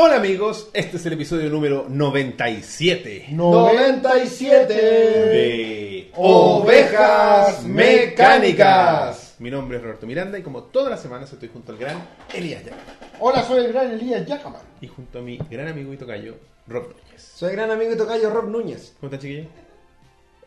Hola amigos, este es el episodio número 97 97. de Ovejas Mecánicas. Mi nombre es Roberto Miranda y como todas las semanas estoy junto al gran Elías Yaca Hola, soy el gran Elías Yacaman. y junto a mi gran amigo y tocayo Rob Núñez. Soy gran amigo y tocayo Rob Núñez. ¿Cómo estás chiquillo?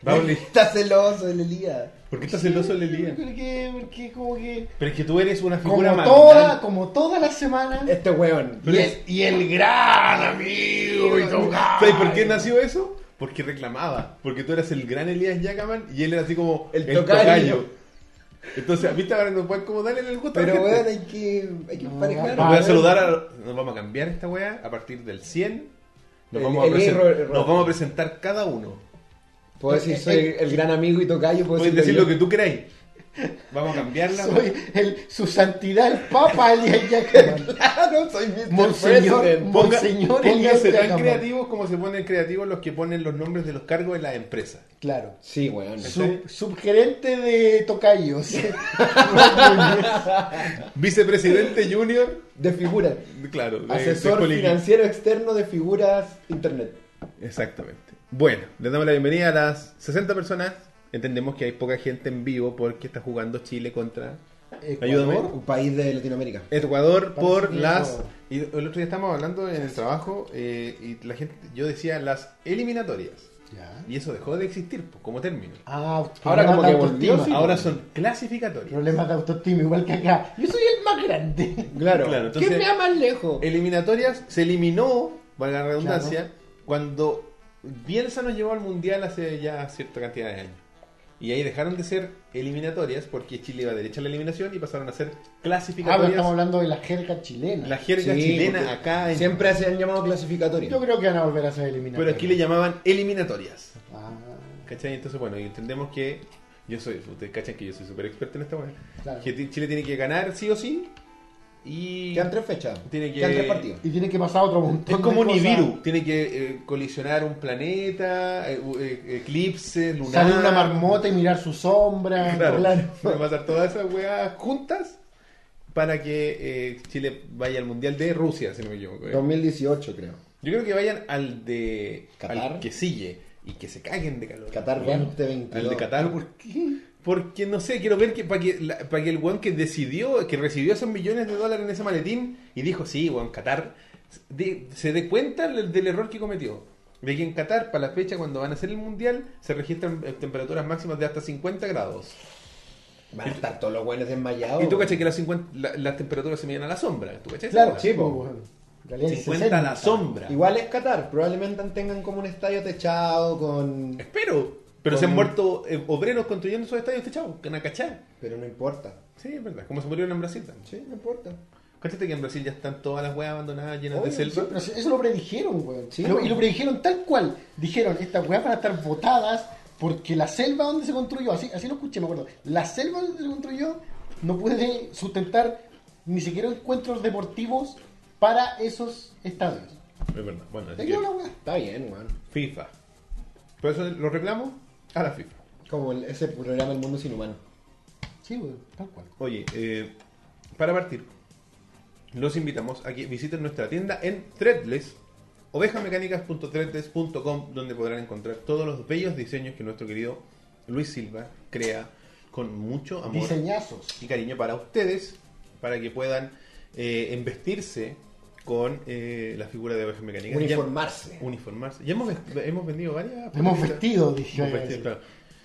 Pauli, Está celoso el Elías. ¿por qué estás celoso el Elías? Porque, porque como que... Pero es que tú eres una Como figura toda, mandante. como toda la semana. Este weón. Pero es- Y el gran amigo y tocayo. ¿Sabes por qué nació eso? Porque reclamaba. Porque tú eras el gran Elías Yacaman y él era así como El tocayo. Entonces, ¿viste ahora no puedes como darle el gusto a la Pero Ah, gente. weón, hay que, hay que No, emparejar. Nos voy a Vale. saludar, a- nos vamos a cambiar esta weá a partir del 100. Nos El- vamos, a el- presen- Ro- Ro- nos vamos a presentar cada uno. Puedo decir, Eh, soy el gran amigo y tocayo. Puedo Puedes decirlo yo. decir lo que tú queráis. Vamos a cambiarla. Soy el, su santidad el Papa Elías Yacaman. Claro, ah, soy Mr. Monseñor. President. Ponga- Monseñor Elías pónganse tan Yacaman. creativos como se ponen creativos los que ponen los nombres de los cargos en las empresas. Claro. Sí, weón. ¿Este? Sub- subgerente de tocayos. Vicepresidente Junior, De figuras. claro. de- de Asesor Colegio. financiero externo de figuras internet. Exactamente. Bueno, les damos la bienvenida a las 60 personas. Entendemos que hay poca gente en vivo porque está jugando Chile contra Ayúdame. Ecuador. Un país de Latinoamérica. Ecuador Parece por que las... eso- Y el otro día estábamos hablando en el trabajo eh, y la gente, yo decía las eliminatorias. Ya. Y eso dejó de existir po, como término. Ah, Ahora como problemas de que volvió, autoestima. sí. Ahora son clasificatorias. Problemas de autoestima, igual que acá. Yo soy el más grande. Claro. Claro, ¿Qué entonces- me da más lejos? Eliminatorias se eliminó, valga la redundancia, cuando Bielsa nos llevó al Mundial hace ya cierta cantidad de años. Y ahí dejaron de ser eliminatorias porque Chile iba derecha a la eliminación y pasaron a ser Ah, pero clasificatorias. estamos hablando de la jerga chilena. la jerga Sí, chilena porque acá en... Siempre se han llamado clasificatorias. Yo creo que van a volver a ser eliminados. Pero aquí le llamaban eliminatorias. Ah, ¿Cachai? Entonces, bueno, y entendemos que yo soy, ustedes cachan que yo soy súper experto en esta weá. Claro. Que ti- Chile tiene que ganar sí o sí. Y Quedan tres fechas. Tiene que- Quedan tres partidos. y tiene que pasar otro montón es como un de cosas. Nibiru, tiene que eh, colisionar un planeta, eh, u- eh, eclipses, lunar. Salir una marmota y mirar su sombra. Ah. Claro, Van a pasar todas esas weas juntas para que eh, Chile vaya al Mundial de Rusia, si no me equivoco. eh. 2018, creo. Yo creo que vayan al de Qatar. al que sigue y que se caguen de calor. Qatar Bueno, 2022. Al de Qatar, ¿por qué? Porque no sé, quiero ver que para que, la- pa' que el weón que decidió, que recibió esos millones de dólares en ese maletín y dijo, sí, weón, Qatar, de- se dé cuenta del, del error que cometió. De que en Qatar, para la fecha cuando van a hacer el mundial, se registran eh, temperaturas máximas de hasta 50 grados. Van a estar todos los buenos desmayaados. Y tú weón. cachai que las, 50 la- las temperaturas se miden a la sombra, ¿tú cachai? Claro, Esa sí, po. Bueno, en realidad es 50 a la 60. sombra. Igual es Qatar, probablemente tengan como un estadio techado con... Espero. Pero se han Con- muerto eh, obreros construyendo esos estadios techados, que van a cachar. Pero no importa. Sí, es verdad. Como se murieron en Brasil también. Sí, no importa. Cachate que en Brasil ya están todas las weas abandonadas, llenas Obvio, de Sí, selva. pero sí, eso lo predijeron, weón. Sí, Lo- weón. y lo predijeron tal cual. Dijeron, estas weas van a estar votadas porque la selva donde se construyó, así, así lo escuché, me acuerdo. La selva donde se construyó no puede sustentar ni siquiera encuentros deportivos para esos estadios. Es verdad. Bueno, así Te que creo la wea. Está bien, weón. FIFA. Por eso lo reclamo a la FIFA. Como el- ese programa El Mundo Sin Humano. Sí, weón, tal cual. Oye, eh, para partir, los invitamos a que visiten nuestra tienda en Threadless, ovejamecánicas.threadless.com, donde podrán encontrar todos los bellos diseños que nuestro querido Luis Silva crea con mucho amor. Diseñazos. y cariño para ustedes, para que puedan eh, embestirse con eh, la figura de Ovejas Mecánicas. Uniformarse. Ya, uniformarse. Ya hemos, vest- hemos vendido varias... Hemos playeras. vestido, dije. Hemos vestido, claro.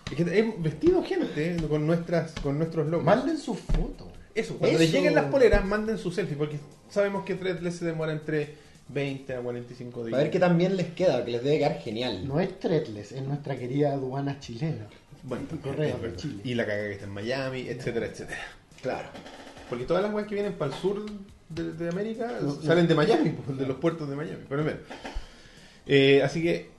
Es que hemos vestido gente con, nuestras, con nuestros logos. Manden sus fotos. Eso, cuando Eso. les lleguen las poleras, manden su selfie, porque sabemos que Threadless se demora entre 20 a 45 días. Para ver que también les queda, que les debe quedar genial. No es Tretles, es nuestra querida aduana chilena. Bueno, también, Correo es de verdad. Chile. Y la caga que está en Miami, etcétera, etcétera. Claro. Porque todas las weas que vienen para el sur de, de América No, no. salen de Miami, pues, de los puertos de Miami. Pero bueno. Eh, así que,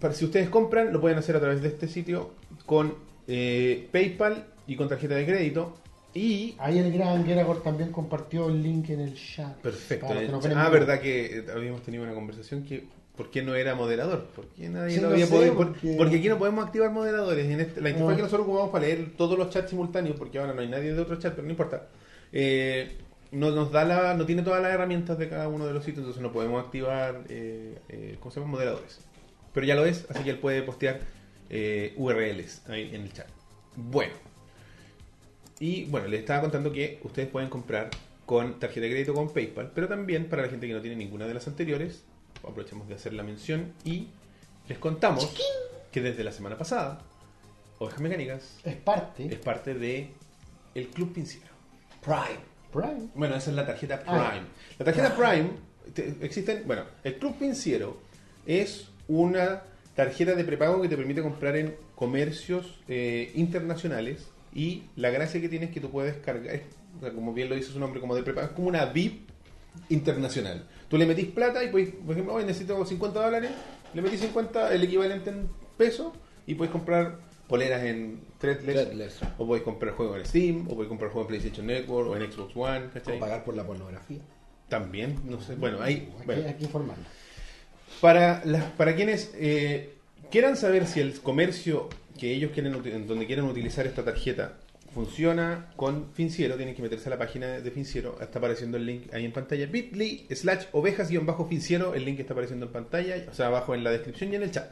para, si ustedes compran, lo pueden hacer a través de este sitio con eh, PayPal y con tarjeta de crédito. Y. Ahí el gran Geragor también compartió el link en el chat. Perfecto. Para los que no ah, creen- verdad que eh, habíamos tenido una conversación que. ¿Por qué no era moderador? ¿Por qué nadie Sí, lo no había sé, podido? por- Porque... porque- aquí no podemos activar moderadores. En este- la interfaz No. que nosotros ocupamos para leer todos los chats simultáneos, porque ahora no hay nadie de otro chat, pero no importa. Eh, no nos da la, no tiene todas las herramientas de cada uno de los sitios, entonces no podemos activar eh, eh, ¿cómo se llama? moderadores. Pero ya lo es, así que él puede postear eh, URLs ahí en el chat. Bueno. Y bueno, les estaba contando que ustedes pueden comprar con tarjeta de crédito con PayPal, pero también para la gente que no tiene ninguna de las anteriores, aprovechemos de hacer la mención y les contamos que desde la semana pasada, Ovejas Mecánicas Es parte. es parte de el Club Pinciero. Prime. Prime. Bueno, esa es la tarjeta Prime. Ah. La tarjeta Prime, te- existen, bueno, el Club Pinciero es una tarjeta de prepago que te permite comprar en comercios eh, internacionales y la gracia que tienes es que tú puedes cargar, es, o sea, como bien lo dice su nombre, como de prepago, es como una VIP internacional. Tú le metís plata y puedes, por ejemplo, hoy necesito 50 dólares, le metís 50, el equivalente en pesos, y puedes comprar poleras en Threadless, Threadless. o podéis comprar juegos en Steam, o podéis comprar juegos en PlayStation Network, o en Xbox One, O ¿cachai? pagar por la pornografía. También, no sé. Bueno, ahí. Hay, bueno. que, hay que informarlo. Para, las, para quienes eh, quieran saber si el comercio que ellos quieren, uti- en donde quieren utilizar esta tarjeta funciona con Finciero, tienen que meterse a la página de Finciero. Está apareciendo el link ahí en pantalla. bit.ly slash ovejas-finciero. El link está apareciendo en pantalla, o sea, abajo en la descripción y en el chat.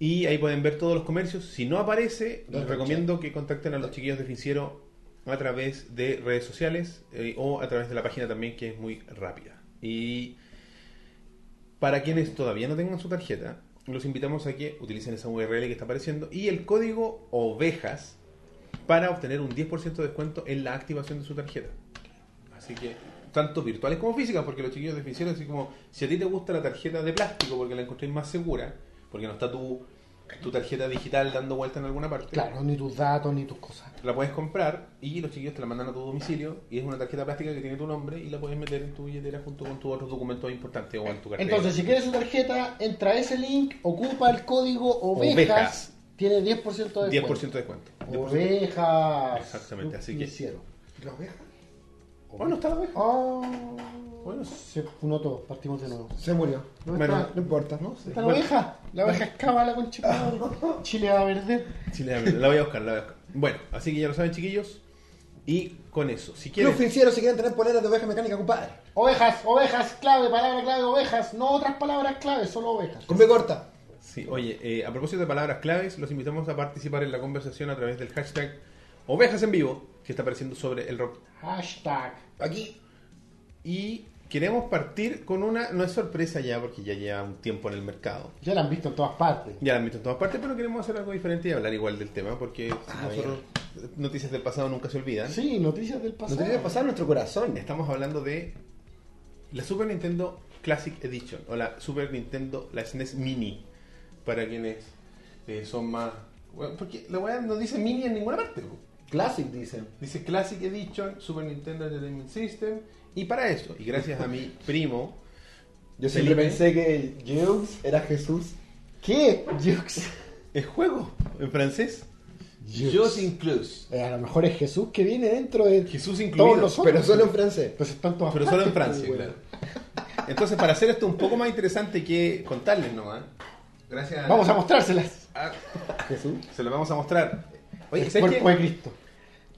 Y ahí pueden ver todos los comercios. Si no aparece, ¿Dónde les está el recomiendo que contacten a los chiquillos de Finciero a través de redes sociales eh, o a través de la página también que es muy rápida. Y para quienes todavía no tengan su tarjeta, los invitamos a que utilicen esa URL que está apareciendo y el código ovejas para obtener un 10% de descuento en la activación de su tarjeta. Así que, tanto virtuales como físicas, porque los chiquillos de Finciero, así como, si a ti te gusta la tarjeta de plástico porque la encontréis más segura, porque no está tu, tu tarjeta digital dando vuelta en alguna parte, Claro, ni tus datos, ni tus cosas. la puedes comprar y los chiquillos te la mandan a tu domicilio y es una tarjeta plástica que tiene tu nombre y la puedes meter en tu billetera junto con tus otros documentos importantes o en tu cartera. Entonces, si quieres su tarjeta, entra a ese link, ocupa el código ovejas, Ovejas. tiene 10% de 10% descuento. de descuento. 10%. Ovejas. Exactamente, así Lo que- hicieron. ¿La oveja? Bueno, está la oveja. Oh, Bueno. se notó, partimos de nuevo. Se murió. No, Bueno. está- no importa. No sé. Está la Bueno. oveja, la oveja escava la concha. de madre. Chile va a perder. Sí, la, la voy a buscar, la voy a buscar. Bueno, así que ya lo saben, chiquillos. Y con eso, si Club quieren. Finciero, si quieren tener poleras de oveja mecánica, compadre. Ovejas, ovejas, clave, palabra clave, ovejas, no otras palabras clave, solo ovejas. Con B corta. Sí, oye, eh, a propósito de palabras claves, los invitamos a participar en la conversación a través del hashtag Ovejas en Vivo, que está apareciendo sobre el rock. Hashtag. Aquí. Y queremos partir con una. No es sorpresa ya, porque ya lleva un tiempo en el mercado. Ya la han visto en todas partes. Ya la han visto en todas partes, pero queremos hacer algo diferente y hablar igual del tema, porque nosotros. Noticias del pasado nunca se olvidan. Sí, noticias del Nos pasado. tiene que pasar nuestro corazón. Estamos hablando de la Super Nintendo Classic Edition o la Super Nintendo, la SNES Mini, para quienes eh, son más... Bueno, porque la weá no dice mini en ninguna parte. po. Classic, dicen. Dice Classic Edition, Super Nintendo Entertainment System. Y para eso, y gracias a mi primo, Yo siempre pensé que Jeux era Jesús. ¿Qué? Jux. es juego en francés. Jeux. Jeux inclus. Eh, a lo mejor es Jesús que viene dentro de. Jesús Todos incluido. los Pero solo en francés. Pues están todas Pero solo en partes, Francia, pues, claro. weón. Entonces, para hacer esto un poco más interesante que contarles nomás, gracias a... Vamos a mostrárselas. a- Jesús. Se lo vamos a mostrar. Oye, El ¿sabes cuerpo qué? de Cristo.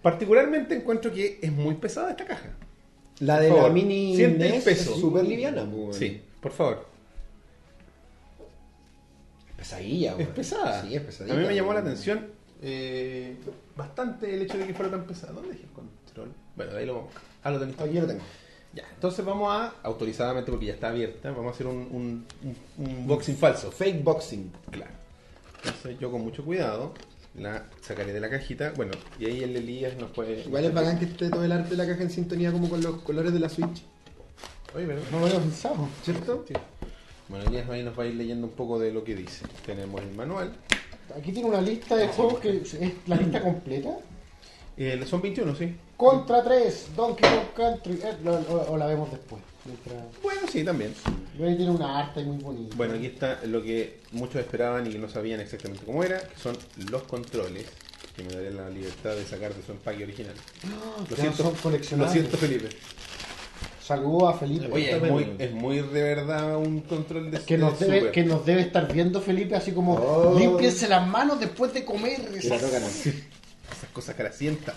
Particularmente encuentro que es muy pesada esta caja. La de Por la favor, mini siente el NES peso. es súper liviana, pues, weón. Sí, por favor. Pesadilla, Es weón. pesada. Sí, es pesadilla. A mí me llamó la weón. atención eh, bastante el hecho de que fuera tan pesada. ¿Dónde dejé el control? Bueno, de ahí lo vamos. a buscar. Ah, lo tenéis tú. Aquí lo tengo. Ya, entonces vamos a, autorizadamente porque ya está abierta, vamos a hacer un, un, un- un boxing falso. Fake boxing. Claro. Entonces yo con mucho cuidado la sacaré de la cajita. Bueno, y ahí el Elías nos puede... Igual es bacán que esté todo el arte de la caja en sintonía como con los colores de la Switch. Oye, pero- No lo había pensado. ¿Cierto? Bueno, Elías ahí nos va a ir leyendo un poco de lo que dice. Tenemos el manual. Aquí tiene una lista de juegos que es la lista completa. Eh, son 21, sí. Contra 3, Donkey Kong Country. eh, lo- o, o la vemos después. Mientras... Bueno, sí, también. Ahí tiene una arte muy bonita. Bueno, aquí está lo que muchos esperaban y que no sabían exactamente cómo era, que son los controles, que me daré la libertad de sacar de su empaque original. Lo ya siento, son lo coleccionables. siento Felipe. Saludo a Felipe. Oye, es muy, es muy de verdad un control de que de nos, debe, Super. que nos debe estar viendo Felipe así como Oh. límpiense las manos después de comer. Que la tocan así. Esas cosas grasientas.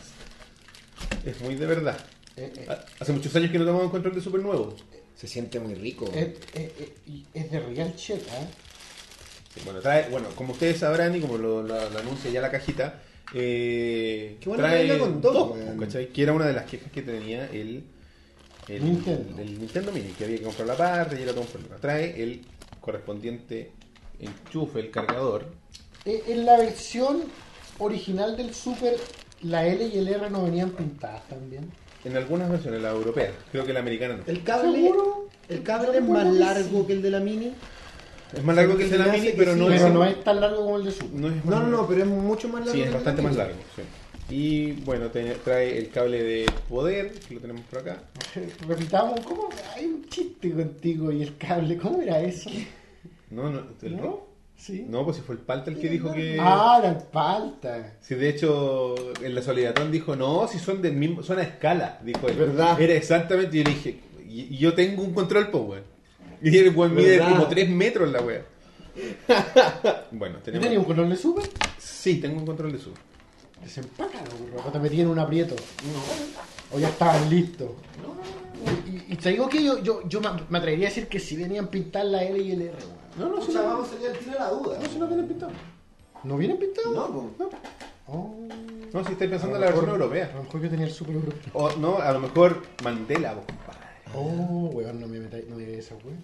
Es muy de verdad. Eh, eh, Ha- Hace muchos años que no tomamos un control de super nuevo. Se siente muy rico. eh, eh, eh, y es de real shit, ¿ah? Bueno, trae, bueno, como ustedes sabrán y como lo, lo- lo anuncia ya la cajita, eh, Qué bueno que venga con dos, weón. ¿cachai? Que era una de las quejas que tenía el, el, Nintendo. el Nintendo Mini, que había que comprar la parte y era todo un problema. Trae el correspondiente enchufe, el cargador. Eh, En la versión original del Super, la L y el R no venían pintadas también. En algunas versiones, la europea, creo que la americana no. El cable, ¿Seguro? el cable Yo es más recuerdo que largo sí. que el de la mini. Es más largo que el de Se la me hace Mini, que pero sí, no, Pero es, no es tan largo como el de Super. no es No, más- no, no, pero es mucho más largo. Sí, que es el bastante más Atlantic. largo. sí. Y bueno, te- trae el cable de poder, que lo tenemos por acá. Repitamos, ¿cómo? Hay un chiste contigo y el cable, ¿cómo era eso? No, no, el ¿No? rock. Sí. No, pues si fue el Palta el que dijo que. Ah, eran palta. Si de hecho en la Solidatón dijo, no, si son del mismo, son a escala, dijo él. ¿Verdad? Era exactamente, y yo le dije, y, y yo tengo un control, pues, weón. Y el weón mide ¿Verdad? como 3 metros la weá. bueno, ¿Yo tenemos. tenía un color de Super? Sí, tengo un control de sur. Desempácalo, burro. Te metí en un aprieto. O ya estaban listos. Y, y te digo que yo, yo, yo me me atrevería a decir que si venían pintar la L y el R, weón. No, no, O sea, vamos a salir al tiro de la duda. no, si no viene pintado. ¿No vienen pintados? No, po. Oh. No, si estáis pensando en la versión europea. A lo mejor yo tenía el Super Europeo. O no, a lo mejor Mandela, vos, compadre. Oh, weón, no me metáis, no me digáis esa weón.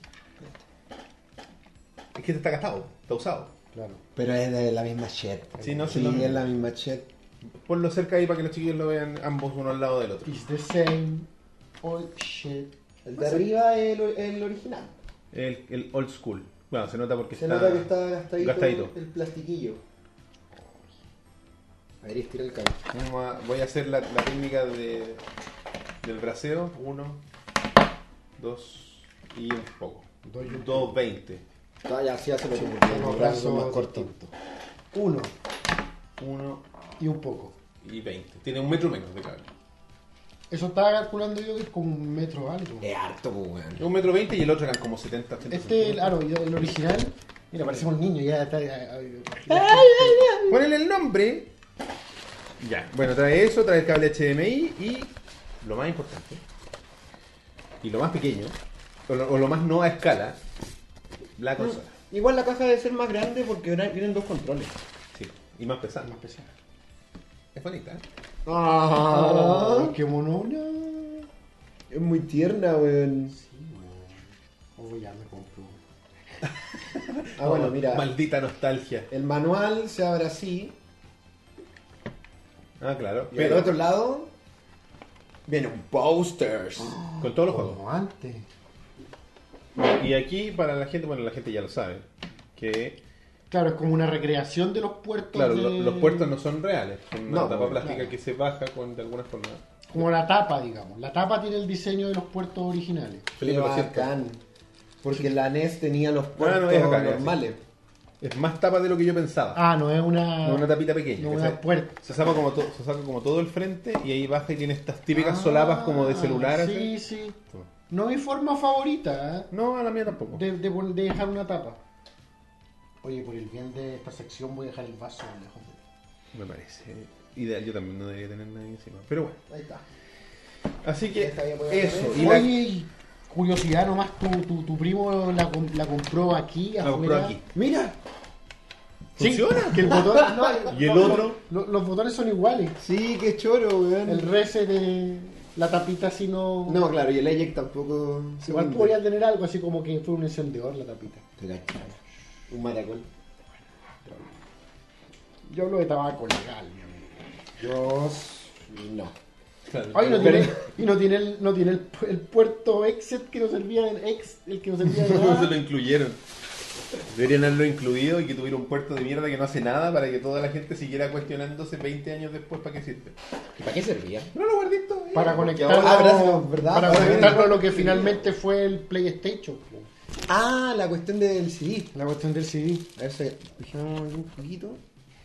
Es que este está gastado, está usado. Claro. Pero es de la misma chat. Sí, no, sí, lo mismo. es la misma chat. Ponlo cerca ahí para que los chiquillos lo vean ambos uno al lado del otro. It's the same old shit. El de arriba es el, el original. El, el old school. Bueno, se nota porque Se está. nota que está gastadito, gastadito. el plastiquillo. A ver, estira el cable. Vamos a- voy a hacer la, la técnica de, del braseo. Uno, dos y un poco. Dos y un Dos veinte. No, Ah, ya, sí, hazlo tú, porque Tengo los brazos brazos más cortos. distintos. Uno Uno y un poco. y veinte. Tiene un metro menos de cable. Eso estaba calculando yo que es como un metro algo. Es harto, pues, weón. Un metro veinte y el otro eran como 70, 80 Este, centímetros. claro, y el original. Mira, parecemos niños, ya está. ya- ya- Ponele el nombre. Ya. Bueno, trae eso, trae el cable HDMI y lo más importante. Y lo más pequeño. O lo, o lo más no a escala. Ah. La consola. Igual la caja debe ser más grande porque ahora vienen dos controles. Sí. Y más pesada. Más pesado. Es bonita, ¿eh? Ah, Oh, qué monona. es muy tierna, weón. Sí, weón. Oh, ya me compro. Ah, bueno, mira. Maldita nostalgia. El manual se abre así. Ah, claro. Y Pero al otro lado viene un posters. con todos los juegos. Como antes. Oh. Y aquí para la gente, bueno, la gente ya lo sabe. Que, Claro, es como una recreación de los puertos. claro, de- lo- los puertos no son reales. Son una No, tapa pues, plástica claro. que se baja con, de alguna forma. Como la tapa, digamos. La tapa tiene el diseño de los puertos originales. Qué Felipe, lo siento. bacán. Porque la NES tenía los Ah, puertos no, es acá, es normales. Es más tapa de lo que yo pensaba. Ah, no es una. No, una tapita pequeña. No, que una se- puerta. Se saca, como to- se saca como todo el frente y ahí baja y tiene estas típicas Ah, solapas como de celular. Sí, así. sí. No mi forma favorita ¿eh? No, a la mía tampoco. de, de pon- de dejar una tapa. Oye, por el bien de esta sección voy a dejar el vaso lejos de ti. Me parece ideal. Yo también no debería tener nadie encima. Pero bueno. Ahí está. Así que Esta ya puede haber eso. hecho. Y Oye, la, y curiosidad nomás, tu, tu, tu primo la, com- la compró aquí, la afuera. compró aquí. Mira, Sí, ¿Funciona? que el botón, no, ¿Y el los- otro? los- los botones son iguales. sí, qué choro, weón. El reset, de la tapita así no... No, claro, y el Eject tampoco. se Igual hunde. podría tener algo así como que fue un encendedor la tapita. Espera, Un maracol. Yo hablo de tabaco legal, mi amigo. Yo. No. Claro. Ay, no tiene, y no tiene, el, no tiene el, pu- el puerto exit que nos servía en ex, el que nos servía de No se lo nada. incluyeron. Deberían haberlo incluido y que tuviera un puerto de mierda que no hace nada para que toda la gente siguiera cuestionándose 20 años después para qué sirve. ¿Para qué servía? No lo guardito. eh. Para ahora- ah, gracias, conectarlo, ¿verdad? para Ahora conectarlo a viene lo que finalmente fue el PlayStation. po. Ah, la cuestión del CD. La cuestión del CD. A ver, se fijamos aquí un poquito.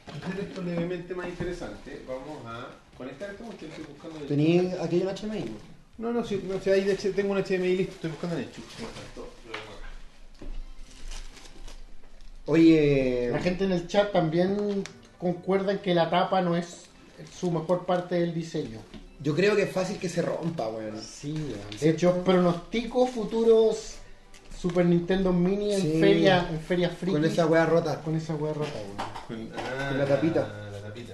Hacer esto levemente más interesante, vamos a conectar esto porque estoy buscando el- Tenía aquello en HMI. No, no, si, no, si hay de- tengo un HDMI listo, estoy buscando en el chucho. Esto, lo dejo acá. Oye. La gente en el chat también concuerda en que la tapa no es su mejor parte del diseño. Yo creo que es fácil que se rompa, weón. Sí, weón. De hecho, pronostico futuros Super Nintendo Mini en Sí. feria, en feria friki. Con esa weá rota. con esa weá rota, weón. Con, Con la tapita. Ah, La tapita.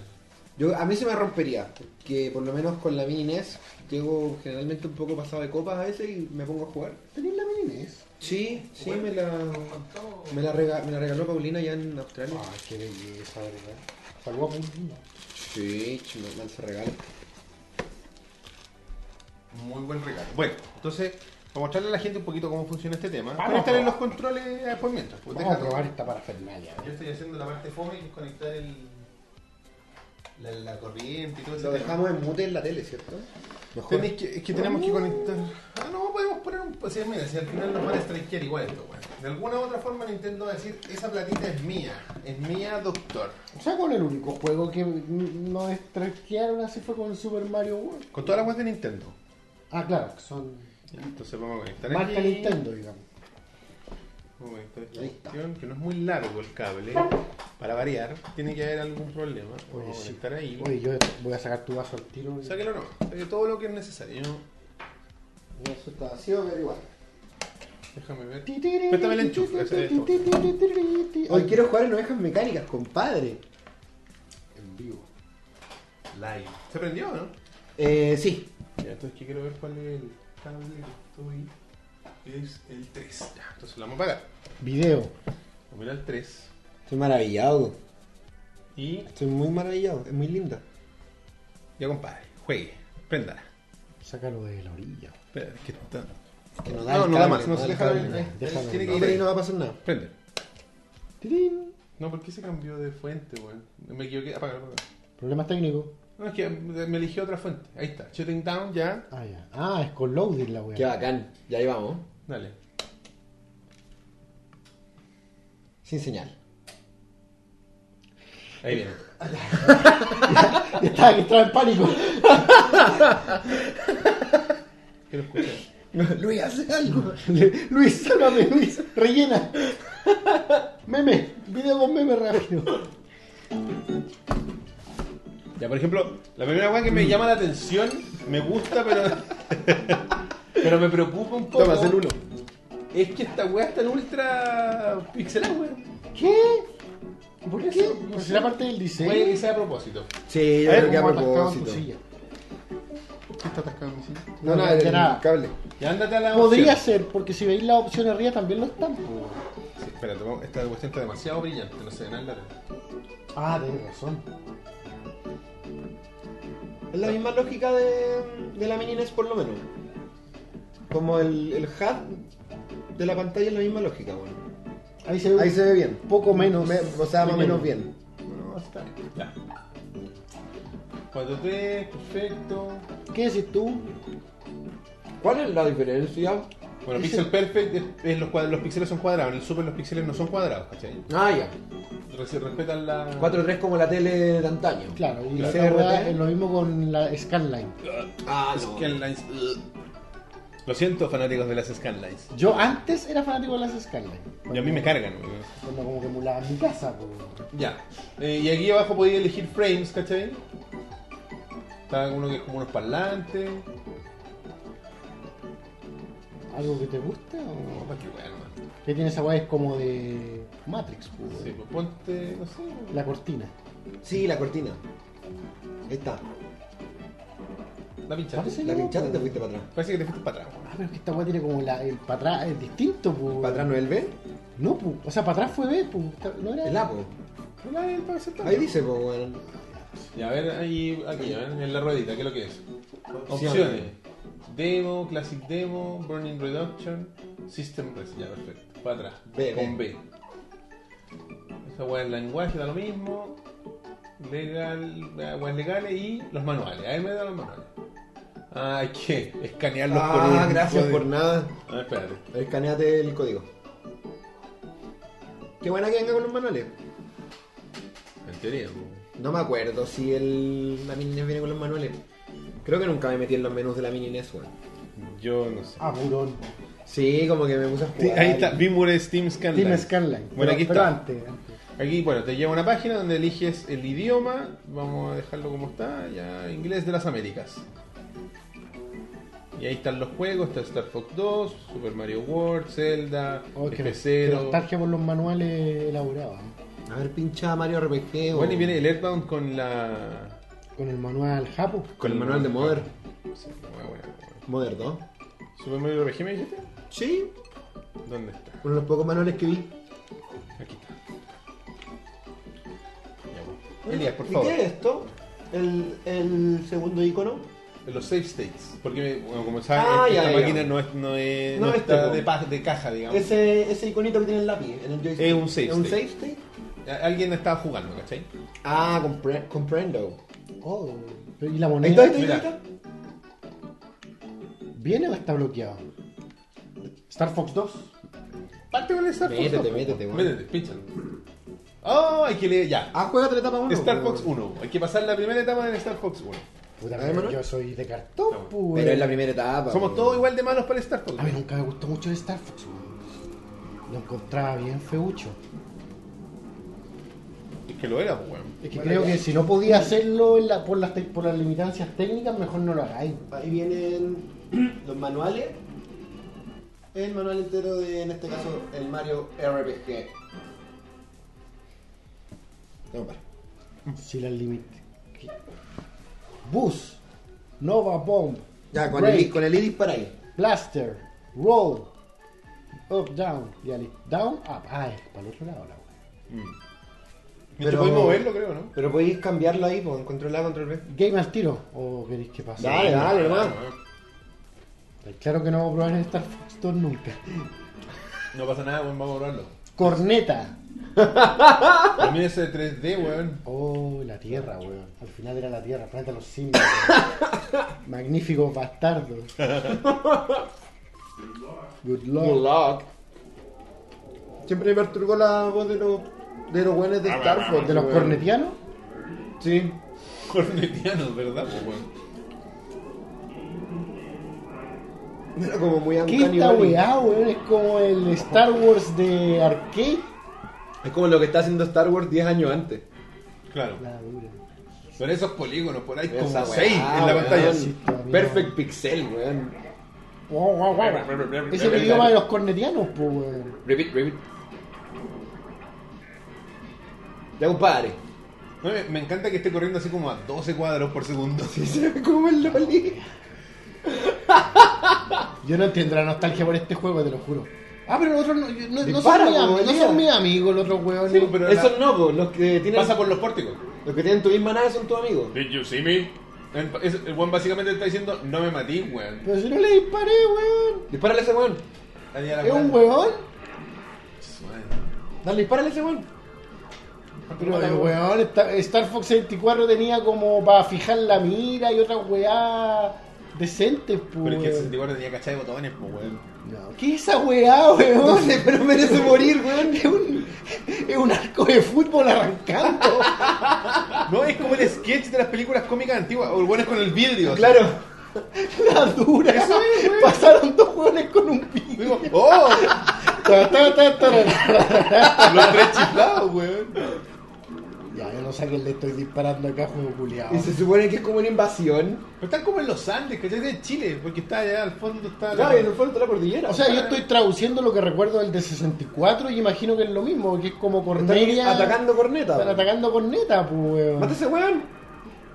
Yo, a mí se me rompería, porque por lo menos con la mini NES llego generalmente un poco pasado de copas a veces y me pongo a jugar. ¿Tenés la Mini E NES? Sí, sí, me la, me, la rega- me la regaló Paulina allá en Australia. Ay, qué belleza, verdad. Saludos a Paulina. Sí, chino, manso regalo. Muy buen regalo. Bueno, entonces, para mostrarle a la gente un poquito cómo funciona este tema, Vamos a conectar en los probar. controles eh, por mientras. pues, Vamos a deja- probar esta parafernalia. Yo estoy haciendo la parte fome que es conectar el, la, la corriente y todo Lo eso. dejamos en mute en la tele, ¿cierto? Mejor. Tenéis que, es que tenemos que conectar. Ah, no, podemos poner un. O sea, mira, si al final nos van a strikear igual esto, weón. De alguna u otra forma Nintendo va a decir: esa platita es mía, es mía, doctor. ¿Sabes cuál es el único juego que nos estrechearon así fue con Super Mario World? Con todas las weas de Nintendo. Ah, claro, que son Entonces vamos a conectar marca aquí. Nintendo, digamos. Vamos a conectar esta Ahí está. cuestión, que no es muy largo el cable. Para variar, tiene que haber algún problema. Vamos a sí. conectar ahí. Oye, yo voy a sacar tu vaso al tiro. y- Sáquelo no, saque todo lo que es necesario. No, eso está vacío, pero igual. Déjame ver. Préstame Préstame el enchufe, ese es Hoy quiero jugar en ovejas mecánicas, compadre. en vivo. Live. ¿Se prendió o no? Eh, sí. Ya, entonces que quiero ver cuál es el cable que estoy. Es el 3. Ya, entonces lo vamos a apagar. Video. Vamos a ir al 3. Estoy maravillado. Y Estoy muy maravillado. Es muy linda. ya compadre, juegue. Préndala. Sácalo de la orilla. Espera, es que está. Que no da No, el no da cable, más, no da se el deja cable. la- déjalo. Tiene que No, ir pero ahí ahí. no va a pasar nada. Prende. Tirín. No, ¿por qué se cambió de fuente, weón? Me equivoqué. Apágalo, apágalo. Problemas técnicos. No, es que me eligió otra fuente. Ahí está. Shutting down, ya. Ah, ya. Ah, es con loading la Qué weá. bacán. Ya ahí vamos. Dale. Sin señal. Ahí viene. Estaba que estaba en pánico. Quiero escuchar. Luis, haz algo. Luis, sálvame, Luis. Rellena. Meme. Video con meme rápido. Ya, por ejemplo, la primera weá que me llama la atención, me gusta, pero. pero me preocupa un poco. Toma, haz el uno. Es que esta weá está en ultra pixelada, weón. ¿Qué? ¿Por qué? Pues será parte del Puede que diseño. sea a propósito. Sí, yo A ver, creo que a cómo atascaban tu propósito. silla. ¿Qué está atascado en mi silla? No, no, No, de el nada. cable. Ya andate a la Podría opción. ser, porque si veis la opción arriba también lo están. po, weón. Sí, espérate, vamos- esta cuestión está demasiado brillante, no se ve nada. en la tele. Ah, tenés razón. Es la misma lógica de, de la mini NES por lo menos. Como el, el HUD de la pantalla es la misma lógica, bueno. Ahí se ve. Ahí se ve bien. Poco menos. Me- o sea, más o menos bien. No, está bien. Ya. 4-3, perfecto. ¿Qué decís tú? ¿Cuál es la diferencia? Bueno, Pixel Perfect es, es los, cuad- los píxeles son cuadrados, en el Super los píxeles no son cuadrados, ¿cachai? Ah, ya. Re- se respetan la. 4-3 como la tele de antaño. Ah. Claro, y Claro. esa CRT. weá es lo mismo con la Scanline. Ah, no. Scanlines. Lo siento, fanáticos de las Scanlines. Yo antes era fanático de las Scanline. Y a mí me cargan. weón. Cuando como que emulaba mi casa, po, weón. Ya. Eh, y aquí abajo podía elegir frames, ¿cachai? Está uno que es como unos parlantes. ¿Algo que te gusta o.? No, Oh, pa' qué weón, man. ¿Qué tiene esa weá? Es como de Matrix, po, weón. Sí, pues ponte, no sé. La cortina. Sí, la cortina. Ahí está. La Parece pinchaste. La loco. pinchaste y te fuiste para atrás. Parece que te fuiste para atrás. Ah, pero es que esta weá tiene como la, el para atrás, es distinto, po, weón. ¿Para atrás no es el Eh. B? No, po. O sea, para atrás fue B, po. Esta- No era. El A, po. weón. Hola, el parece Ahí dice, po, bueno. Ya, a ver, ahí, aquí, a ver, en la ruedita, ¿qué es lo que es? Opciones. Demo, Classic Demo, Burning Reduction, System Res. Ya, perfecto. Para atrás. B, con B. Esa weá es lenguaje, da lo mismo. Legal, ah, weas legales y los manuales. Ahí me da los manuales. Ah, hay que escanearlos con un Ah, gracias código. por nada. A ver, espérate. Escaneate el código. Qué buena que venga con los manuales. En teoría, pues. No me acuerdo si el, la mini NES viene con los manuales. Creo que nunca me metí en los menús de la mini NES, weón. yo no sé. Ah, burón. Sí, como que me puse a Sí, jugar. ahí está, Vimure Steam Scanline. Team Scanline. Bueno, Pero- aquí pero está. antes, antes. Aquí, bueno, te lleva una página donde eliges el idioma. Vamos a dejarlo como está. Ya, inglés de las Américas. Y ahí están los juegos, está Star Fox 2, Super Mario World, Zelda, Oh, que F0. nostalgia por los manuales elaborados. ¿eh? A ver, pincha Mario RPG. o- Bueno, y viene el Earthbound con la... Con el manual Japo. Con el manual de Modern. Sí, bueno, bueno, bueno. Modern 2. ¿Super Mario RPG me dijiste? Sí, ¿Dónde está? uno de los pocos manuales que vi. Aquí está. Ya, pues. Elías, por favor. Ah, ¿Y qué es esto? El, el segundo icono. Los save states. Porque, bueno, como sabes, Ah, esta ya, ya. máquina no, es, no, es, no No, este, está po. de, pa- de caja, digamos. Ese, ese iconito que tiene el lápiz en el joystick. Es un save ¿Es un state. save state? Alguien estaba jugando, ¿cachai? Ah, compre- comprendo. Oh, pero ¿y la Ahí está, este ahí moneda? está, Mira. ahí está. ¿Viene o está bloqueado? Star Fox 2. Parte con el Star Fox. Métete, dos, métete, po. weón. Métete, píchalo. Oh, hay que leer ya. Ah, juega la etapa 1. Star Fox 1. Hay que pasar la primera etapa del Star Fox 1. Puta, ¿Eh, pero Manuel? yo soy de cartón, No, pues, Pero es la weón. primera etapa. Somos weón. todos igual de malos para el Star Fox. Ah, A mí nunca me gustó mucho el Star Fox, weón. Lo encontraba bien feucho. Es que lo era, pues, weón. Es que Bueno, creo ya. que si no podía hacerlo en la- por, las te- por las limitancias técnicas, mejor no lo hagáis. Ahí vienen los manuales. El manual entero de, en este caso, el Mario RPG. No, para. Si las límites. Bus, Nova Bomb, Ya, con Break, el, con el I dispara ahí. Blaster, Roll, Up, Down, ya listo. Down, Up. Ah, es para el otro lado la weá. Pero... Pero- podéis moverlo, creo, ¿no? Pero podéis cambiarlo ahí, con control A, control B. Game al tiro, o queréis que pase. Dale, dale, hermano. Claro que no vamos a probar el Star Fox 2 nunca. No pasa nada, weón, vamos a probarlo. Corneta. También ese 3D, weón. Oh, la tierra, weón. Al final era la tierra, frente a los simios. weón. Magníficos bastardos. Good luck. luck. Siempre me perturbó la voz de los de los buenos de Star Fox. ¿De los weón. cornetianos? Ah, Sí. Cornetiano, ¿verdad, pues, weón? Era como muy ¿Qué uncanny esta valley. weá, weón? Es como el Star Wars de arcade. Es como lo que está haciendo Star Wars 10 años antes. Claro. La dura. Son esos polígonos, por ahí Esa como weá, 6 en la weón. pantalla. Sí, todavía. Perfect Pixel, weón. Guau, guau, guau. Ese es el idioma de los cornetianos, pues, weón. Ribbit, ribbit. Ya, compadre. No, eh, me- me encanta que esté corriendo así como a 12 cuadros por segundo. Se ve como el Loli. Yo no entiendo la nostalgia por este juego, te lo juro. Ah, pero los otros no, yo- no, no Dispara, son, mis weón, amigos, no ya. son mis amigos, los otros weones. Sí, pero Eso la- no, po, los que tienen pasa por los pórticos. los que tienen tu misma nave son tus amigos. Did you see me? El, es- el weón básicamente está diciendo, no me matí, weón. Pero si no le disparé, weón. Dispárale a ese weón. Ahí a la Es un weón. weón. Weón. Dale, dispárale a ese weón. Pero de weón, esta- Star Fox 64 tenía como para fijar la mira y otras weá decentes, pues. Pero es que el weón. 64 tenía cachada de botones, pues, weón. No, ¿Qué es esa weá, weón? No sé, pero merece morir, weón. Es un, es un arco de fútbol arrancando. Ah. No, es como el sketch de las películas cómicas antiguas. O el weón es con el vidrio. así. Claro. La dura. Pasaron dos weones con un pico. Digo, ¡Oh! Ta, ta, ta, ta. Los tres chiflados, weón. Ya, yo no sé a quién le estoy disparando acá, juego culiado. Y se supone que es como una invasión. Pero están como en los Andes, ¿cachai? De Chile. Porque está allá al fondo, está... la- Claro, y en el fondo está la cordillera. O sea, yo estoy traduciendo lo que recuerdo del de 64 y imagino que es lo mismo, que es como Están Cornelia. atacando corneta. Están weón. atacando con neta, pues, weón. Mata a ese weón.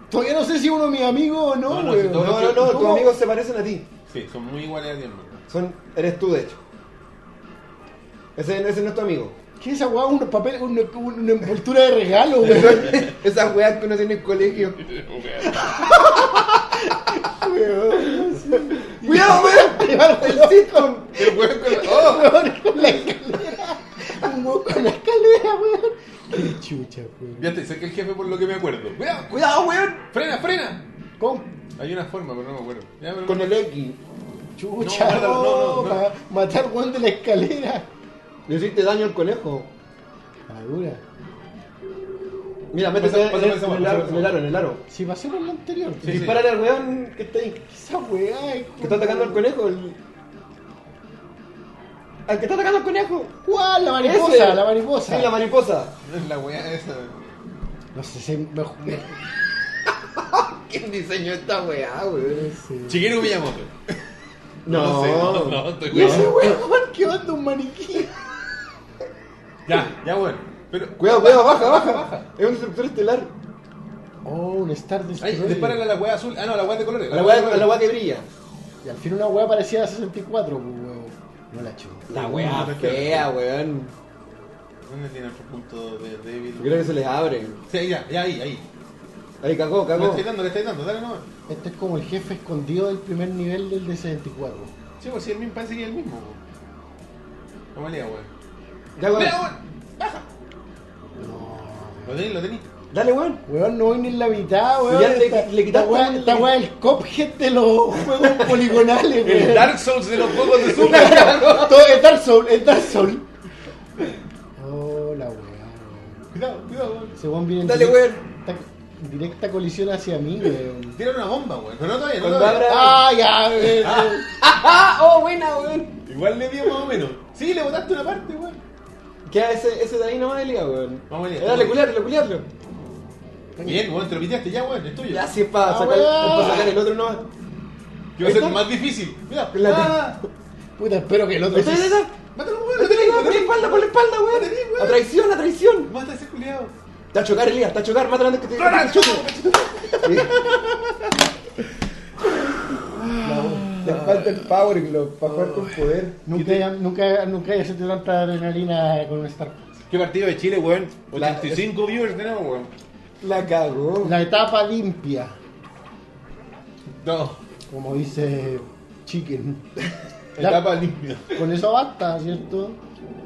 Todavía no sé si uno es mi amigo o no, No, no, weón. si No, no, no, tus ¿Cómo? amigos se parecen a ti. Sí, son muy iguales a ti, hermano. Son, eres tú, de hecho. Ese, ese no es tu amigo. ¿Qué es esa weá? Un papel, una, una envoltura de regalo, weón. Esas weas que uno tiene en el colegio. ¡Cuidado, weón! Llevarte el sitcom. El weón con la... ¡Oh! Weón, con la escalera. Un weón con la escalera, weón. Qué chucha, weón. Ya te sé que el jefe por lo que me acuerdo. ¡Cuidado! ¡Cuidado, weón! ¡Frena, frena! Con Hay una forma, pero no me acuerdo. Ya, pero- Con el X. chucha, No, no, no, no, no. pa- Matar weón de la escalera. Ah, Le hiciste daño al conejo. Madura. Mira, métete Pasa- pásame en, el- esa en weá, el aro, pásame en el esa aro, en el aro. Si pasemos lo anterior. Sí, sí. Dispárale al weón que está ahí. ¿Qué es esa weá? es Que está atacando al conejo. El... Al que está atacando al conejo. ¿Cuál? La mariposa, Ese. la mariposa. Sí, la mariposa. La weá esa. No sé, se me... me- ¿Quién diseñó esta weá, weón? sí. Chiquero Miyamoto. No, No. sé, no, no, estoy Y ese cuidado. weón que onda un maniquí. Ya, ya bueno. Pero, Cuidado, cuidado, baja, baja, baja. Es un destructor estelar. Oh, un Star ay, Destroyer. dispárale a la weá azul. Ah, no, a la weá de colores. A la weá a la weá que brilla. Y al fin una weá parecía a 64, pues, weón. No la chupó. La weá fea, weón. ¿Dónde tiene otro punto de débil? Yo creo que se les abre. Sí, ya, ya, ahí, ahí. Ahí cagó, Le cagó. estáis dando, le estáis dando, dale nomás. Este es como el jefe escondido del primer nivel del de 64. Sí, pues sí, el mismo, parece que es el mismo. weón. ¿Cómo le hago, weón? Ya, weón. ¡Mira, weón! ¡Baja! Lo tenéis, lo tenéis. Dale, weón. Weón, no voy ni en la mitad, weón. Ya le- Esta- le quitaste esta weá- el- Esta weá es el Cophead de los juegos poligonales, El weón. Dark Souls de los juegos de Super, cabrón. Todo es Dark Souls, es Dark Souls. Oh, la weá, weón. Cuidado, cuidado, weón. Ese weón viene en Dale, directa- weón. Directa colisión hacia mí, weón. Tira una bomba, weón. Pero no todavía, no Cuando todavía. abra- ¡Ah, ya, weón! ¡Ah! ¡Oh, buena, weón! Igual le dio más o menos. Sí, le botaste una parte, weón. Queda ese, ese de ahí nomás de liga, weón. Eh, Vamos, Elías. Dale, culiarlo, culiarlo. Bien, weón, te lo piteaste ya, weón, es tuyo. Ya, si es para Ah, sacar, es weón. pa' sacar el otro nomás. Que va a ser ¿Esto? más difícil. Mira, La- ah, Puta, espero que el otro. Ahí está, ahí está, ahí está. mátalo, Por weón, la lo tenés, lo tenés. espalda, por la espalda, weón. Lo tenés, weón. A traición, a traición. Mata a ese culiado. Está a chocar, Elías, está a chocar, mátalo antes que te. ¡Rona, Le falta el power glove para jugar con poder. Nunca, haya- nunca, nunca haya sentido tanta adrenalina con un Star Wars. ¿Qué partido de Chile, weón? La- 85 viewers tenemos, weón. La cagó. La etapa limpia, No, como dice Chicken. Ya, etapa limpia. Con eso basta, ¿cierto?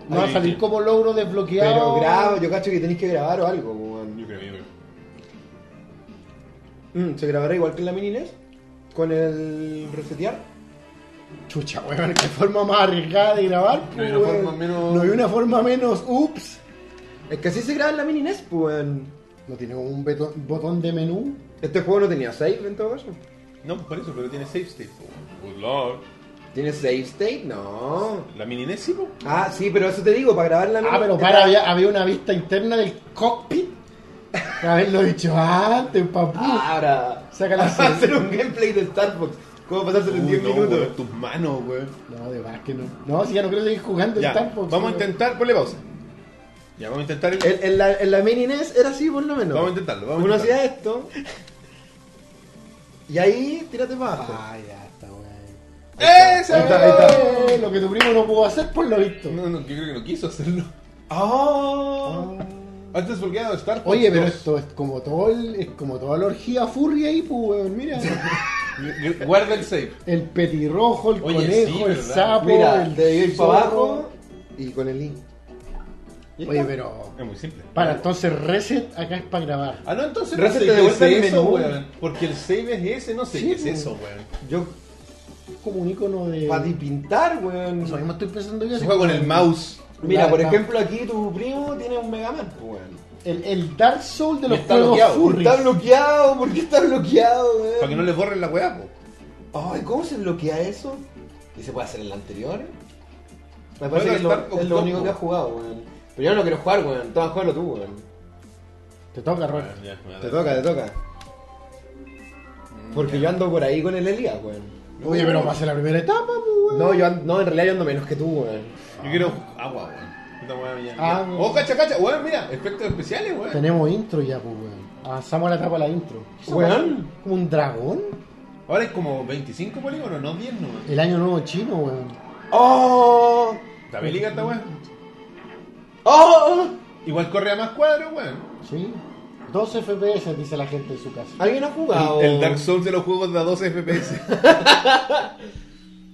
No va a Ahí, salir sí. como logro desbloqueado. Pero grabo, yo cacho que tenéis que grabar o algo, weón. Yo creo, yo creo. Mm, ¿Se grabará igual que en la mini NES? ¿Con el resetear? Chucha, weón, qué forma más arriesgada de grabar. No hay pues, una weón. forma menos- No hay una forma menos. Ups. Es que así se graba en la mini NES, pues, weón. No tiene como un beto- botón de menú. Este juego no tenía save en todo caso. No, por eso, pero tiene save state, weón. Good lord. ¿Tiene save state? No. La mini NES, sí, po. Ah, sí, pero eso te digo, para grabar la E Ah, pero para, había, había una vista interna del cockpit. Haberlo dicho antes, papu. Ah. Ahora. Saca la Va a hacer un gameplay de Star Fox. ¿Cómo pasárselo en Uy, 10 no, minutos? weón, tus manos, weón. No, de verdad que no. No, si ya no quiero seguir jugando Ya, el Star Fox. vamos a weón. intentar, ponle pausa. Ya, vamos a intentar el... En, en la, en la mini NES era así, por lo menos. Vamos a intentarlo, vamos a Uno intentarlo. hacía esto. Y ahí, tírate para abajo. Ah, ya está, weón. ¡Esa, Ahí está, ahí está. weón! Eh, Lo que tu primo no pudo hacer, por lo visto. No, no, yo creo que no quiso hacerlo. ¡Oh! Ah. Antes porque era Star Fox Oye, pero 2. esto es como todo el, es como toda la orgía furry ahí, pues, weón. Mira. Guarda el save. El petirrojo, el Oye, conejo, sí, el ¿verdad? sapo, Oh, Mira, el te ir zorro. para abajo y con el link. Oye, pero. Es muy simple. Para, entonces reset acá es para grabar. Ah, no, entonces no Reset sé te qué devuelve es el eso, menú. weón. Porque el save es ese, no sé Sí, qué es weón. eso, weón. Yo, Es como un icono de. para pintar, weón. Eso mismo estoy pensando yo. Se así juega con como- el mouse. Mira, Claro, por está- ejemplo, aquí tu primo tiene un Mega Man, pues, weón. El, el Dark Soul de los Está juegos bloqueado, furries. Está bloqueado, ¿por qué está bloqueado, weón? Para que no le borren la weá, po. Ay, ¿cómo se bloquea eso? ¿Y se puede hacer en la anterior? Me Juega parece que es Star lo, Fox es lo dos, único que weón. has jugado, weón. Pero yo no quiero jugar, weón. Toma, jugarlo tú, weón. Te toca, Ron. Bueno, Ah, ya, me va a Te dar. toca, te toca. Porque yo ando por ahí con el Elías, weón. Oye, pero pasa la primera etapa, pues, weón. No, yo ando- no, en realidad yo ando menos que tú, weón. Yo quiero agua, weón. Puta weá, ya. Ah, Ya. weón. oh, cacha, cacha. Weón, mira, efectos especiales, weón. Tenemos intro ya, pues, weón. Avanzamos a la etapa de la intro. Weón. Como un dragón. Ahora es como 25 polígonos, no 10, no, weón. El año nuevo chino, weón. ¡Oh! Está bélica esta weón. ¡Oh! Igual corre a más cuadros, weón. Sí. 12 FPS, dice la gente en su casa. ¿Alguien ha jugado? El, el Dark Souls de los juegos de a 12 FPS.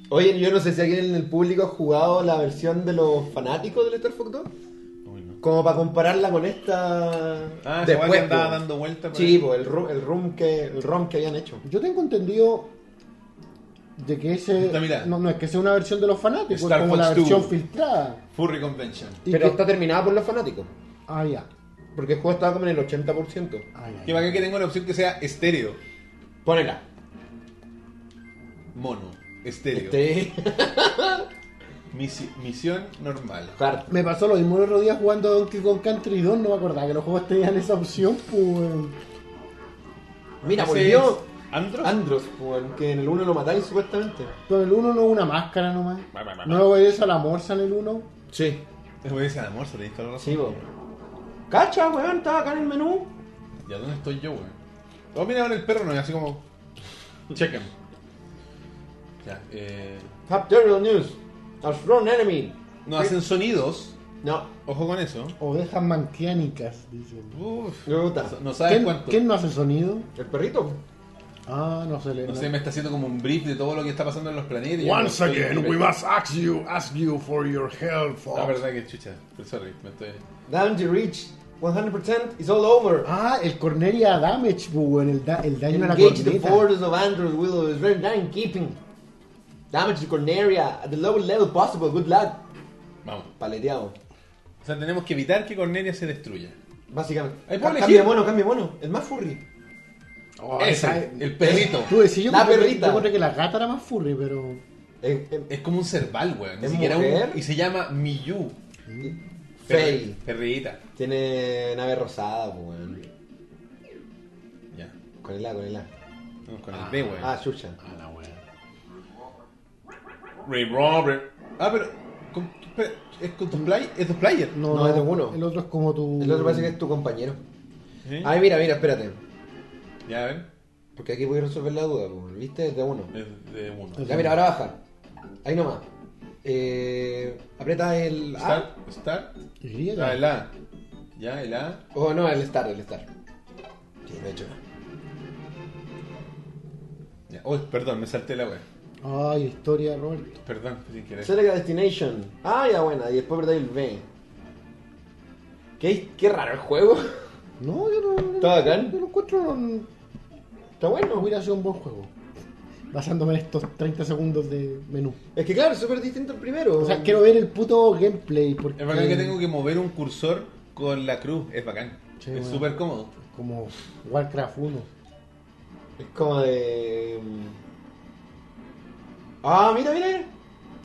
Oye, yo no sé si alguien en el público ha jugado la versión de los fanáticos del Star Fox 2. Uy, no. Como para compararla con esta. Ah, esa weá que andaba po. dando vuelta. por Sí, ahí. pues el, ru- el, room que, el ROM que habían hecho. Yo tengo entendido de que ese. Está, mira. No, no es que sea una versión de los fanáticos, Star es como Fox la versión 2. filtrada. Furry Convention. Y Pero que- está terminada por los fanáticos. Ah, ya. Porque el juego estaba como en el 80%. Ah, ya, Que ya. para que tengo la opción que sea estéreo. Ponela. Mono. Estéreo. Este. Misi- misión normal. Hard. Me pasó lo mismo el otro día jugando Donkey Kong Country 2. No me acordaba que los juegos tenían esa opción, pues. weón. Mira, Ese volvió. es ¿Andros? Andros, weón, que en el 1 lo matáis supuestamente. Pero el uno no es una máscara nomás. Ma, ma, ma, ma. No obedece a la morsa en el uno. Sí. Te voy a decir al almuerzo, tenéis toda la razón. Sí, weón. Cacha, weón, estaba acá en el menú. ¿Ya dónde estoy yo, weón? Oh, mira, ahora el perro no es así como. Chequen. Ya, eh. Have terrible news. Our strong enemy. No hacen sonidos. No. Ojo con eso. Ovejas manquiánicas, dicen. Uf. Me gusta. No sabes ¿Quién, cuánto. quién no hace sonido? El perrito. Ah, no se le. No sé, me está haciendo como un brief de todo lo que está pasando en los planetas. y yo Once no estoy- again, we must ask you, ask you for your help. Oh. La verdad que chucha. Pero sorry, me estoy. Damn the reach. 100% is all over. Ah, el Cornelia Damage, bu, en el, da- el daño a la Engage the corneta. forces of Andros Willow is very down in keeping. Damage to Corneria at the lowest level possible. Good luck. Vamos. Paleteado. O sea, tenemos que evitar que Cornelia se destruya. Básicamente. Ahí Ca- puedo cambia elegir. de mono, cambia de mono. El más furry. Oh, esa- Ese, el perrito. Tú decís, yo La encontré- perrita. Yo encontré que la gata era más furry, pero. Eh, eh, Es como un cerval, weón. Ni ¿Es siquiera mujer? un. Y se llama Miyu. Fey. Perrita. Tiene nave rosada, pues, weón. Ya. Con el A, con el A. Vamos con el B, weón. Ah, chucha. A la wea. Ray Robert. Ah, pero. con- espera, ¿Es con tu play? ¿Es tu player? No, No, no, es de uno. El otro es como tu. El otro parece que es tu compañero. ¿Sí? Ay, mira, mira, espérate. Ya, a ver. Porque aquí voy a resolver la duda, pues, weón. ¿viste? Es de uno. Es de uno. Ya, mira, ahora baja. Ahí nomás. Eh, aprieta el A. Start. Start. Y, Ah, el A. Ya, el A. O Oh, no, el Star, el Star. Sí, de hecho. Ya. Oh, perdón, me salté la weón. Ay, historia, Roberto. Perdón, sin querer. Select a Destination. Ah, ya, buena. Y después apretáis el B. ¿Qué, qué raro el juego. No, yo no. yo ¿Está no- bacán? Yo lo encuentro. No, Está bueno. hubiera sido un buen juego. Basándome en estos 30 segundos de menú. Es que claro, es súper distinto al primero. O sea, quiero ver el puto gameplay. Porque... Es bacán que tengo que mover un cursor con la cruz. Es bacán. Sí, es weón. súper cómodo. Como Warcraft 1. Es como de... mm. Ah, mira, mira.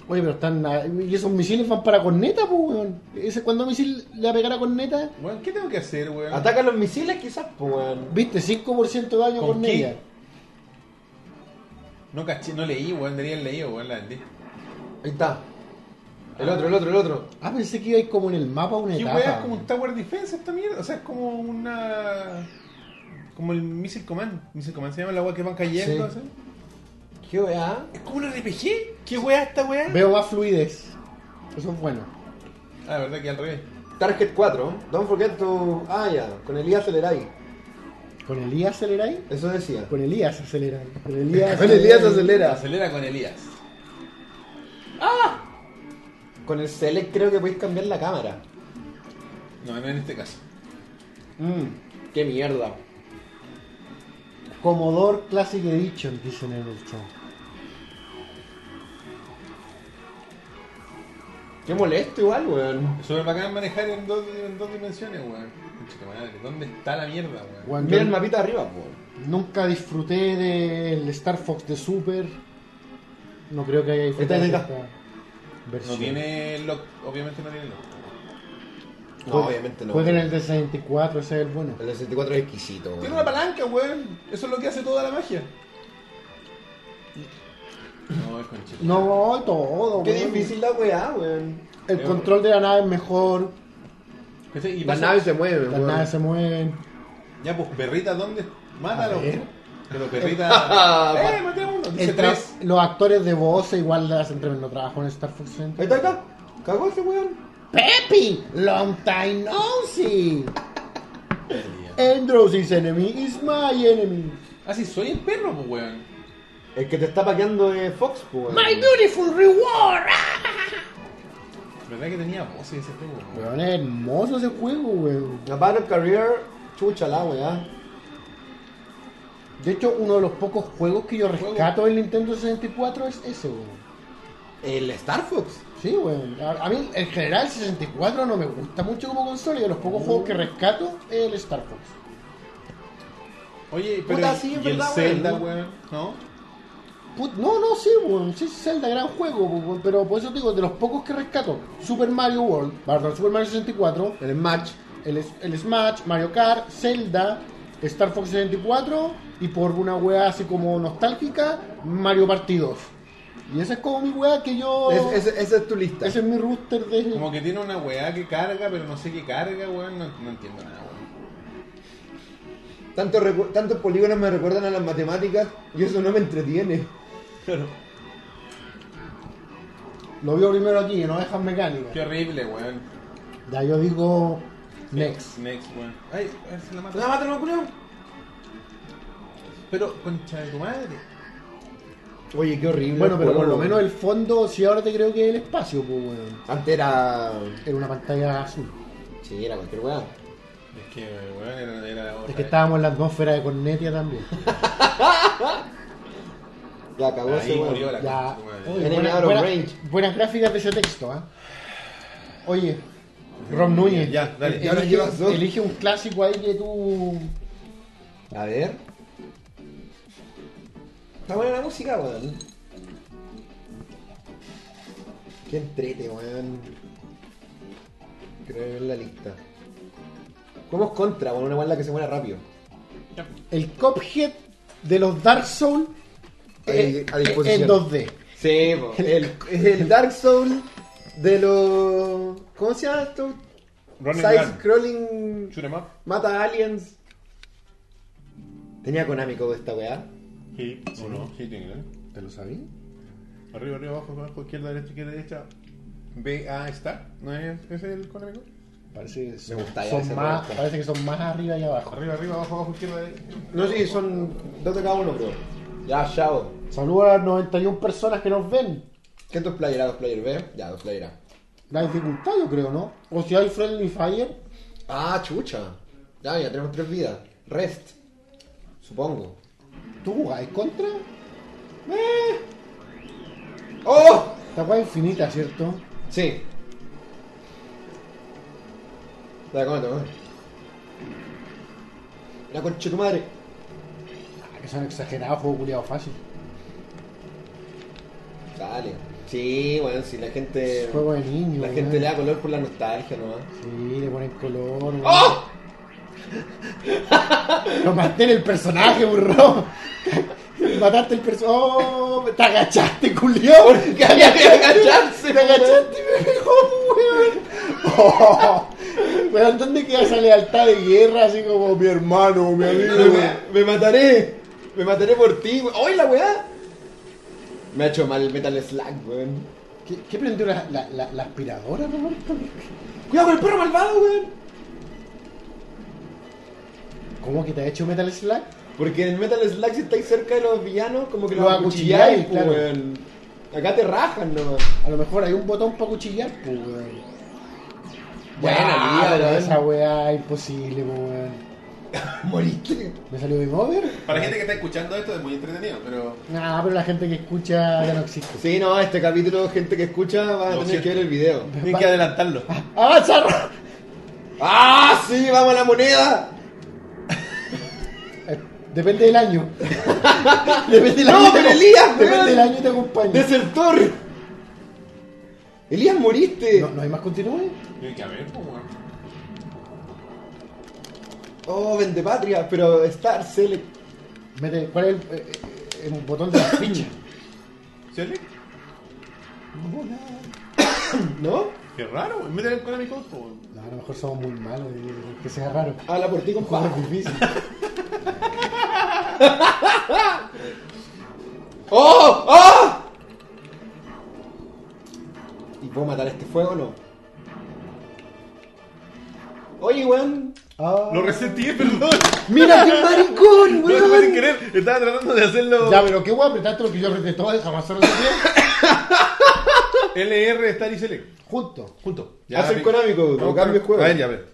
Oye, pero están. ¿Y esos misiles van para corneta, pues, weón? Ese cuando un misil le va a pegar a corneta, Weón, ¿qué tengo que hacer, weón? Atacan los misiles quizás, pues, weón. viste, 5% de daño ¿Con qué? corneta. No caché, no leí, weón. Debería haber leído, weón. La vendí. Ahí está. El otro, el otro, el otro. Ah, pensé que iba a ir como en el mapa una ¿Qué etapa. weón? Es como un Tower Defense esta mierda. O sea, es como una. Como el Missile Command. Missile Command se llama la weá que van cayendo. Sí. ¿sí? ¿Qué weá? Es como un RPG. ¿Qué weá esta weá? Veo más fluidez. Eso es bueno. Ah, verdad que al revés. Target 4. Don't forget to... Ah, ya. Con el I aceleráis. Con el I aceleráis. Eso decía. Con el I aceleráis. Con el I Con el I aceleráis. acelera. Acelera con Elías. Con el select creo que podéis cambiar la cámara. No, no en este caso. Mm, qué mierda. Commodore Classic Edition, dicen en el show. Qué molesto igual, weón. Es súper bacán manejar en dos, en dos dimensiones, weón. Conchita madre, ¿Dónde está la mierda, weón? Cuando Mira el mapita de arriba, pues. Nunca disfruté del Star Fox de Super. No creo que haya disfrutado Esta, de esta. esta versión. No tiene lock, obviamente no tiene lock. No, Jueguen- obviamente no. Jueguen el de 64, ese es el bueno. El 64 es exquisito, weón. Tiene una palanca, weón. Eso es lo que hace toda la magia. No, es conchito. No, todo. Qué weón. difícil la weá, weón. El control de la nave es mejor. ¿Cachai? Y Las pasa- naves se mueven, Las weón. naves se mueven. Ya, pues, perrita, ¿dónde? Mátalo. A ver. Pero perrita. ¡Eh, maté a uno! Dice El tra- tres. los actores de voz igual hacen tremendo trabajo en Star Fox Ahí 64. está, ahí está. Cagó ese weón. Peppy, long time no see. Andrew's is enemy is my enemy. Ah, sí, soy el perro, pues, weón. El que te está paqueando de Fox, pues, weón. My beautiful reward. ¿Verdad que tenía voz ese juego? weón? Weón, es hermoso ese juego, weón. La Battle Career, chucha la weá. De hecho, uno de los pocos juegos que yo rescato del Nintendo 64 es ese, weón. El Star Fox. Sí, weón. A, a mí, en general, el 64 no me gusta mucho como consola y de los Mm. pocos juegos que rescato es el Star Fox. Oye, pero. Puta, sí, ¿y es el verdad, weón. Zelda, weón? ¿No? Put- no, no, sí, weón. Sí, Zelda, gran juego, weón. Pero por eso te digo, de los pocos que rescato, Super Mario World, perdón, Super Mario 64, El Smash. el, el Smash, Mario Kart, Zelda, Star Fox 64 y por una weá así como nostálgica, Mario Party 2. Y esa es como mi weá que yo. Oh. Es- es- esa es tu lista. ese es mi rooster de. Como que tiene una weá que carga, pero no sé qué carga, weón. No, no entiendo nada, weón. Tanto recu- Tantos polígonos me recuerdan a las matemáticas y eso no me entretiene. Lo vio primero aquí, en ovejas mecánicas. Qué horrible, weón. Ya yo digo. Next. Next, weón. Ay, a ver si la mato. ¡La mato, no, culo! Pero, concha de tu madre. Oye, qué horrible. Bueno, pero por lo Bueno, menos el fondo, si ahora te creo que es el espacio, pues weón. Antes era. Era una pantalla azul. Sí, era cualquier weá. Es que, weón, era, era otra eh. Es que vez. estábamos en la atmósfera de Cornetia también. Ya acabó ese Ahí weón. murió la concha de Ya. tu madre. Oye, Enemy buena- out of buena- range. buenas gráficas de ese texto, ¿ah? Oye, Ron Núñez. Ya, dale. Ya lo Elige, llevas dos. elige un clásico ahí que tú. A ver. Está buena la música, weón. Qué entrete, weón. Creo que en la lista. ¿Cómo es contra, weón? Una weón que se muera rápido. El Cophead de los Dark Souls Ahí, eh, a disposición. en 2D. Sí, po. el, el Dark Soul de los. ¿Cómo se llama esto? Run and Side gun. scrolling. Shoot 'em up. Mata aliens. Tenía Konami de esta weá. Sí, o no. Sí, tiene que ver. ¿Te lo sabía? Arriba, arriba, abajo, abajo, izquierda, derecha, izquierda, derecha. B, A, está. ¿No es ese el código? Parece que son, Me gusta ya son ese más, cuarto. parece que son más arriba y abajo. Arriba, arriba, abajo, abajo, izquierda, derecha. No, sí, son dos de cada uno, bro. Ya, chao. Saludos a las 91 personas que nos ven. ¿Qué es dos player A, dos player B? Ya, dos player A. La dificultad, yo creo, ¿no? O si hay Friendly Fire, Ah, chucha. Ya, ya tenemos tres vidas. Rest. Supongo. ¿tú jugás contra? ¡Oh! Esta weá es infinita, ¿cierto? Sí. Dale, comete, comete. La concha de tu madre. Ah, que son exagerados, juego culiado fácil. Dale. Sí, bueno, si la gente. Juego de niño. La weón. gente le da color por la nostalgia nomás. Sí, le ponen color. weón. ¡Oh! Lo maté en el personaje, burro. Mataste el personaje. ¡Oh! ¡Te agachaste, culiao! ¡Te agacharse, ¡Te agachaste y me pegó, weón! ¡Oh! Weón, ¿dónde queda esa lealtad de guerra? Así como mi hermano, mi amigo. weón? me, me mataré. Me mataré por ti. we- ¡Ay, la weá! Me ha hecho mal el Metal Slack, weón. ¿Qué, qué prendió la, la, la- la aspiradora, Roberto? ¡Cuidado con el perro malvado, weón! ¿Cómo que te ha hecho Metal Slack? Porque en el Metal Slack, si estáis cerca de los villanos, como que Los los, acuchilláis, acuchilláis, pues, claro. weón. Acá te rajan nomás. A lo mejor hay un botón para cuchillar, pues, weón. Buena, Ya, vida, pero weón. Esa weá es imposible, pues, weón. Moriste. ¿Me salió Game Over? Para la gente que está escuchando esto es muy entretenido, pero. Nah, pero la gente que escucha ya no existe. Sí, no, este capítulo, gente que escucha, va a Lo tener siento. que ver el video. Tienen que adelantarlo. ¡Avanza! Ro- ¡Ah, sí! ¡Vamos a la moneda! Eh, Depende del año. Depende del No, año. pero te- Elías, weón. Depende del año y te acompaña. ¡Desertor! Elías, moriste. No, no hay más continúe. Tienen que haber, pues, weón. Oh, vende patria, pero Star Select. Mete- ¿Cuál es el, eh, eh, el botón de la ficha? ¿Sale? ¿No? Qué raro, weón. Mira el Konami Code, pues, weón. No, a lo mejor somos muy malos. eh, Que sea raro. Habla por ti, Juego compadre. es difícil. ¡Oh! ¡Oh! ¿Y puedo matar este fuego o no? Oye, weón. Ah. Lo resentí, perdón. ¡Mira qué maricón, No lo weón! fue sin querer. Estaba tratando de hacerlo. Ya, pero qué guay apretaste lo que yo apreté todo el jamás se lo sentí. LR, Star y Select. Junto. Junto. Hace el Konami Code, Vamos no cambio con- juego. A ver, ya, a ver.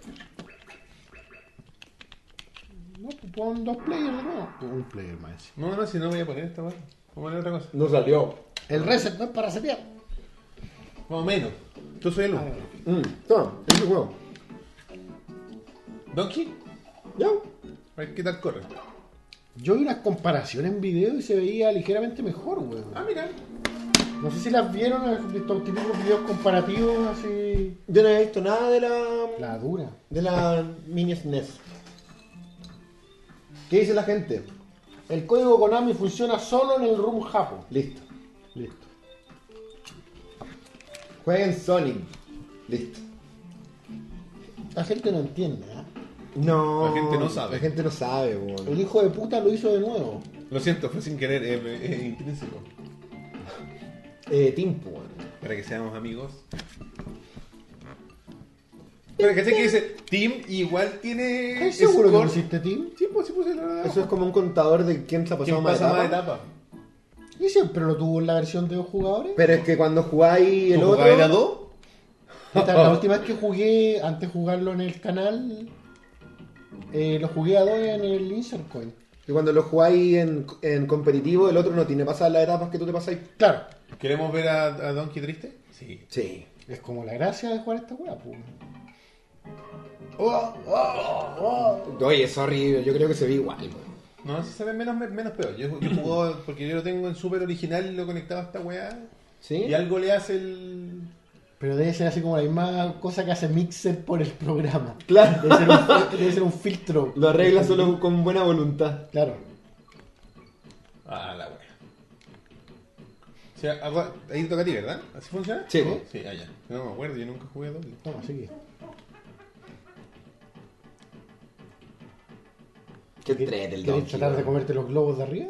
No, pues pon dos players de nuevo. Un player más. No, no, si no voy a poner esta, weón. Voy a poner otra cosa. No salió. El reset no es para setear. Más o menos. Tú soy el uno. Mm, toma, este juego. Donkey, Ya. a ver qué tal corre. Yo vi unas comparaciones en video y se veía ligeramente mejor, weón. Ah, mira. No sé si las vieron en estos típicos videos comparativos así. Yo no he visto nada de la. La dura. de la Minions NES. ¿Qué dice la gente? El código Konami funciona solo en el room japo. Listo. Listo. Jueguen Sonic. Listo. La gente no entiende, ¿ah? No. La gente no sabe. La gente no sabe, weón. El hijo de puta lo hizo de nuevo. Lo siento, fue sin querer, es intrínseco. Eh, Timpo, weón. Para que seamos amigos. Pero que sé que dice, Tim igual tiene. ¿Estás seguro que lo score. hiciste, Tim? Sí, pues sí puse la verdad. Eso es como un contador de quién se ha pasado ¿Quién más pasa más etapas. etapa? ¿Y siempre lo tuvo en la versión de dos jugadores? Pero es que cuando jugáis el ¿Tú otro. jugabas la dos? Esta, la última vez que jugué, antes de jugarlo en el canal, eh, lo jugué a dos en el Insert Coin. Que cuando lo jugáis en, en competitivo, el otro no tiene pasadas las etapas que tú te pasáis. Claro, ¿Queremos ver a, a Donkey Triste? Sí. Sí. es como la gracia de jugar esta weá, pues. Oye, sorry, yo creo que se ve igual, weón. No, si se ve menos, menos peor. Yo, yo jugo- porque yo lo tengo en super original y lo conectaba a esta weá. ¿Sí? Y algo le hace el. Pero debe ser así como la misma cosa que hace Mixer por el programa. Claro. Debe ser un, fil- debe ser un filtro. Lo arregla solo con buena voluntad. Claro. Ah, la weá. O sea, hago- ahí te toca a ti, ¿verdad? ¿Así funciona? Sí, po. Sí, allá. No me acuerdo, yo nunca jugué a doble. Toma, sigue. Qué trete el ¿Quieres Donkey. tratar de weón. comerte los globos de arriba?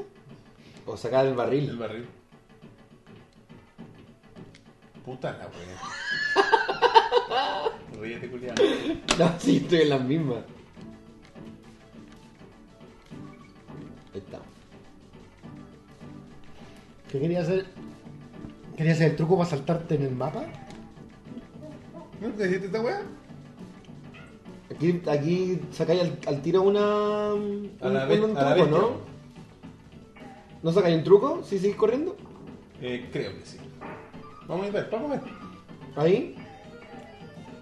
O sacar el El barril. barril. Puta la weá. Ríete, culiado. No, sí, estoy en las mismas. Ahí está. ¿Qué quería hacer? ¿Quería hacer el truco para saltarte en el mapa? ¿No te hiciste esta weá? Aquí, aquí sacáis al, al tiro una. un- A la un- vez, un a la truco, vez, ¿no? ¿No sacáis un truco? ¿Sí seguís corriendo? Eh, creo que sí. Vamos a ver, vamos a ver. Ahí.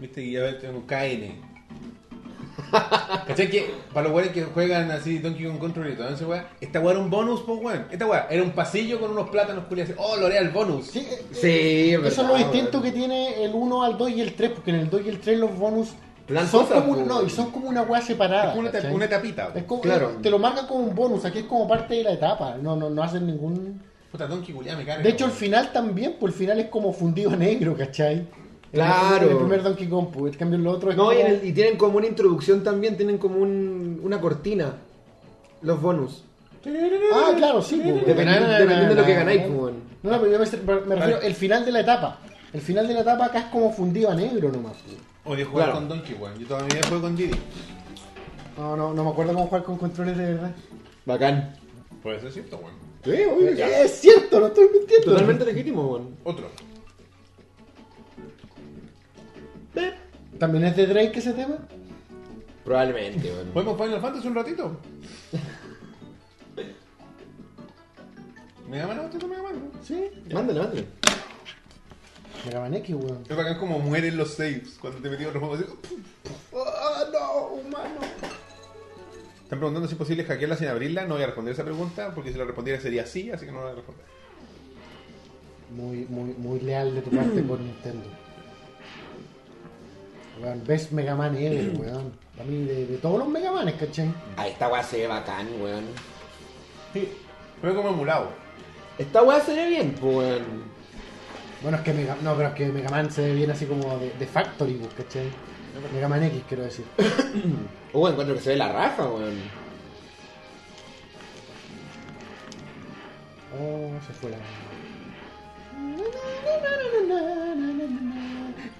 Viste, y a ver, tengo KN. ¿Cachai que para los weones que juegan así Donkey Kong Country y todo ese weá, esta weá era un bonus, pues weón. Esta weá era un pasillo con unos plátanos culiados. Oh, lo haré al bonus. Sí, eh, Sí, es Eso es lo verdad, distinto weón. que tiene el 1 al 2 y el 3, porque en el 2 y el 3 los bonus Plan son cosas, como, un- pues. no, y son como una weá separada. Es como una, eta- ¿cachai? una etapita. Es como- Claro. Te lo marcan como un bonus, aquí es como parte de la etapa, no, no, no hacen ningún... Puta, Donkey culiado me carga. De hecho el weón. final también, pues el final es como fundido a negro, ¿cachai? En el- Claro. en El primer Donkey Kong, pues en cambio el otro es No, y, como... en el- y tienen como una introducción también, tienen como un, una cortina. Los bonus. Ah, claro, sí, pues. Dependiendo- dependiendo de lo que ganáis, pues, bueno. No, no, pero yo me, me refiero, el final de la etapa. El final de la etapa acá es como fundido a negro nomás, pues. Odio jugar Claro. con Donkey, weón. Yo todavía juego con Diddy. No, no, no me acuerdo cómo jugar con controles de verdad. Bacán. Por eso es cierto, weón. Sí, obvio. Ya, Es cierto, no estoy mintiendo. Totalmente legítimo, weón. Otro. ¿También es de Drake ese tema? Probablemente, weón. ¿Podemos Final Fantasy un ratito? Mega Man, ¿no? ¿Usted es Mega Man? no? Sí. Mándale, mándale. Me la manequé, weón. Es bacán como mueren los saves cuando te metí otro juego así. ¡puf! ¡Ah, no, humano! Están preguntando si es posible hackearla sin abrirla. No voy a responder esa pregunta porque si la respondiera sería sí, así que no la voy a responder. Muy, muy, muy leal de tu parte con Nintendo. Weón, best Mega Man ever, weón. Para mí, de, de todos los Mega Manes, ¿cachai? Ah, esta weá se ve bacán, weón. Sí, juego como emulado. Esta weá se ve bien, pues, weón. Bueno, es que Mega, no, pero es que Mega Man se ve bien así como de, de Factory, pues, ¿cachai? Mega Man X, quiero decir. Uh, encuentro que se ve la raja, weón. Oh, se fue la.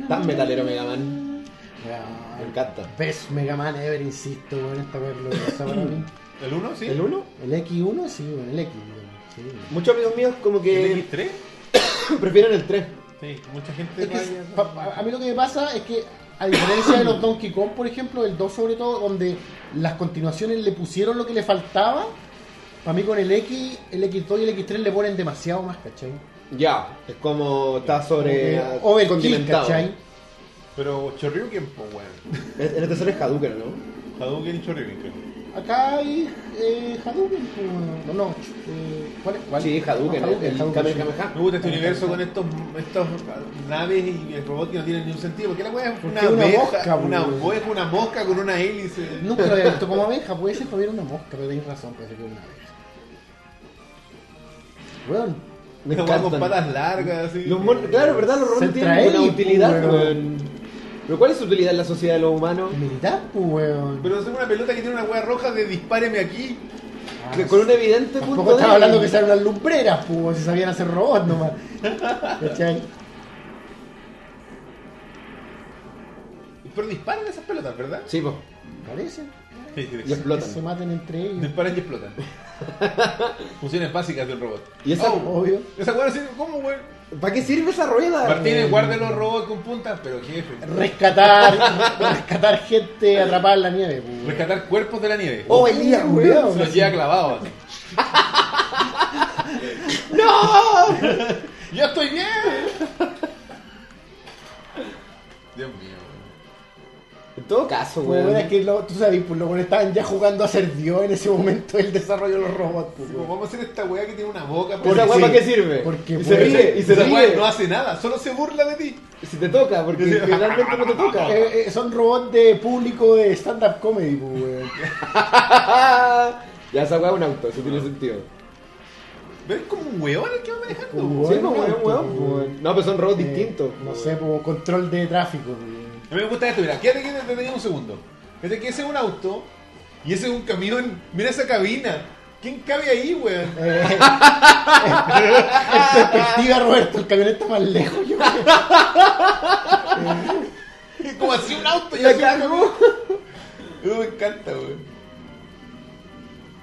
Tan metalero Mega Man. Weón. Me encanta. Best Mega Man ever, insisto, weón. Esta weón es gloriosa para mí. ¿El 1? Sí. ¿El 1? El X1, sí, bueno, el X. bueno, sí. Muchos amigos míos como Eh, ¿El que X3? prefieren el 3. Sí, mucha gente. Es que raya- pa- pa- a mí lo que me pasa es que, a diferencia de los Donkey Kong, por ejemplo, el 2 sobre todo, donde las continuaciones le pusieron lo que le faltaba, para mí con el X, el X2 y el X3 le ponen demasiado más, ¿cachai? Ya, es como está sobre... Sobre overkill, condimentado. ¿cachai? Pero Chorriuken, pues, weón. En este solo es Hadouken, ¿no? Hadouken y Chorriuken, creo. Acá hay eh, Hadouken, pues, weón. no, no, eh, ¿cuál es? ¿Cuál? Sí, Hadouken, Ah, el Kamehameha. Me gusta este universo con estos, estos naves y el robot que no tienen ningún sentido. Porque la weá es una, Porque una abeja, mosca, una weón. abeja, una mosca con una hélice. Nunca lo había visto como abeja, puede ser que hubiera una mosca, pero tenéis razón, parece que era una abeja. Weón, Me una weá con encantan. patas largas. Así. Eh, Los mon- Claro, ¿verdad? Los robots tienen Centraeli, una utilidad, weón. weón. Pero ¿cuál es su utilidad en la sociedad de los humanos? militar, pues, weón. Pero es una pelota que tiene una weá roja de dispáreme aquí. Que Con un evidente punto Ah, Tampoco estaba débil. hablando que sean unas lumbreras, pues, si sabían hacer robots nomás. ¿Cachai? Pero disparan esas pelotas, ¿verdad? Sí, po. Parece. Sí, sí, Y sí. Que se explotan. maten entre ellos. Disparan y explotan. Funciones básicas del robot. Oh, ¿Y esa- Obvio. Esa weá no sirve. ¿Cómo, weón? ¿Para qué sirve esa rueda? Martínez, guarde los robots con puntas, pero jefe. Rescatar, rescatar gente atrapada en la nieve, pues. Rescatar cuerpos de la nieve. ¡Oh, Elías, weón! Se los lleva clavados. así. ¡No! ¡Yo estoy bien! Dios mío. En todo caso, Pues, weón, es weón. que lo- tú sabes, pues, los weones estaban ya jugando a ser Dios en ese momento del desarrollo de los robots, pues, Como weón. vamos a hacer esta weá que tiene una boca. ¿Esa porque- weá para sí. qué sirve? Porque y se puede- ríe, y se esa weá ríe. no hace nada, solo se burla de ti. Si te toca, porque generalmente no te toca. Eh, eh, son robots de público de stand-up comedy, pues, weón. ya esa weá es un auto, eso tiene sentido. ¿Ves como un weón el que va manejando? Como un weón? Sí, Weón, po, weón, auto, weón, weón. pues, weón. No, pero son robots Eh, distintos. No weón. sé, pues, control de tráfico, weón. A mí me gusta esto, mira, quédate que te tenía un segundo. Fíjate que ese es un auto y ese es un camión. Mira esa cabina. ¿Quién cabe ahí, weón? Eh, en perspectiva, Roberto, el camión está más lejos. Yo creo. Es como así un auto. y La así un cagó. camión. Me encanta, weón.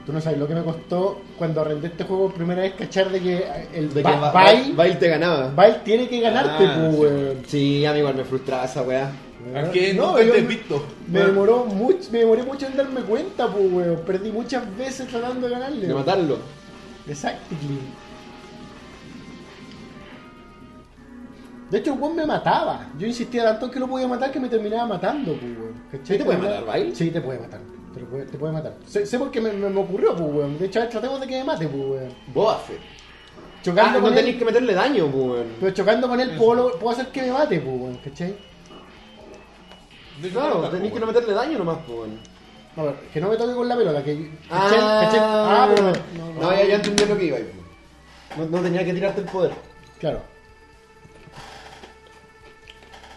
Tú no sabes lo que me costó cuando arrendé este juego por primera vez cachar de que eh, el De que ba- Ba- bail, Ba- Bail te ganaba. bail tiene que ganarte, Ah, sí. pues, weón. Sí, a mí igual me frustraba esa weá. ¿A qué? No, No, yo- es de Vito. Me demoró mucho, me demoré mucho en darme cuenta, pues, weón. Perdí muchas veces tratando de ganarle. De matarlo. Exactly. De hecho, el weón me mataba. Yo insistía tanto en que lo podía matar que me terminaba matando, pues, weón. ¿Cachai? ¿Sí te puede Terminaba- matar, Bail? Sí, te puede matar. Te, lo puede, te puede matar. Sé, sé por qué me, me- me ocurrió, pues, weón. De hecho, a ver, tratemos de que me mate, pues, weón. Boba Fett. Ah, Chocando no con tenéis él, que meterle daño, pues, weón. pero chocando con él puedo, lo- puedo hacer que me mate, pues, weón. ¿Cachai? Claro, tenéis que no meterle daño nomás, pues, weón. A ver, que no me toque con la pelota, que... ¿Cachai? ¿Cachai? Ah, pero... no, ya, ya entendí lo que iba. ahí. pues. No, no tenía que tirarte el poder. Claro.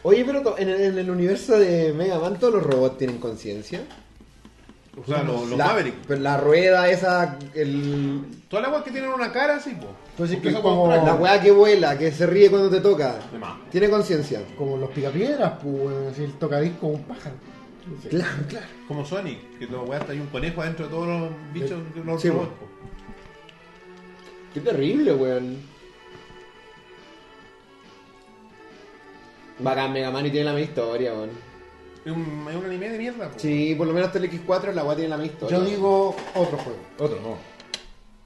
Oye, pero to- en el, en el universo de Mega Man todos los robots tienen conciencia. O sea, los, los La- Maverick. Pero la rueda esa, el, Todas las weas que tienen una cara, sí, po. Entonces, Porque que esa como- wea es la práctica. weá que vuela, que se ríe cuando te toca. De más. Tiene conciencia. Como los picapiedras, pues, weón. Así el tocadisco un pájaro. Claro, claro. Como Sonic, que la weá está ahí un conejo adentro de todos los bichos, los Sí, robots, po. Qué terrible, weón. Bacán, Mega Man y tiene la misma historia, weón. Es un, es un anime de mierda, po. Sí, por lo menos hasta el X4 la weá tiene la misma historia. Yo digo otro juego. Otro, no.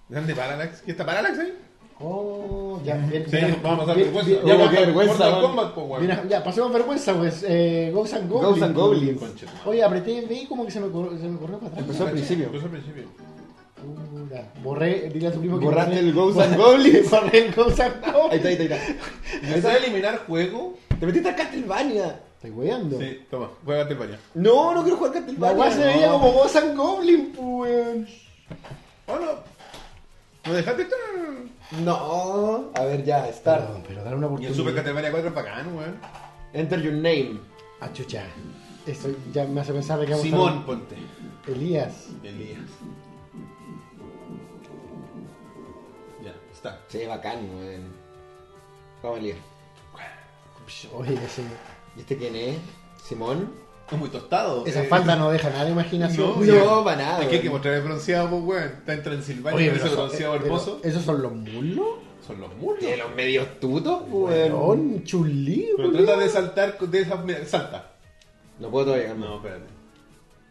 Grande Parallax. ¿Qué está Parallax ahí? Oh, ya, bien. Sí, bien, vamos a pasar bien, vergüenza. bien, Ya Oh, vamos qué a vergüenza, Mortal man. Kombat, po, weón. Mira, ya, pasemos vergüenza, pues. Eh, Ghosts and Goblins. Ghosts and Goblins. Conche tu madre. Oye, apreté el B y como que se me, corrió, se me corrió para atrás. Empezó al principio. Empezó al principio. Puta, borré, dile a tu primo que Borraste borré- el Ghosts and borré- Goblins. Borré el Ghosts and Goblins. Ahí está, ahí está, ahí está. Ahí ¿Sabes está. eliminar juego? Te metiste a Castlevania. Estoy weando. Sí, toma, juégate el baño. No, no quiero jugar La Castlevania. weá se no. veía como Ghosts and Goblins, pues, weón. ¿O Oh, no? ¿No dejaste estar? No. A ver, ya, start. Perdón, pero dar una Y el Super oportunidad. Castlevania 4 es bacán, weón. Enter your name. Ah, chucha. Eso ya me hace pensar de que vamos a- Simón, pues. ponte. Elías. Elías. Ya, está. Sí, bacán, weón. Vamos, Elías. Oye, ese- ¿Y este quién es? ¿Simón? Es muy tostado. esa Eh, falda no deja nada de imaginación. No, weón. No, para nada. Aquí hay que weón. mostrar el bronceado, pues, weón. Está en Transilvania, Oye, ese pero son- bronceado pero hermoso. ¿Esos son los mulos? Son los mulos. Tiene los medios tutos, weón. Weón, chulí, Em, Pero weón. trata de saltar con- de esa. mira, Salta. No puedo todavía, No, no. espérate.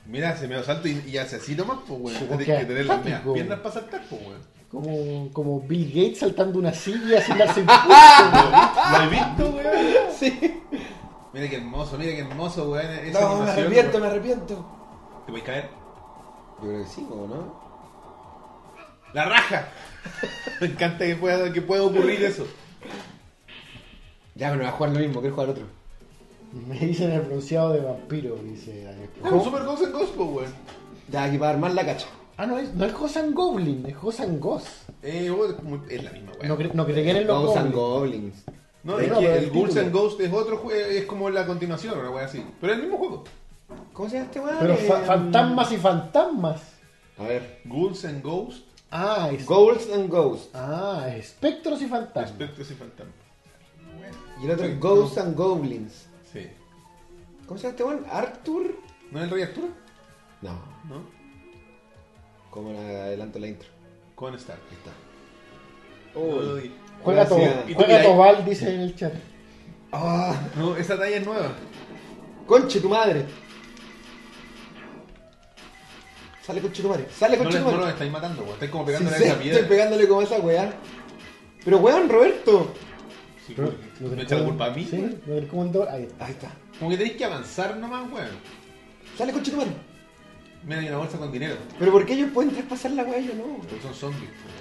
Mira, se me da salto y, y hace así nomás, pues, weón. Sí, Tienes qué que tener las medias estático. piernas para saltar, pues, weón. Como, como Bill Gates saltando una silla sin darse impulso. Ah. ¿Lo he visto, weón? Sí. Mira qué hermoso, mira qué hermoso, weón. Esa No, me animación, arrepiento, weón. me arrepiento. Te voy a caer. Yo creo que sí, ¿o no? ¡La raja! Me encanta que pueda, que pueda ocurrir eso. Ya, pero va a jugar lo mismo, quiero jugar otro. Me dicen el pronunciado de vampiro, dice Daniel. Es un Super Ghost and Ghost, po, weón. Ya, aquí para armar la cacha. Ah, no es, no es Hosan Goblin, es Hosan Ghost. Eh, oh, es muy- es la misma, weón. No, cre- no creí que eran los Ghosts and Goblins. Goblins. No, Eh, es no, que pero el el Ghouls título. and Ghost es otro jue- es como la continuación, una weá así. Pero es el mismo juego. ¿Cómo se llama este weón? Pero Eh, fa- fantasmas y fantasmas. A ver. Ghouls and Ghost, Ah, es- Ghosts and Ghosts. ah, espectros y fantasmas. espectros y fantasmas. Bueno, Y el otro es Ghosts and Goblins. sí. ¿Cómo se llama este weón? ¿Arthur? ¿No es el Rey Arturo? No. ¿No? Como la adelanto la intro. Con Stark. Ahí está. No, lo di. Juega, to- Gracias. Y tú juega miráis. Tobal, dice en el chat. Ah, No, esa talla es nueva. conche tu madre. Sale conche tu madre. Sale No, conche le- tu no madre. lo estáis matando, weón. Estáis como Sí, pegándole sé, a esa piedra. estoy pegándole como a esa weá. Pero weón, Roberto. Sí, Pero- ¿Me echa la culpa a mí? Sí, lo del comandante- Ahí está. Ahí está. Como que tenéis que avanzar nomás, weón. Sale conche tu madre. Mira, hay una bolsa con dinero. Pero ¿por qué ellos pueden traspasar la weá y yo no? weón? Porque son zombies, po, weón.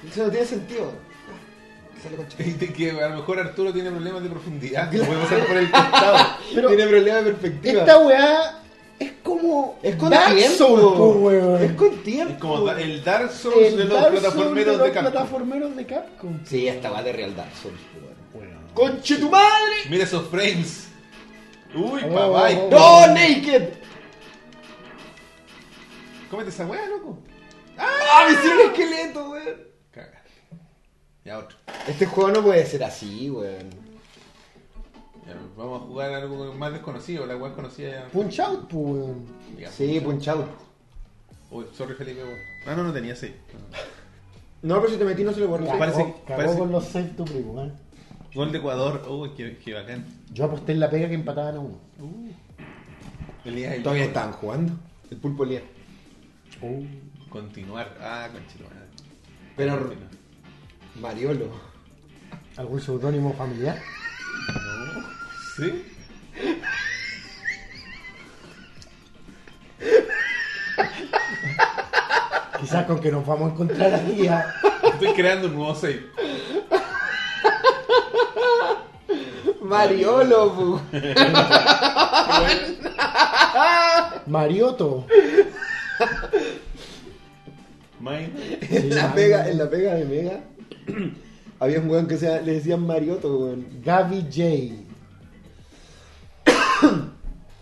Eso no tiene sentido. Sale conche tu madre. Y te- que a lo mejor Arturo tiene problemas de profundidad. Que puede pasar por el costado. Pero- tiene problema de perspectiva. Esta weá es como. Es con Dark tiempo. Souls, po, weón. Es con tiempo. Es como da- el Dark Souls El de los Dark Souls plataformeros los de Capcom. plataformeros de Capcom. Sí, esta va de Real Dark Souls, weón. ¡Conche tu madre! Mira esos frames. Uy, Oh, papá. oh, ¡No! ¡No, Naked! oh. Cómete esa weá, loco. ¡Ah, me hicieron un esqueleto, weón! Caga. Ya otro. Este juego no puede ser así, weón. Ya, vamos a jugar algo más desconocido. La weá es conocida ya. Punch out, po, pues, weón. Ya. Sí, punch out. Uy, sorry, Felipe. weón. Ah, no, no tenía seis. No, pero si te metí no se le borra. Cagó, parece- cagó parece- con los save tu primo, eh. Gol de Ecuador. Uy, qué, qué bacán. Yo aposté en la pega que empataban a uno. Uh. Elías y Todavía yo. estaban jugando. El pulpo lía. Oh. Continuar. Ah, conchito. Pero- Continuar. Mariolo. ¿Algún seudónimo familiar? ¿Sí? Quizás con que nos vamos a encontrar aquí a... Estoy creando un nuevo save. Mariolo, pu. Marioto. Mine. Sí, En la man. pega, en la pega de Mega. Había un weón que se, le decían Marioto, weón. Gaby J.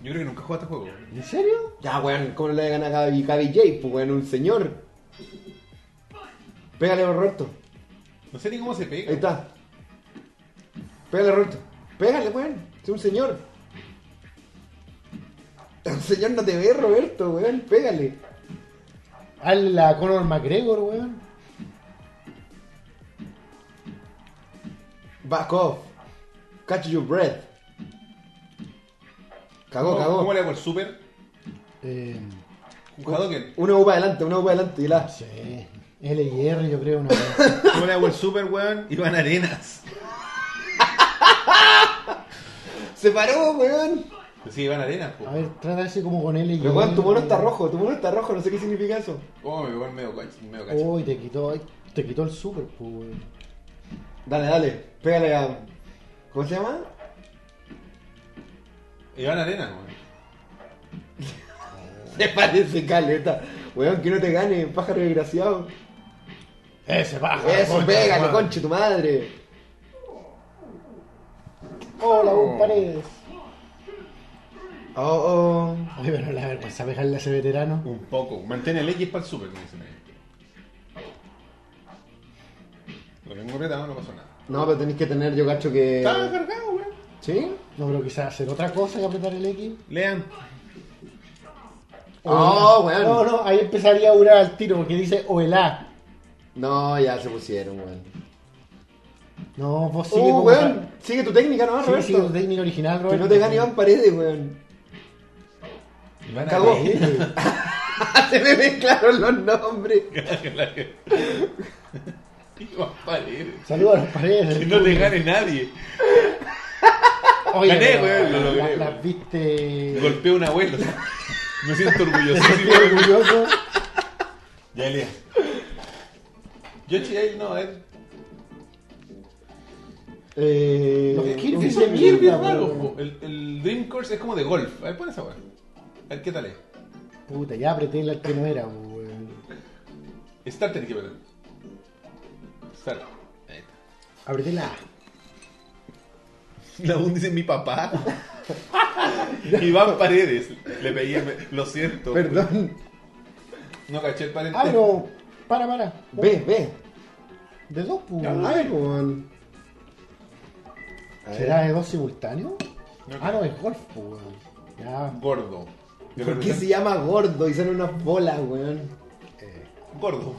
Yo creo que nunca jugaste juego. weón. ¿En serio? Ya, weón, ¿cómo no le gana a Gaby, Gaby J? Pues weón, un señor. Pégale a Roberto. No sé ni cómo se pega. Ahí está. Pégale a Roberto. Pégale, weón. Es un señor. Un señor no te ve, Roberto, weón. Pégale. Al Ah, la Conor McGregor, weón. Back off. Catch your breath. Cagó, ¿Cómo, cómo cagó. le hago el super? Eh, Jugado que. Una U para adelante, una U para adelante y la. sí. L y R, yo creo. Una vez. ¿Cómo le hago el super, weón? Iván Arenas. Se paró, weón. Sí, Iván Arenas, po. A ver, trata ese como con L y Pero R. weón, tu mono está rojo, tu mono está rojo, no sé qué significa eso. Oh, me voy medio cacho. Medio cacho. Oh. Uy, te quitó, ay, te quitó el super, pues, weón. Dale, dale, pégale a. ¿Cómo se llama? Iván Arenas, weón. Te parece caleta. Weón, que no te gane, pájaro desgraciado. Ese baja. Eso, concha, pégale, weón. conche tu madre. Hola, un paredes. Oh, oh. Oye, pero la vergüenza pegarle a ese veterano. Un poco. Mantén el X para el super, me dicen ahí. Lo tengo retado, no pasó nada. No, pero tenéis que tener, yo cacho que. Estaba cargado, weón. ¿Sí? No, pero quizás hacer otra cosa y apretar el X. Lean. O Oh, el- No, weón. no, ahí empezaría a durar al tiro porque dice o el A. No, ya se pusieron, weón. No, vos sigue Oh, como weón, sigue tu técnica ta- nomás, sigue, sigue tu Roberto. técnica original, Que Roberto. no te gane Iván Paredes, weón. Iván Cagó. Arenas. se me mezclaron los nombres. Iván Paredes. Saludos a los paredes. Que no te gane nadie. Oye, Gané, pero weón, lo la- logré, Las weón. viste. Golpeé a un abuelo. Me siento orgullosísimo. Estoy orgulloso. Ya, Elías. Yoshi Island no, es. Eh, Los un- Kirby Esos de Kirby mierda, raros, weón. po. el, el Dream Course es como de golf. A ver, pon esa weá. A ver, ¿qué tal es? Puta, ya apreté la que no era, weón. Start tenés que poner. Start. Ahí está. Apreté la. La UN dice mi papá. Iván Paredes. Le pedí, lo siento. Perdón. No caché el parente. Ah, no. Para, para. Ve, ve. De dos, pues. A ver, weón. ¿Eh? ¿Será de dos simultáneos? No. Ah, no, es golf, pues, weón. Ya. Gordo. ¿Por qué se llama gordo y son unas bolas, weón? eh, Gordo.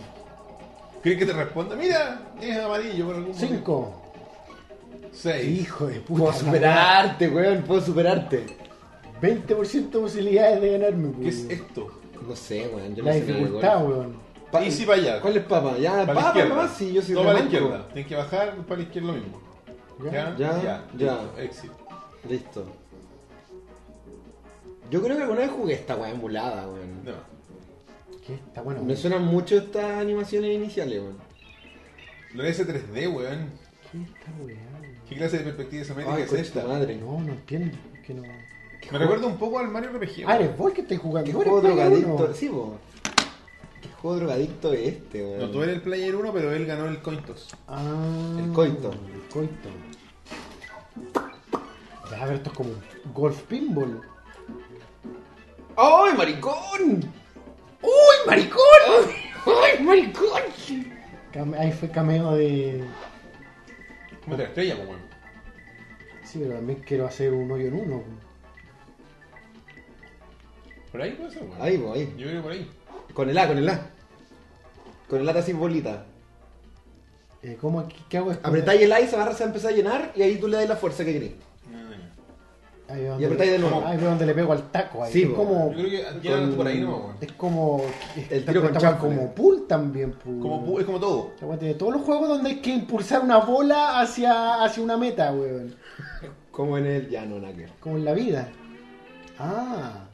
¿Crees que te responda? Mira, es amarillo por algún motivo. Cinco. Seis. Hijo de puta. Puedo superarte, weón, puedo superarte. 20% de posibilidades de ganarme, pues, weón. ¿Qué es esto? No sé, weón. Yo La no sé nada de dificultad, golf. weón. Pa- Y si para allá. ¿Cuál es papa? Ya, Para la papa izquierda. nomás, sí, yo soy Todo para la remanco. izquierda. Tienes que bajar, para la izquierda lo mismo. Ya. Ya, ya, Ya, ya. listo, Exit. Listo. Yo creo que alguna vez jugué esta weón emulada, weón. No. ¿Qué está bueno? Me weón. suenan mucho estas animaciones iniciales, weón. Lo de S3D, weón. ¿Qué está weón? ¿Qué clase de perspectiva isométrica Ay, es coche esta? tu madre. No, no entiendo. Que no. Me recuerda un poco al Mario RPG. Ah, weón. eres vos que estás jugando. ¿Qué Vos eres juego Playa drogadicto? Uno. Sí, po. ¿Qué juego drogadicto es este, weón? No, tú eres el player 1, pero él ganó el Cointos. Ah. El coito. El coito. Ya, a ver, esto es como un golf pinball. ¡Ay, maricón! ¡Uy, maricón! Ah. ¡Ay, maricón! Cam- Ahí fue cameo de. ¿Cómo te la estrella, po, weón? Sí, pero también quiero hacer un hoyo en uno. pues. Por ahí puede ser, weón. Ahí, po, ahí. Yo creo que por ahí. Con el A, con el A. Con el A sin bolita. Eh, ¿Cómo? ¿Qué, qué hago? Es como- Apretáis el A y se va a empezar a llenar y ahí tú le das la fuerza que querés. Ahí es Y donde- apretáis de nuevo. Ah, ahí es donde le pego al taco. Ahí. Sí, es po. como. Yo creo que llegan por ahí, no, weón. Es como. El esta tiro con cuenta chanfle. como pool también. Pool. Como, pu- es como todo. de todos los juegos donde hay que impulsar una bola hacia, hacia una meta, weón. Como en el llano, Nacker. Como en la vida. Ah.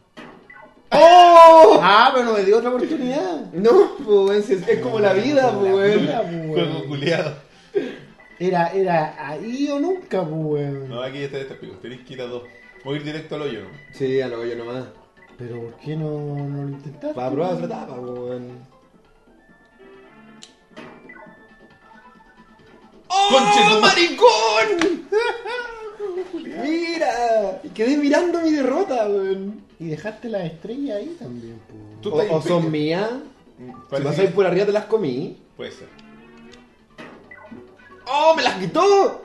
¡Oh! Ah, pero no me dio otra oportunidad. No, po, weón, si es, es como la vida, po, Mira, weón. pues, Juego weón. culiado. Era, era ahí o nunca, pues, weón. No, aquí ya está este pico. Tenés que ir a dos. Voy a ir directo al hoyo, ¿no? Sí, a lo yo nomás. Pero ¿por qué no, no lo intentaste? Para probar otra etapa, po, weón. ¡Conche tu ma- ¡Oh, maricón! ¡Mira! Y quedé mirando mi derrota, weón. Y dejaste la estrella ahí también, pues. Tú O, estás o son impec- mías. Si Parece pasáis que- por arriba te las comí. Puede ser. ¡Oh, me las quitó!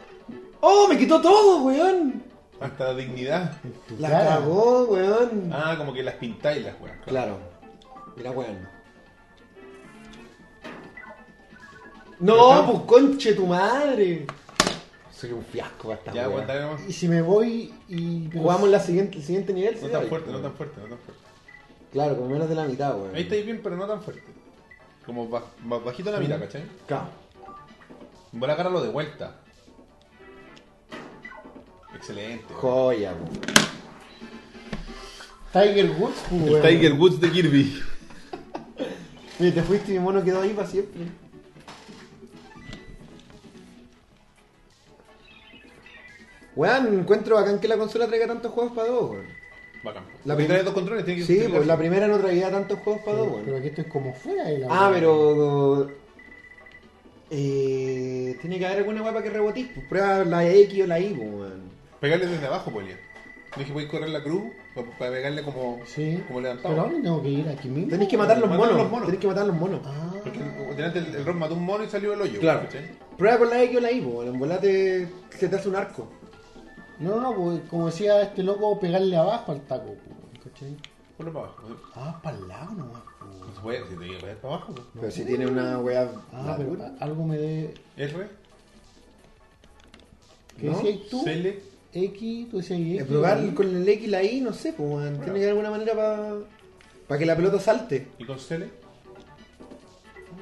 ¡Oh, me quitó todo, weón! Hasta la dignidad. En tu Las cara. cagó, weón. Ah, como que las pintáis las weas. Claro. Mira, weón. No, pues conche tu madre. Soy un fiasco hasta Ya, weón. aguantaré nomás. Y si me voy y. pero- Jugamos la siguiente, el siguiente nivel. No sí, tan ahí, fuerte, no weón. tan fuerte, no tan fuerte. Claro, con menos de la mitad, weón. Ahí estáis bien, pero no tan fuerte. Como ba- más bajito la mira, ¿cachai? Claro. Voy a agarrarlo de vuelta. Excelente. weón. Joya, weón. Tiger Woods, pues, El weón. Tiger Woods de Kirby. Mira, te fuiste y mi mono quedó ahí para siempre. Weón, encuentro bacán que la consola traiga tantos juegos para dos, weón. Bacán. La La prim- primera de dos controles tiene que Sí, ser- pues la primera no traía tantos juegos para dos, Pero, pero weón. aquí estoy como fuera de la. Ah, pero. Eh, tiene que haber alguna guapa que rebotís. Pues prueba la X o la Y, pues, weón. Pegarle desde abajo, pues, Polia. No es que podéis correr la cruz pa- pa- para pegarle como, Sí. como levantado. Pero ahora tengo que ir aquí mismo. Tenéis que matar los Matar monos. los monos. Tenéis que matar los monos. Ah. Porque delante el, el Rock mató un mono y salió el hoyo. Claro. ¿cachai? Prueba con la X o la Y, pues, weón. En volá te- se te hace un arco. No, no, pues, como decía este loco, pegarle abajo al taco, pues, ¿cachai? Ponlo para abajo. Ah, para el lado nomás, pues. No se puede, si te digo, para abajo. pues. Pero si tiene una weá. Ah, pero dura. algo me dé. R, ¿Qué ¿No? decías tú? Select. X, tú decías X. Eh, probar Y- con el X y la Y, no sé, pues, weón. Tiene que haber alguna manera para que la pelota salte. ¿Y con Cele?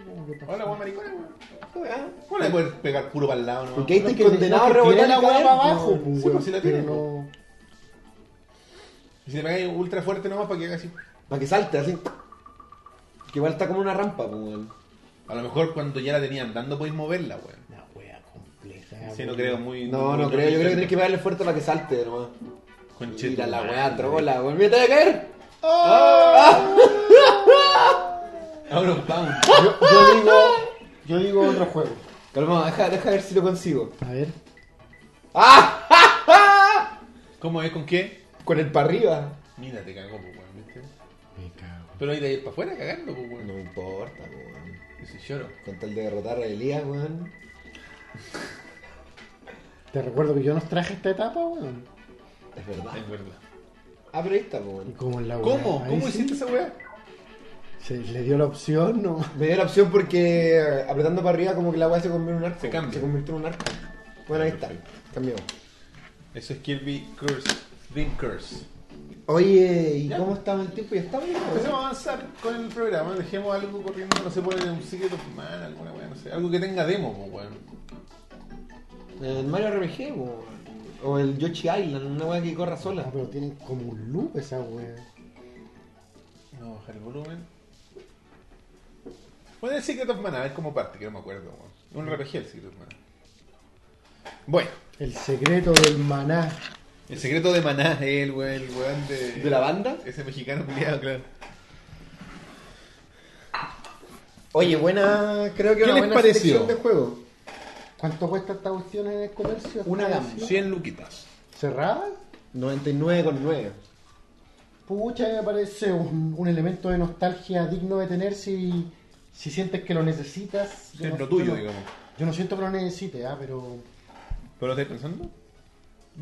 ¿Cómo que pasó? Hola, weón, maricona, weón. Weá. ¿Cómo le voy a poder pegar puro para el lado, no? Porque ahí No, estás que- no, condenado a que rebotar tiré y la caer, hueá para pues, abajo, weón. pues, Sí, weón, pues, si la tiene, pero pues. no- Y si le pegáis ultra fuerte nomás para que haga así. Para que salte así. Que igual está como una rampa, pues, weón. A lo mejor cuando ya la tenían dando podéis moverla, weón. Una wea compleja. Sí, no creo, muy. No, no creo, yo creo que tenés que pegarle fuerte para que salte nomás. Conche- Mira la weá trola, weón. Mira, te va a caer. Out of bounds. Yo, yo digo, yo digo otro juego. Calma, deja, deja ver si lo consigo. A ver. ¡Ah! ¡Ja, ja! ¿Cómo es? ¿Con qué? ¡Ah! Con el para arriba. Mira, te cagó, pues, weón, ¿viste? Me cago. Pero ahí de ir para afuera cagando, pues, weón. No importa, weón. Yo sí lloro. Con tal de derrotar a Elías, weón. Te recuerdo que yo nos traje esta etapa, weón. Es verdad. Es verdad. Ah, pero ahí está, pues, Y weón. como en la wea, ¿Cómo? Ah, ahí ¿Cómo sí hiciste esa weá? Se le dio la opción, no. Me dio la opción porque eh, apretando para arriba como que la weá se convirtió en un arco. Se cambia. convirtió en un arco. Bueno, ahí está. Cambiamos. Eso es Kirby Curse. Dream Curse. Oye, ¿y cómo estaba el tiempo? ¿Ya estaba bien? weón? Empecemos a avanzar con el programa. Dejemos algo corriendo, no se pone un Secret of Man, alguna weá, no sé. Algo que tenga demo, pues, weón. El Mario RPG, weón. O el Yoshi Island, una weá que corra Ah, sola. pero tienen como un loop esa wea. Vamos a bajar el volumen. Pon el Secret of Mana, a ver cómo parte, que no me acuerdo, weón. Un RPG el Secret of Mana. Bueno, El secreto del maná. el secreto de Maná es el weón, el weón de. ¿De la banda? Ese mexicano culiado, claro. Oye, buena, creo que ¿Qué una les buena pareció? selección de juego. ¿Cuánto cuesta esta cuestión en el comercio? Una gamba. ¿Sí? 100 luquitas. ¿Cerrada? 99,9. Pucha, me parece un, un elemento de nostalgia digno de tener si, si sientes que lo necesitas. Yo Es no- lo tuyo, yo no- digamos. Yo no siento que lo necesite, ah, pero ¿Pero lo estáis pensando?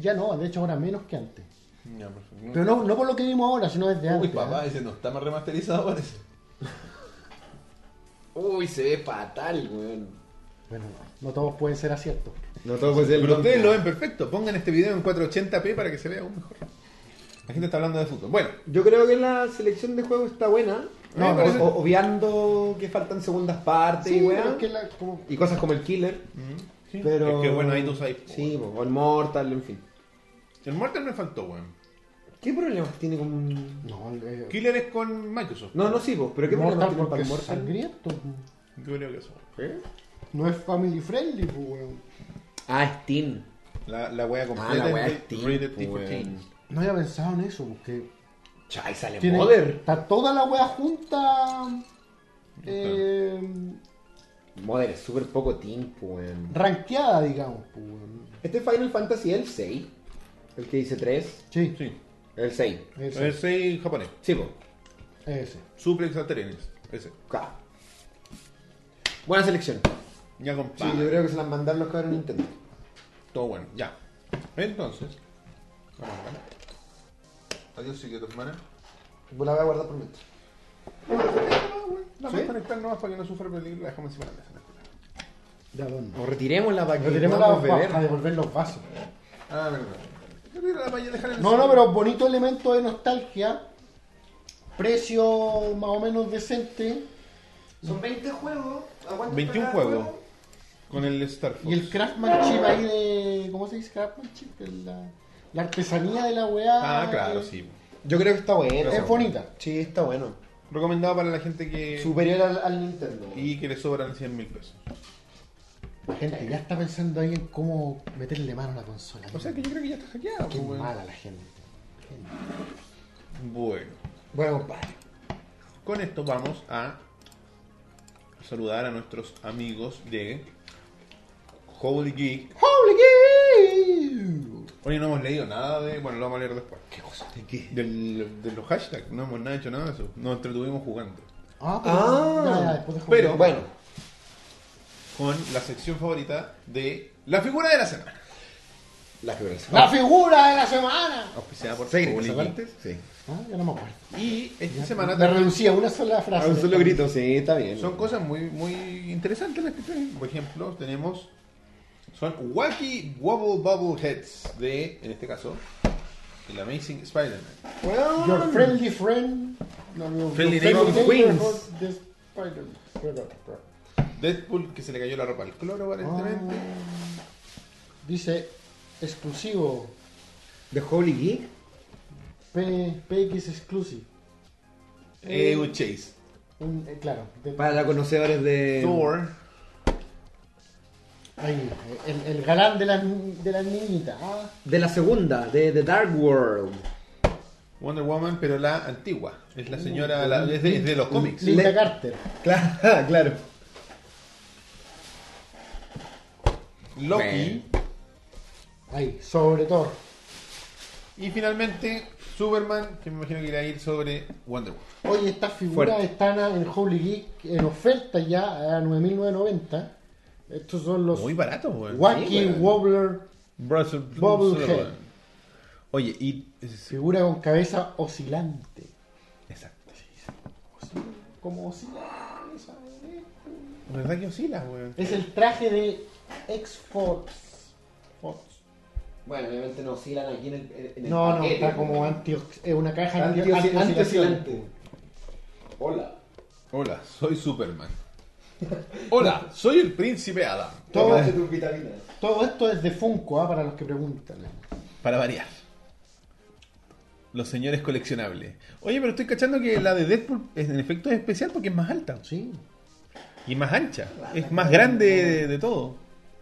ya no, de hecho ahora menos que antes. No, perfecto. Pero no, no por lo que vimos ahora, sino Uy, desde antes. papá, ah. ese no está más remasterizado, parece. Uy, se ve fatal, weón. Bueno, no todos pueden ser aciertos. No todo puede ser Pero ustedes lo ven perfecto. Pongan este video en 480p para que se vea aún mejor. La gente está hablando de fútbol. Bueno, Yo creo que la selección de juego está buena. No, O- parece- o- obviando que faltan segundas partes Sí, y weá. pero es que la- como- Y cosas como el Killer. Pero... es que bueno, ahí tú sabes. po, Sí, po, o el Mortal, en fin. weón. El Mortal me faltó, weón. ¿Qué problemas tiene con.? No, eh, Killer es con Microsoft. No, no, sí, po, pero ¿qué problemas Mortal tiene para porque el es Mortal? sangriento. Yo creo que eso. ¿Eh? No es family friendly, pues, weón. Ah, Steam. La, la wea Ah, completa la weá es es Steam. rated po, pues, weón. T14. No había pensado en eso, porque Chai, sale tiene- Mother. está toda la wea junta. Eh, Mother es súper poco Team, po, weón. ranqueada, digamos, pues, weón. Este Final Fantasy es el 6. El que dice 3. Sí, Sí. El 6. ese. El Pues. 6 japonés. Sí, pues, po. ese. Suplex Aterenes. Ese. Ca. Buena selección. Ya con Sí, yo creo que se las mandaron los cabros de Nintendo. Todo bueno. Ya. Entonces. Vamos a ver. Adiós, Secret of Mana. Pues la voy a guardar por mientras. La voy a conectar nomás para que no sufra peligro. La dejamos encima de la mesa. Ya, bueno. O retiremosla para Pues que Retiremos la podamos para, para devolver los vasos. Ah, verdad. Yo creo que la vaya a dejar en el No, no, suelo. pero bonito elemento de nostalgia. Precio más o menos decente. Son 20 juegos. 21 juegos. Con el Star Fox. Y el craftsmanship ahí de. ¿Cómo se dice craftsmanship? El- La, la artesanía de la weá. Ah, claro, eh, sí. Yo creo que está bueno. Es bonita. Sí, está bueno. Recomendado para la gente que. Superior al, al Nintendo. Y que le sobran 100 mil pesos. La gente ya está pensando ahí en cómo meterle mano a la consola. O sea que yo creo que ya está hackeado. Qué pues, bueno. mala la gente. Bueno, Bueno, compadre. con esto vamos a saludar a nuestros amigos de Holy Geek. Hoy no hemos leído nada de. Bueno, lo vamos a leer después. ¿Qué cosa? ¿De qué? de los hashtags. No hemos nada hecho nada de eso. Nos entretuvimos jugando. Ah, pero. Ah. ya, ya, después de jugar. Pero- Bueno, Con la sección favorita de la figura de la semana. la figuración. ¡La figura de la semana! Auspiciada por ¿Se Holy esa Geek. parte? Sí. Ah, ya no me acuerdo. Y esta semana Ah, Me reducía a una sola frase. A Ah, un solo grito, sí, está bien. Son cosas muy, muy interesantes las que traen. Por ejemplo, tenemos. Son Wacky Wobble Bubble Heads de, en este caso, el Amazing Spider-Man. Weón. Your friendly friend. No, no, Friendly your neighborhood neighborhood is Spider-Man. Deadpool que se le cayó la ropa al cloro, Ah, aparentemente. Dice exclusivo. The Holy Geek. P- PX exclusive. Eh, un Chase. Un un- eh, claro. de- Para conocedores de. Thor. ahí, el, el galán de la, de la niñita. Ah, De la segunda, de The Dark World. Wonder Woman, pero la antigua. Es la Oh, señora, la- es, de, es de los cómics. Ah, Linda Le- Carter. Claro, claro. Loki. Ahí, sobre todo. Y finalmente, Superman, que me imagino que irá a ir sobre Wonder Woman. Oye, estas figuras Fuerte. están en Holy Geek en oferta ya a 9.990. Estos son los Muy barato, weón. Wacky Sí, weón. Wobbler, Brussels- Bobblehead. Oye, y. es- figura con cabeza oscilante. Exacto. Como oscila. ¿Verdad que oscila, weón? Es el traje de X-Force. Force. Bueno, obviamente no oscilan aquí en el, en el No, no, paquete. está como anti es una caja anti, Anti- anti- anti- oscilante. oscilante. Hola. Hola, soy Superman. Hola, soy el príncipe Adam. Todo- Tómate este tus vitaminas. Todo esto es de Funko, ah, para los que preguntan. Para variar. Los señores coleccionables. Oye, pero estoy cachando que la de Deadpool es- en efecto es especial porque es más alta. Sí. Y más ancha. Es más grande de, de todo.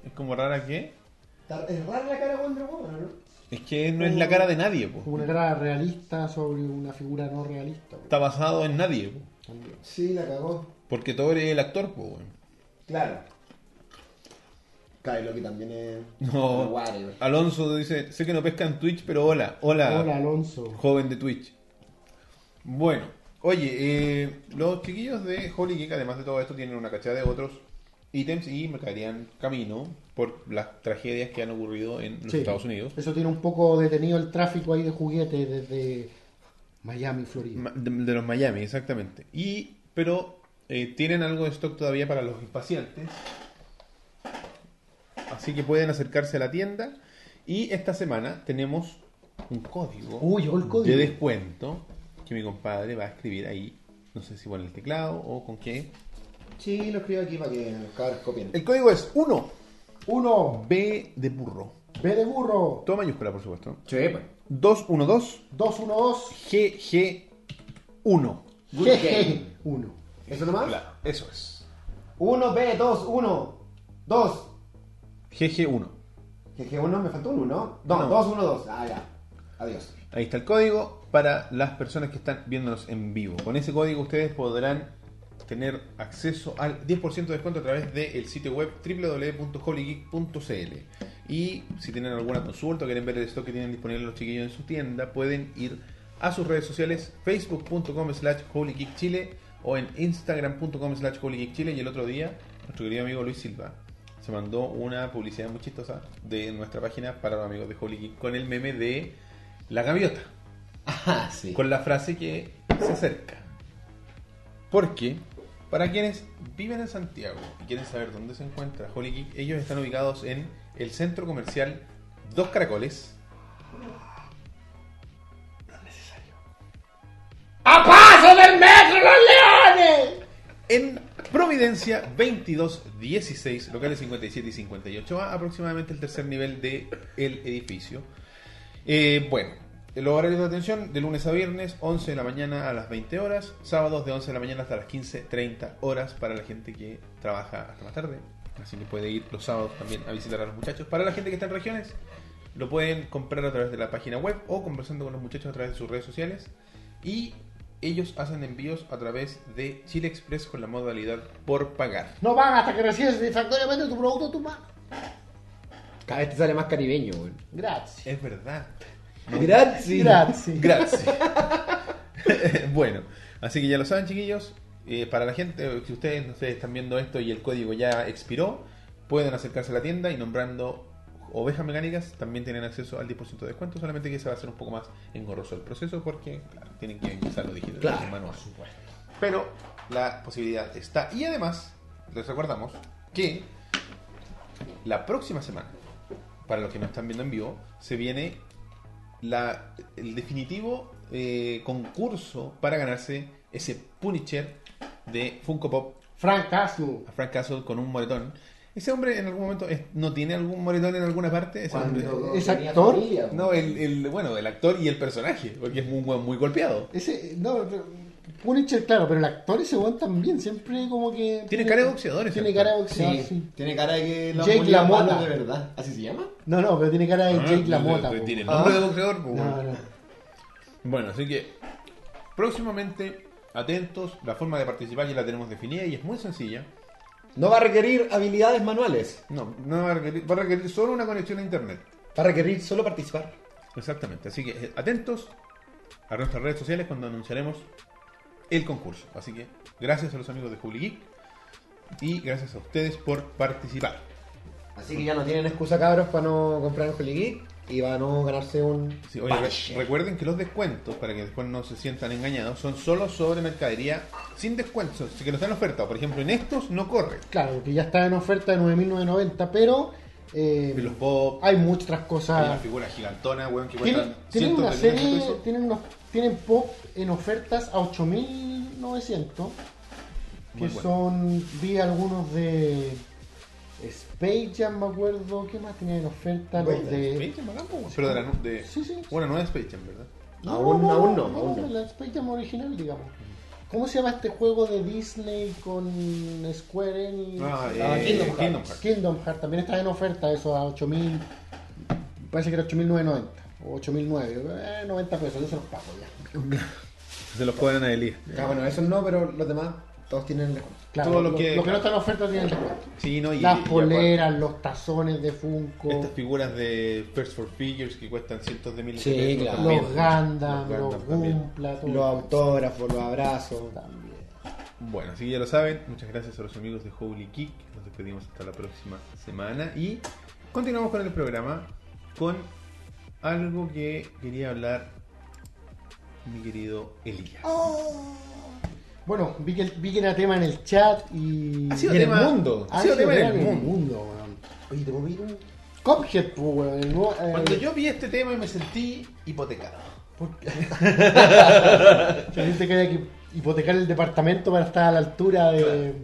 Es como rara que. Está- Es rara la cara de Wonder Woman, ¿no? Es que no es la cara de nadie, Como po. una cara realista sobre una figura no realista. Está basado en nadie, po. También. Sí, la cagó. Porque todo es el actor, po, weón. Claro. Claro, lo que también es. No. Warrior. Alonso dice, sé que no pescan Twitch, pero hola, hola, Hola, Alonso. joven de Twitch. Bueno, oye, eh, los chiquillos de Holy Geek, además de todo esto, tienen una cachada de otros ítems y me caerían camino por las tragedias que han ocurrido en los Sí. Estados Unidos. Eso tiene un poco detenido el tráfico ahí de juguetes desde Miami, Florida. Ma- De, de los Miami, exactamente. Y, pero, eh, tienen algo de stock todavía para los impacientes. Así que pueden acercarse a la tienda. Y esta semana tenemos un código. Uy, llegó el de código. descuento que mi compadre va a escribir ahí. No sé si con el teclado o con qué. Sí, lo escribo aquí para que los cabros copien. El código es 1 Uno, B de burro. B de burro, Todo mayúscula, por supuesto. Sí, pues. 212 212, GG1. GG, 1. ¿Eso nomás? Claro, eso es. 1, B, 2, 1, 2. GG1. Que que uno me faltó un 1. No, No. 2, 1, 2. Ah, ya. Adiós. Ahí está el código para las personas que están viéndonos en vivo. Con ese código ustedes podrán tener acceso al 10% de descuento a través del sitio web www.holygeek.cl. Y si tienen alguna consulta o quieren ver el stock que tienen disponible los chiquillos en su tienda, pueden ir a sus redes sociales facebook.com slash holygeekchile o en instagram.com slash holygeekchile. Y el otro día, nuestro querido amigo Luis Silva se mandó una publicidad muy chistosa de nuestra página para los amigos de Holy Geek con el meme de la gaviota Ajá, Ah, sí. con la frase que se acerca. Porque, para quienes viven en Santiago y quieren saber dónde se encuentra Holy Geek, ellos están ubicados en el centro comercial Dos Caracoles. ¡A paso del metro, los leones! En Providencia 2216, locales 57 y 58A, aproximadamente el tercer nivel del edificio. Eh, bueno, los horarios de atención de lunes a viernes, 11 de la mañana a las 20 horas, sábados de 11 de la mañana hasta las 15.30 horas para la gente que trabaja hasta más tarde. Así que puede ir los sábados también a visitar a los muchachos. Para la gente que está en regiones, lo pueden comprar a través de la página web o conversando con los muchachos a través de sus redes sociales. Y ellos hacen envíos a través de Chile Express con la modalidad por pagar. No paga hasta que recibes satisfactoriamente tu producto en tu mano. Cada vez te sale más caribeño, güey. Gracias. Es verdad. Gracias. Gracias. Gracias. bueno, así que ya lo saben, chiquillos. eh, para la gente, eh, si ustedes, no sé, están viendo esto y el código ya expiró, pueden acercarse a la tienda y nombrando ovejas mecánicas también tienen acceso al 10% de descuento. Solamente que se va a hacer un poco más engorroso el proceso porque claro, tienen que ingresarlo digital Claro, en manual. Pero la posibilidad está. Y además, les recordamos que la próxima semana, para los que no están viendo en vivo, se viene la, el definitivo eh, concurso para ganarse ese Punisher de Funko Pop Frank Castle. a Frank Castle con un moretón. Ese hombre en algún momento es- no tiene algún moretón en alguna parte. Ese hombre- Cuando ¿Es tenía actor? familia, no, el, el- bueno, el actor y el personaje, porque es un weón muy golpeado. Ese, no, no, Punisher, claro, pero el actor ese weón también siempre como que. Tiene cara de boxeador, ese Tiene actor. cara de boxeador, sí. Tiene cara de que Jake murió a LaMotta. palos de verdad. ¿Así se llama? No, no, pero tiene cara de Ah, Jake LaMotta. pero po. Tiene el nombre Ah. de boxeador, pues, No, bueno. no. Bueno, así que próximamente, atentos, la forma de participar ya la tenemos definida y es muy sencilla. No va a requerir habilidades manuales. No, no va a requerir, va a requerir solo una conexión a internet. Va a requerir solo participar. Exactamente, así que eh, atentos a nuestras redes sociales cuando anunciaremos el concurso. Así que gracias a los amigos de Public Geek y gracias a ustedes por participar. Así que ya no tienen excusa, cabros, para no comprar un Holy Geek y para no ganarse un. Sí, oye, re- Punisher. recuerden que los descuentos, para que después no se sientan engañados, son solo sobre mercadería sin descuentos, así que no están ofertados. Por ejemplo, en estos no corre. Claro, porque ya está en oferta de 9.990, pero. eh, En los pop, hay muchas otras hay una cosas. figura gigantona, weón, que Tienen, cuesta tienen una 100 serie, pesos. tienen, unos, tienen pop en ofertas a 8.900, que Muy bueno. son, vi algunos de Space Jam, me acuerdo, ¿qué más tenían en oferta? Los Bueno, de... Space Jam, acá, po, Pero de la nu- de- Sí, sí. Bueno, no es Space Jam, ¿verdad? Aún- aún no, aún no. La Space Jam original, digamos. ¿Cómo se llama este juego de Disney con Square Enix? Ah, eh, Kingdom, Kingdom Hearts. Hearts. Kingdom Hearts también está en oferta, eso a 8000. me Parece que era 8990 o 8009, eh, 90 pesos, yo se los pago ya. Se los cobran a Elías. Ah, bueno, esos no, pero los demás, todos tienen descuento. Claro, Todo lo, lo lo que... que- no está en oferta tiene descuento. Sí, no, y, y Las aparte, poleras, los tazones de Funko, estas figuras de First for Figures que cuestan cientos de miles Sí, de pesos. claro. también. los Gundam, los también. Gumpla, todo. Los autógrafos, los abrazos. También. Bueno, así que ya lo saben. Muchas gracias a los amigos de Holy Kick. Nos despedimos hasta la próxima semana. Y continuamos con el programa con algo que quería hablar mi querido Elías. Oh. Bueno, vi que, vi que era tema en el chat y. Ha sido y en tema- el mundo. Ah, ha sido tema en el mundo. weón. Oye, te puedo pedir un. Cophead, pues, weón. el nuevo, eh, Cuando yo vi este tema me sentí hipotecado. ¿por qué? Parece que hay que hipotecar el departamento para estar a la altura de.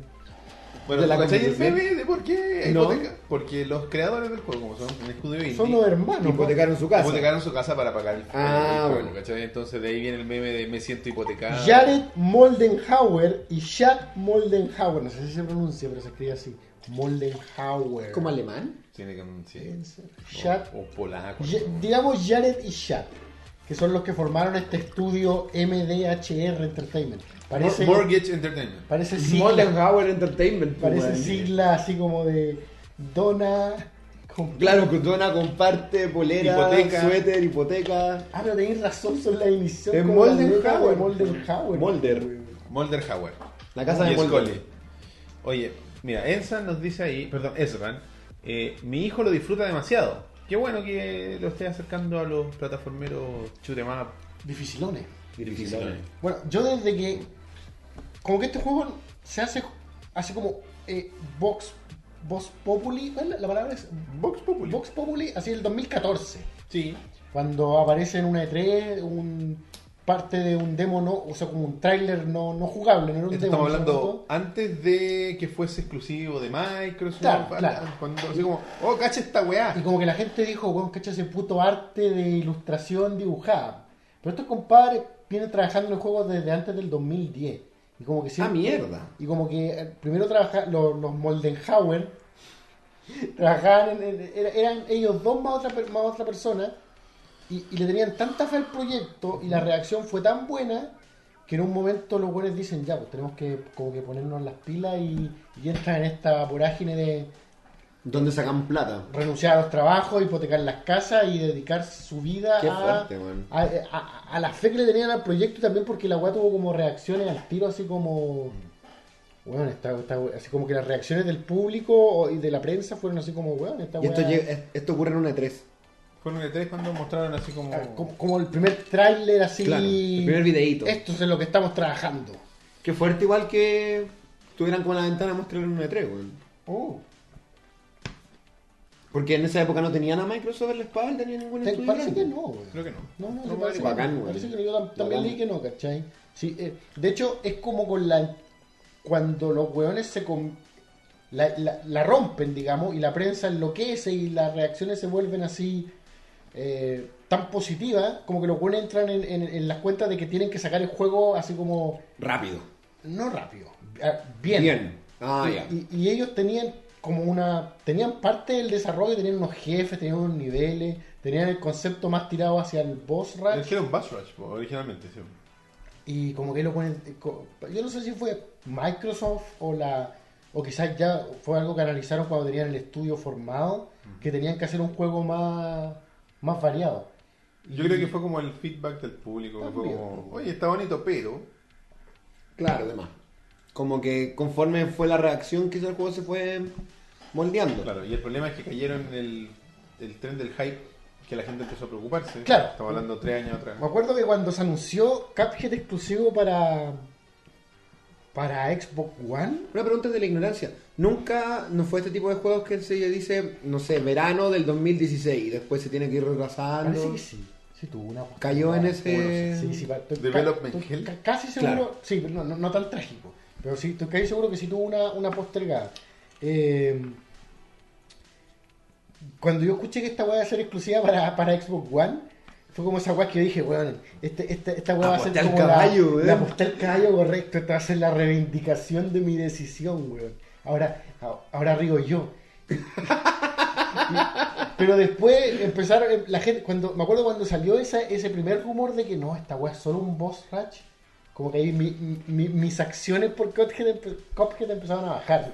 Bueno, De la la ¿cachai el conversación. meme de por qué No. hipoteca? Porque los creadores del juego, como son un estudio indie, Son los hermanos. Ah, Hipotecaron su casa. hipotecaron su casa para pagar el, Ah, el juego, bueno. ¿cachai? Entonces de ahí viene el meme de me siento hipotecado. weón. Jared Moldenhauer y Chad Moldenhauer. No sé si se pronuncia, pero se escribe así. Moldenhauer. ¿Como alemán? Tiene que mm, sí. Chad O, o polaco. Ya- digamos Jared y Chad, que son los que formaron este estudio MDHR Entertainment. Parece, Mortgage Entertainment. parece sigla, Moldenhauer Entertainment. pues, parece weón. sigla así como de Dona. con- Claro, Cutona comparte polera, Hipoteca. suéter, hipoteca. Ah, pero tenéis razón, son las iniciales. Es como la Moldenhauer. letra de Moldenhauer. Molder. Molder Hauer. La casa de Y Scully. Molder. Oye, mira, Ensan nos dice ahí, perdón, Ezran, eh, mi hijo lo disfruta demasiado. Qué bueno que lo esté acercando a los plataformeros chutemap. Dificilones. difíciles. eh. Bueno, yo desde que. Como que este juego se hace. Hace como. eh, Vox. Vox Populi. ¿Cuál es la- la palabra? Es Vox Populi. Vox Populi, así el 2014. Sí. cuando aparece en una E3 un parte de un demo no, o sea como un tráiler no, no jugable, no era un Esto demo. estamos ¿no? hablando antes de que fuese exclusivo de Microsoft. Claro, claro. Cuando, así como, oh, cacha esta weá. Y como que la gente dijo, weón, cacha ese puto arte de ilustración dibujada. Pero estos compadres vienen trabajando en el juego desde antes del 2010. Y como que Ah, siempre- mierda. Y como que eh, primero trabaja, los, los Moldenhauer trabajaban, en- en- era- eran ellos dos más otra, per- más otra persona, y, y le tenían tanta fe al proyecto y la reacción fue tan buena que en un momento los buenos dicen, ya, pues tenemos que como que ponernos las pilas y, y entran en esta vorágine de ¿Dónde sacan plata? renunciar a los trabajos, hipotecar las casas y dedicar su vida Qué a, fuerte, weón. a, a- a la fe que le tenían al proyecto y también porque la weá tuvo como reacciones al tiro así como... Weón, esta- esta weá- así como que las reacciones del público o- y de la prensa fueron así como, weón, esta Y esto, weá- llega- es- esto ocurre en una E3. Fue en el 3 E cuando mostraron así como. Ah, como, como el primer tráiler así... Claro, el primer videíto. Esto es en lo que estamos trabajando. Qué fuerte, igual que tuvieran como la ventana mostrar en una E3, weón. Oh. Porque en esa época no tenían a Microsoft en la espalda, ni a ningún Te- estudio. parece grande. que no, weón. Creo que no. No, no, No, sí, parece, vale, que, bacán, no. güey. Parece que yo tam- también Bacán. leí que no, ¿cachai? Sí, eh, de hecho, es como con la. Cuando los hueones se. com- la, la- la rompen, digamos, y la prensa enloquece y las reacciones se vuelven así. eh, tan positiva, como que los buenos entran en, en- en las cuentas de que tienen que sacar el juego así como, Rápido. no rápido, ah, bien. Bien. Ah, y, ya. y- y ellos tenían como una, tenían parte del desarrollo, tenían unos jefes, tenían unos niveles, tenían el concepto más tirado hacia el boss rush. El Hero Bash Rush, po, originalmente, sí. Y como que lo ponen. co- Yo no sé si fue Microsoft o la. O quizás ya fue algo que analizaron cuando tenían el estudio formado, que tenían que hacer un juego más, más variado. Yo creo que fue como el feedback del público, que fue También. como, oye, está bonito, pero... Claro, demás. Como que conforme fue la reacción, quizás el juego se fue moldeando. Claro, y el problema es que cayeron en el, el tren del hype, que la gente empezó a preocuparse. Claro. Estamos hablando tres años atrás. Me acuerdo que cuando se anunció Cuphead exclusivo para. para Xbox One. Una pregunta de la ignorancia. Nunca no fue este tipo de juegos que se dice, no sé, verano del 2016 y después se tiene que ir Parece retrasando. que sí. Sí, tuvo una. postura. Cayó en ese- Sí, sí, pa- estoy ca- Development estoy Hell. ca- casi seguro. Claro. Sí, pero no, no, no tan trágico. Pero sí, estoy casi seguro que sí tuvo una, una postergada. Eh, cuando yo escuché que esta weá va a ser exclusiva para, para Xbox One, fue como esa weá que yo dije, weón, este, esta, esta weá va a ser Aposté al como caballo, la, weón. la aposté al caballo correcto, esta va a ser la reivindicación de mi decisión, weón. Ahora, a- ahora río yo. Pero después empezaron eh, la gente, cuando me acuerdo cuando salió esa, ese primer rumor de que no, esta weá es solo un boss rush, como que ahí mi- mi- mis acciones por Cuphead, empe- Cuphead empezaron a bajar.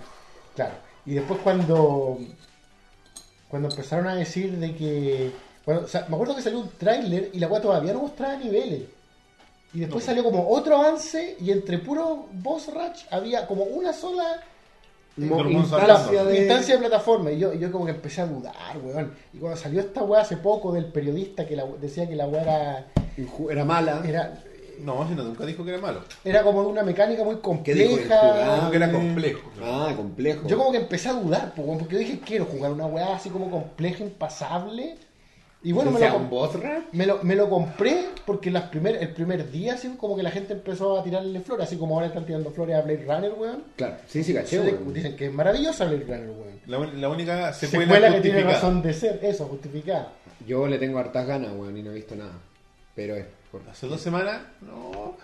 Claro. Y después cuando cuando empezaron a decir de que. Bueno, o sea, me acuerdo que salió un tráiler y la weá todavía no mostraba niveles. Y después salió como otro avance y entre puro boss rush había como una sola Mo- Dormón instancia saltando. de... instancia de plataforma. Y yo, y yo como que empecé a dudar, weón. Y cuando salió esta weá hace poco del periodista que la- decía que la weá era, Inju- Era mala. era, No, si no, nunca dijo que era malo. era como de una mecánica muy ¿Qué dijo? compleja. Dijo que era complejo. Ah, complejo. Yo como que empecé a dudar, po, weón, porque yo dije, quiero jugar una weá así como compleja, impasable. Y bueno, me lo, ¿Sea un comp- boss rush? me lo, me lo compré porque las primer, el primer día así como que la gente empezó a tirarle flores, así como ahora están tirando flores a Blade Runner, weón. Claro, sí, sí, caché. Entonces, weón. Dicen que es maravillosa Blade Runner, weón. La, un- la única secuela, Secuela que tiene justificada. razón de ser, eso, justificada. Yo le tengo hartas ganas, weón, y no he visto nada. Pero es por... Hace dos semanas, no.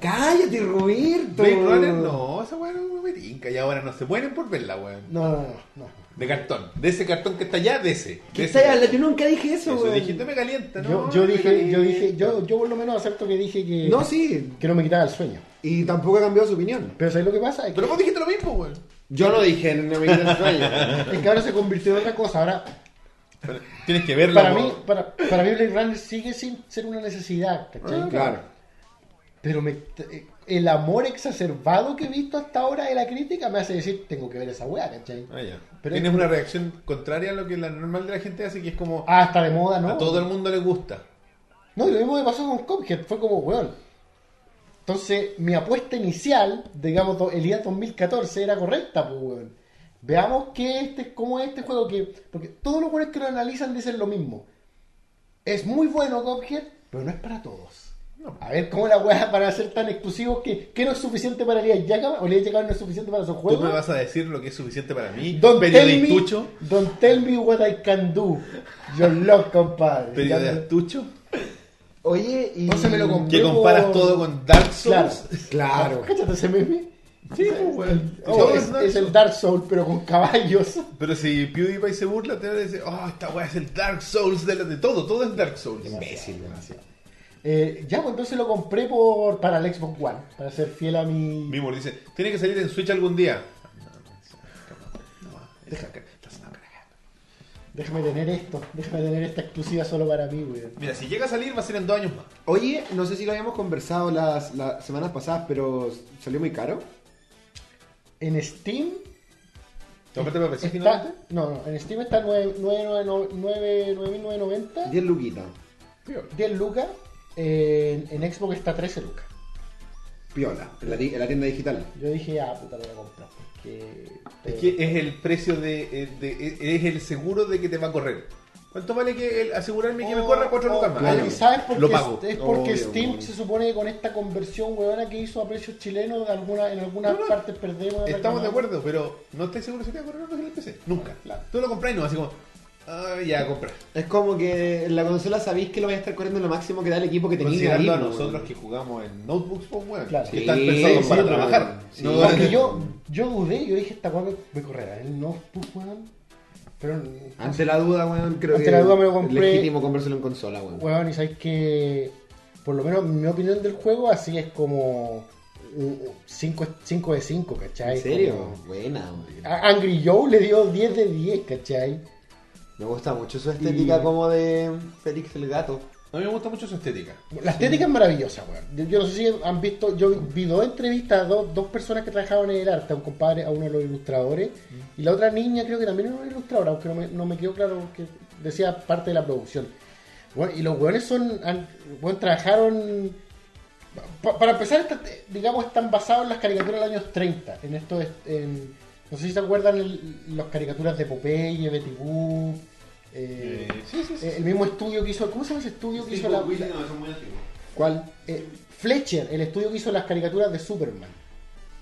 ¡Cállate, Roberto! Blade Runner, no, esa weá no me tinca. Y ahora no se mueren por verla, weón. No, no, no, no. De cartón. De ese cartón que está allá, de ese. De ¿Qué ese está cartón. Yo nunca dije eso, Eso weón. dijiste, me calienta, ¿no? Yo, yo dije, yo dije, yo, yo por lo menos acepto que dije que, No, sí. que no me quitaba el sueño. Y tampoco ha cambiado su opinión. Pero ¿sabes lo que pasa? Es que, Pero vos dijiste lo mismo, weón. Yo no dije, no me quité el sueño. es que ahora se convirtió en otra cosa. Ahora, Pero Tienes que verla, para weón. mí, para, para mí Blade Runner sigue sin ser una necesidad, ¿cachai? Ah, Claro. Pero me- eh, el amor exacerbado que he visto hasta ahora de la crítica me hace decir, tengo que ver esa weá, ¿cachai? Ah, ya. Pero- Tienes una reacción contraria a lo que la normal de la gente hace, que es como Ah, está de moda, ¿no? a todo el mundo le gusta. No, y lo mismo me pasó con Cuphead, fue como, weón. Entonces, mi apuesta inicial, digamos, do- el día 2014 era correcta, pues, weón. Veamos qué este, cómo es este juego que... Porque todos los jugadores que lo analizan dicen lo mismo. Es muy bueno Cuphead, pero no es para todos. A ver, ¿cómo la weá para ser tan exclusivos que, que no es suficiente para Lia Jackman? ¿O Lia Jackman no es suficiente para su juego? Tú me vas a decir lo que es suficiente para mí, Don't tell, me, periodistucho, don't tell me what I can do. Yo love, compadre. periodistucho, Oye, y. Entonces me lo que compré. Luego- comparas todo con Dark Souls. Claro. Cáchate ese meme. Sí, pues, weón. Oh, Todo es, Dark es el Souls. Dark Souls, pero con caballos. Pero si PewDiePie se burla, te va a decir, oh, esta weá es el Dark Souls de, la- de todo, todo es Dark Souls. Imbécil, weón. Eh, ya, pues entonces lo compré por, para el Xbox One, para ser fiel a mi... Mimor dice, tiene que salir en Switch algún día. No, it's not gonna- that's not gonna happen. Déjame tener esto, déjame tener esta exclusiva solo para mí, weón. Mira, si llega a salir va a ser en dos años más. Oye, no sé si lo habíamos conversado las, las semanas pasadas, pero salió muy caro. En Steam... ¿Te compraste para PC Está, finalmente? no, no, en Steam está 9.990, 10 luquitas. 10 lucas, en, en Xbox está 13 lucas. Piola. En la, ti- en la tienda digital. Yo dije, ah, puta, lo voy a comprar. porque- Es que es el precio de, eh, de- eh, Es el seguro de que te va a correr. ¿Cuánto vale que el asegurarme que me corra cuatro lucas más? Ah, claro. ¿y ¿Sabes por Lo qué? pago. Es porque Obvio, Steam obvio. se supone que con esta conversión huevona que hizo a precios chilenos, de alguna, en algunas No, no. partes perdemos. en otras Estamos de ganamos. acuerdo, pero no estoy seguro si te va a correr más en el PC. Nunca. Tú lo compras y no, así como. Ah, ya, comprar. Es como que en la consola sabéis que lo vais a estar corriendo lo máximo que da el equipo que tenéis ahí. Considerando a pues, nosotros weón. que jugamos en notebooks, pues, weón. Claro. Que Sí, están pensados sí, para sí, trabajar. sí. No, Porque yo, yo dudé, yo dije, esta weá me, me correrá el notebook, weón. Pero, Ah, Ante la duda, weón, creo Ante que la duda me lo compré. es legítimo comprárselo en consola, weón. weón, y sabes que, por lo menos mi opinión del juego, así es como 5 de 5, ¿cachai? ¿En serio? Como- Buena, weón. A- Angry Joe le dio 10 de 10, ¿cachai? Me gusta mucho su estética Y- como de Félix el gato. A mí me gusta mucho su estética. La estética es maravillosa, weón. Yo, yo no sé si han visto, yo vi dos entrevistas a dos, dos personas que trabajaban en el arte, a un compadre, a uno de los ilustradores, y la otra niña creo que también era una ilustradora, aunque no me, no me quedó claro que decía parte de la producción. Bueno, y los weones son, han- weón, trabajaron, pa- para empezar, esta- digamos, están basados en las caricaturas de los años 30, en esto, es- en- no sé si se acuerdan el- las caricaturas de Popeye, Betty Boop, eh, eh, el mismo estudio que hizo, ¿cómo se llama ese estudio que hizo la, la- ¿Cuál? Eh, Fletcher, el estudio que hizo las caricaturas de Superman.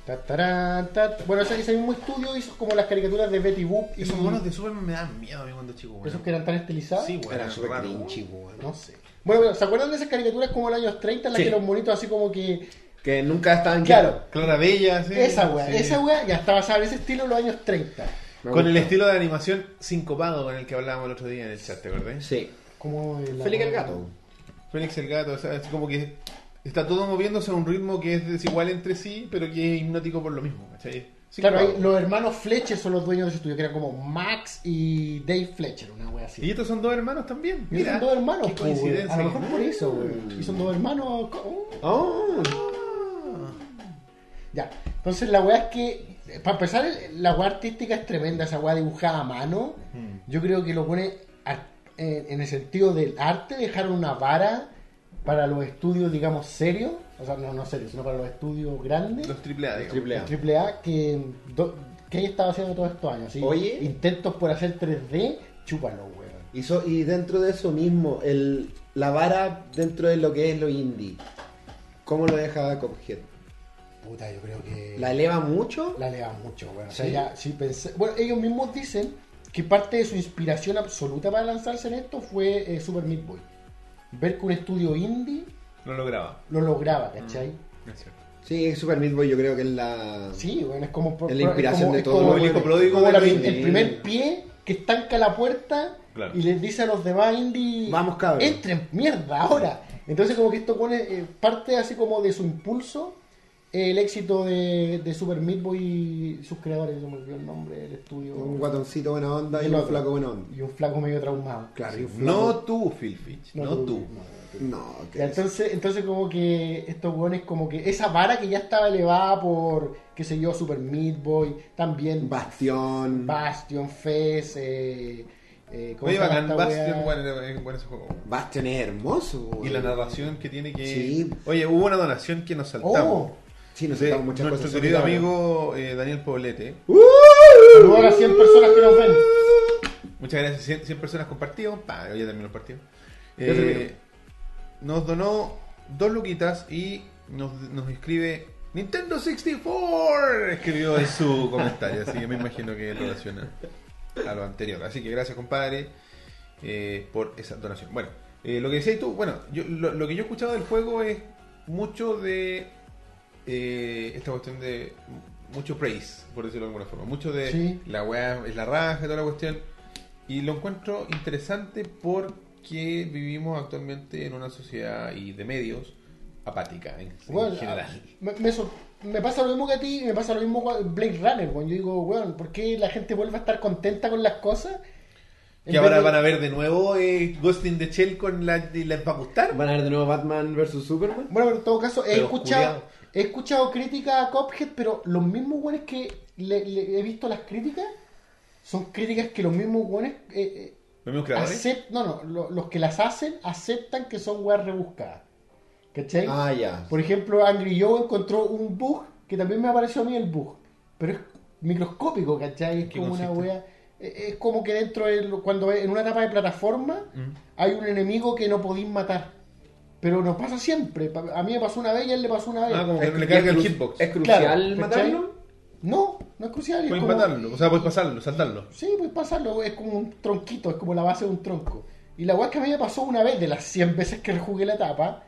Ta, tarán, ta, ta. Bueno, ese, ese mismo estudio hizo como las caricaturas de Betty Boop y Esos monos de Superman me dan miedo a mí cuando chico, weón. esos que eran tan estilizados. Sí, weón. Era eran súper raros. cringy, weón. No sé. Bueno, pero ¿se acuerdan de esas caricaturas como en los años 30 en las Sí. que los monitos así como que. Que nunca estaban Claro, Clara Bella, sí. esa weá, Sí. esa weá ya está basada en ese estilo en los años 30. Me Con el gusta. estilo de animación sincopado con el que hablábamos el otro día en el chat, ¿te acordás? Sí. Como la- Félix el gato. Félix el gato, o sea, es como que está todo moviéndose a un ritmo que es desigual entre sí, pero que es hipnótico por lo mismo, ¿cachai? Sincopado. Claro, ahí los hermanos Fletcher son los dueños de ese estudio, que eran como Max y Dave Fletcher, una wea así. Y estos son dos hermanos también. Y Mira, son dos hermanos, qué po, weón. coincidencia. A lo mejor por eso, weón. Y son dos hermanos. co- Oh, Ya, entonces la weá es que, eh, para empezar, el- la weá artística es tremenda, esa weá dibujada a mano. Mm. Yo creo que lo pone ar- eh, en, en el sentido del arte, dejaron una vara para los estudios, digamos, serios, o sea, no, no serios, sino para los estudios grandes, los triple A, digamos. triple A. triple A, que, do- que he estado haciendo todos estos años. ¿sí? Oye. Intentos por hacer 3D, chúpalo, weón. Y, so- y dentro de eso mismo, el, la vara dentro de lo que es lo indie, ¿cómo lo deja Cophead? Puta, yo creo que... ¿La eleva mucho? la lea mucho, güey. O sea, Sí. ya, si pensé- Bueno, ellos mismos dicen que parte de su inspiración absoluta para lanzarse en esto fue eh, Super Meat Boy. Ver que un estudio indie Lo lograba. lo lograba, ¿cachai? Mm. Es cierto. Sí, Super Meat Boy yo creo que es la... Sí, güey, es como... por- Es la inspiración como- de es todo como- el hijo es pródigo como del la- indie. el primer pie que estanca la puerta Claro. y les dice a los demás indie... Vamos, cabros. Entren, mierda, ahora. Entonces como que esto pone eh, parte así como de su impulso eh, el éxito de, de Super Meat Boy y sus creadores, se me olvidó el nombre del estudio. Un guatoncito buena onda y El un otro. flaco buena onda. Y un flaco medio traumado. Claro, y un flaco... No tú, Philfitch, no, tú. No, Ya, que entonces, entonces como que estos hueones como que esa vara que ya estaba elevada por, qué sé yo, Super Meat Boy, también Bastión. Bastion, Fez, eh, eh, ¿cómo Oye, se llama bacán, esta Bastion, wea? bueno, era- bueno ese juego. Bastión es hermoso. Y güey. la narración que tiene que... Sí. Oye, hubo una donación que nos saltamos. Oh, Sí, nos De saltamos muchas nuestro cosas. Uh. querido amigo eh, Daniel Poblete. saludos a las 100 personas que nos ven. Muchas gracias. 100, 100 personas compartido. Pa, ya terminó el partido. Ya terminó. Eh, nos donó dos luquitas y nos, nos escribe Nintendo 64. Escribió en su comentario. así que me imagino que relaciona a lo anterior. Así que gracias, compadre, eh, por esa donación. Bueno, eh, lo que decías tú, bueno, yo, lo, lo que yo he escuchado del juego es mucho de eh, esta cuestión de mucho praise, por decirlo de alguna forma. Mucho de Sí. la weá es la raja, toda la cuestión. Y lo encuentro interesante porque vivimos actualmente en una sociedad y de medios apática en, en Bueno, ah, general. me, me sor- me pasa lo mismo que a ti, me pasa lo mismo con Blade Runner, weón. Yo digo, weón, ¿por qué la gente vuelve a estar contenta con las cosas? En Que vez ahora de- van a ver de nuevo eh, Ghost in the Shell con la, y les va a gustar. ¿Van a ver de nuevo Batman vs Superman? Bueno, pero en todo caso, he Pero escuchado culiao. he escuchado críticas a Cophead, pero los mismos güeyes que le, le- he visto las críticas son críticas que los mismos güeyes eh, Los mismos eh, creadores. acep- no, no, lo- los que las hacen aceptan que son weas rebuscadas. ¿Cachai? Ah, ya. Por ejemplo, Angry Joe encontró un bug que también me apareció a mí el bug, pero es microscópico, ¿cachai? Es ¿Qué como una consiste? wea. eh, Es como que dentro de. lo- Cuando en una etapa de plataforma Mm. hay un enemigo que no podéis matar. Pero nos pasa siempre. Pa- A mí me pasó una vez y a él le pasó una vez. Ah, como que Es no le que- carga el es- hitbox. ¿Es Claro, crucial ¿cachai? matarlo? No, No es crucial. es Puedes como- empatarlo, o sea, puedes pasarlo, saltarlo. Sí, pues pasarlo, es como un tronquito, es como la base de un tronco. Y la weá que a mí me pasó una vez de las 100 veces que rejugué la etapa.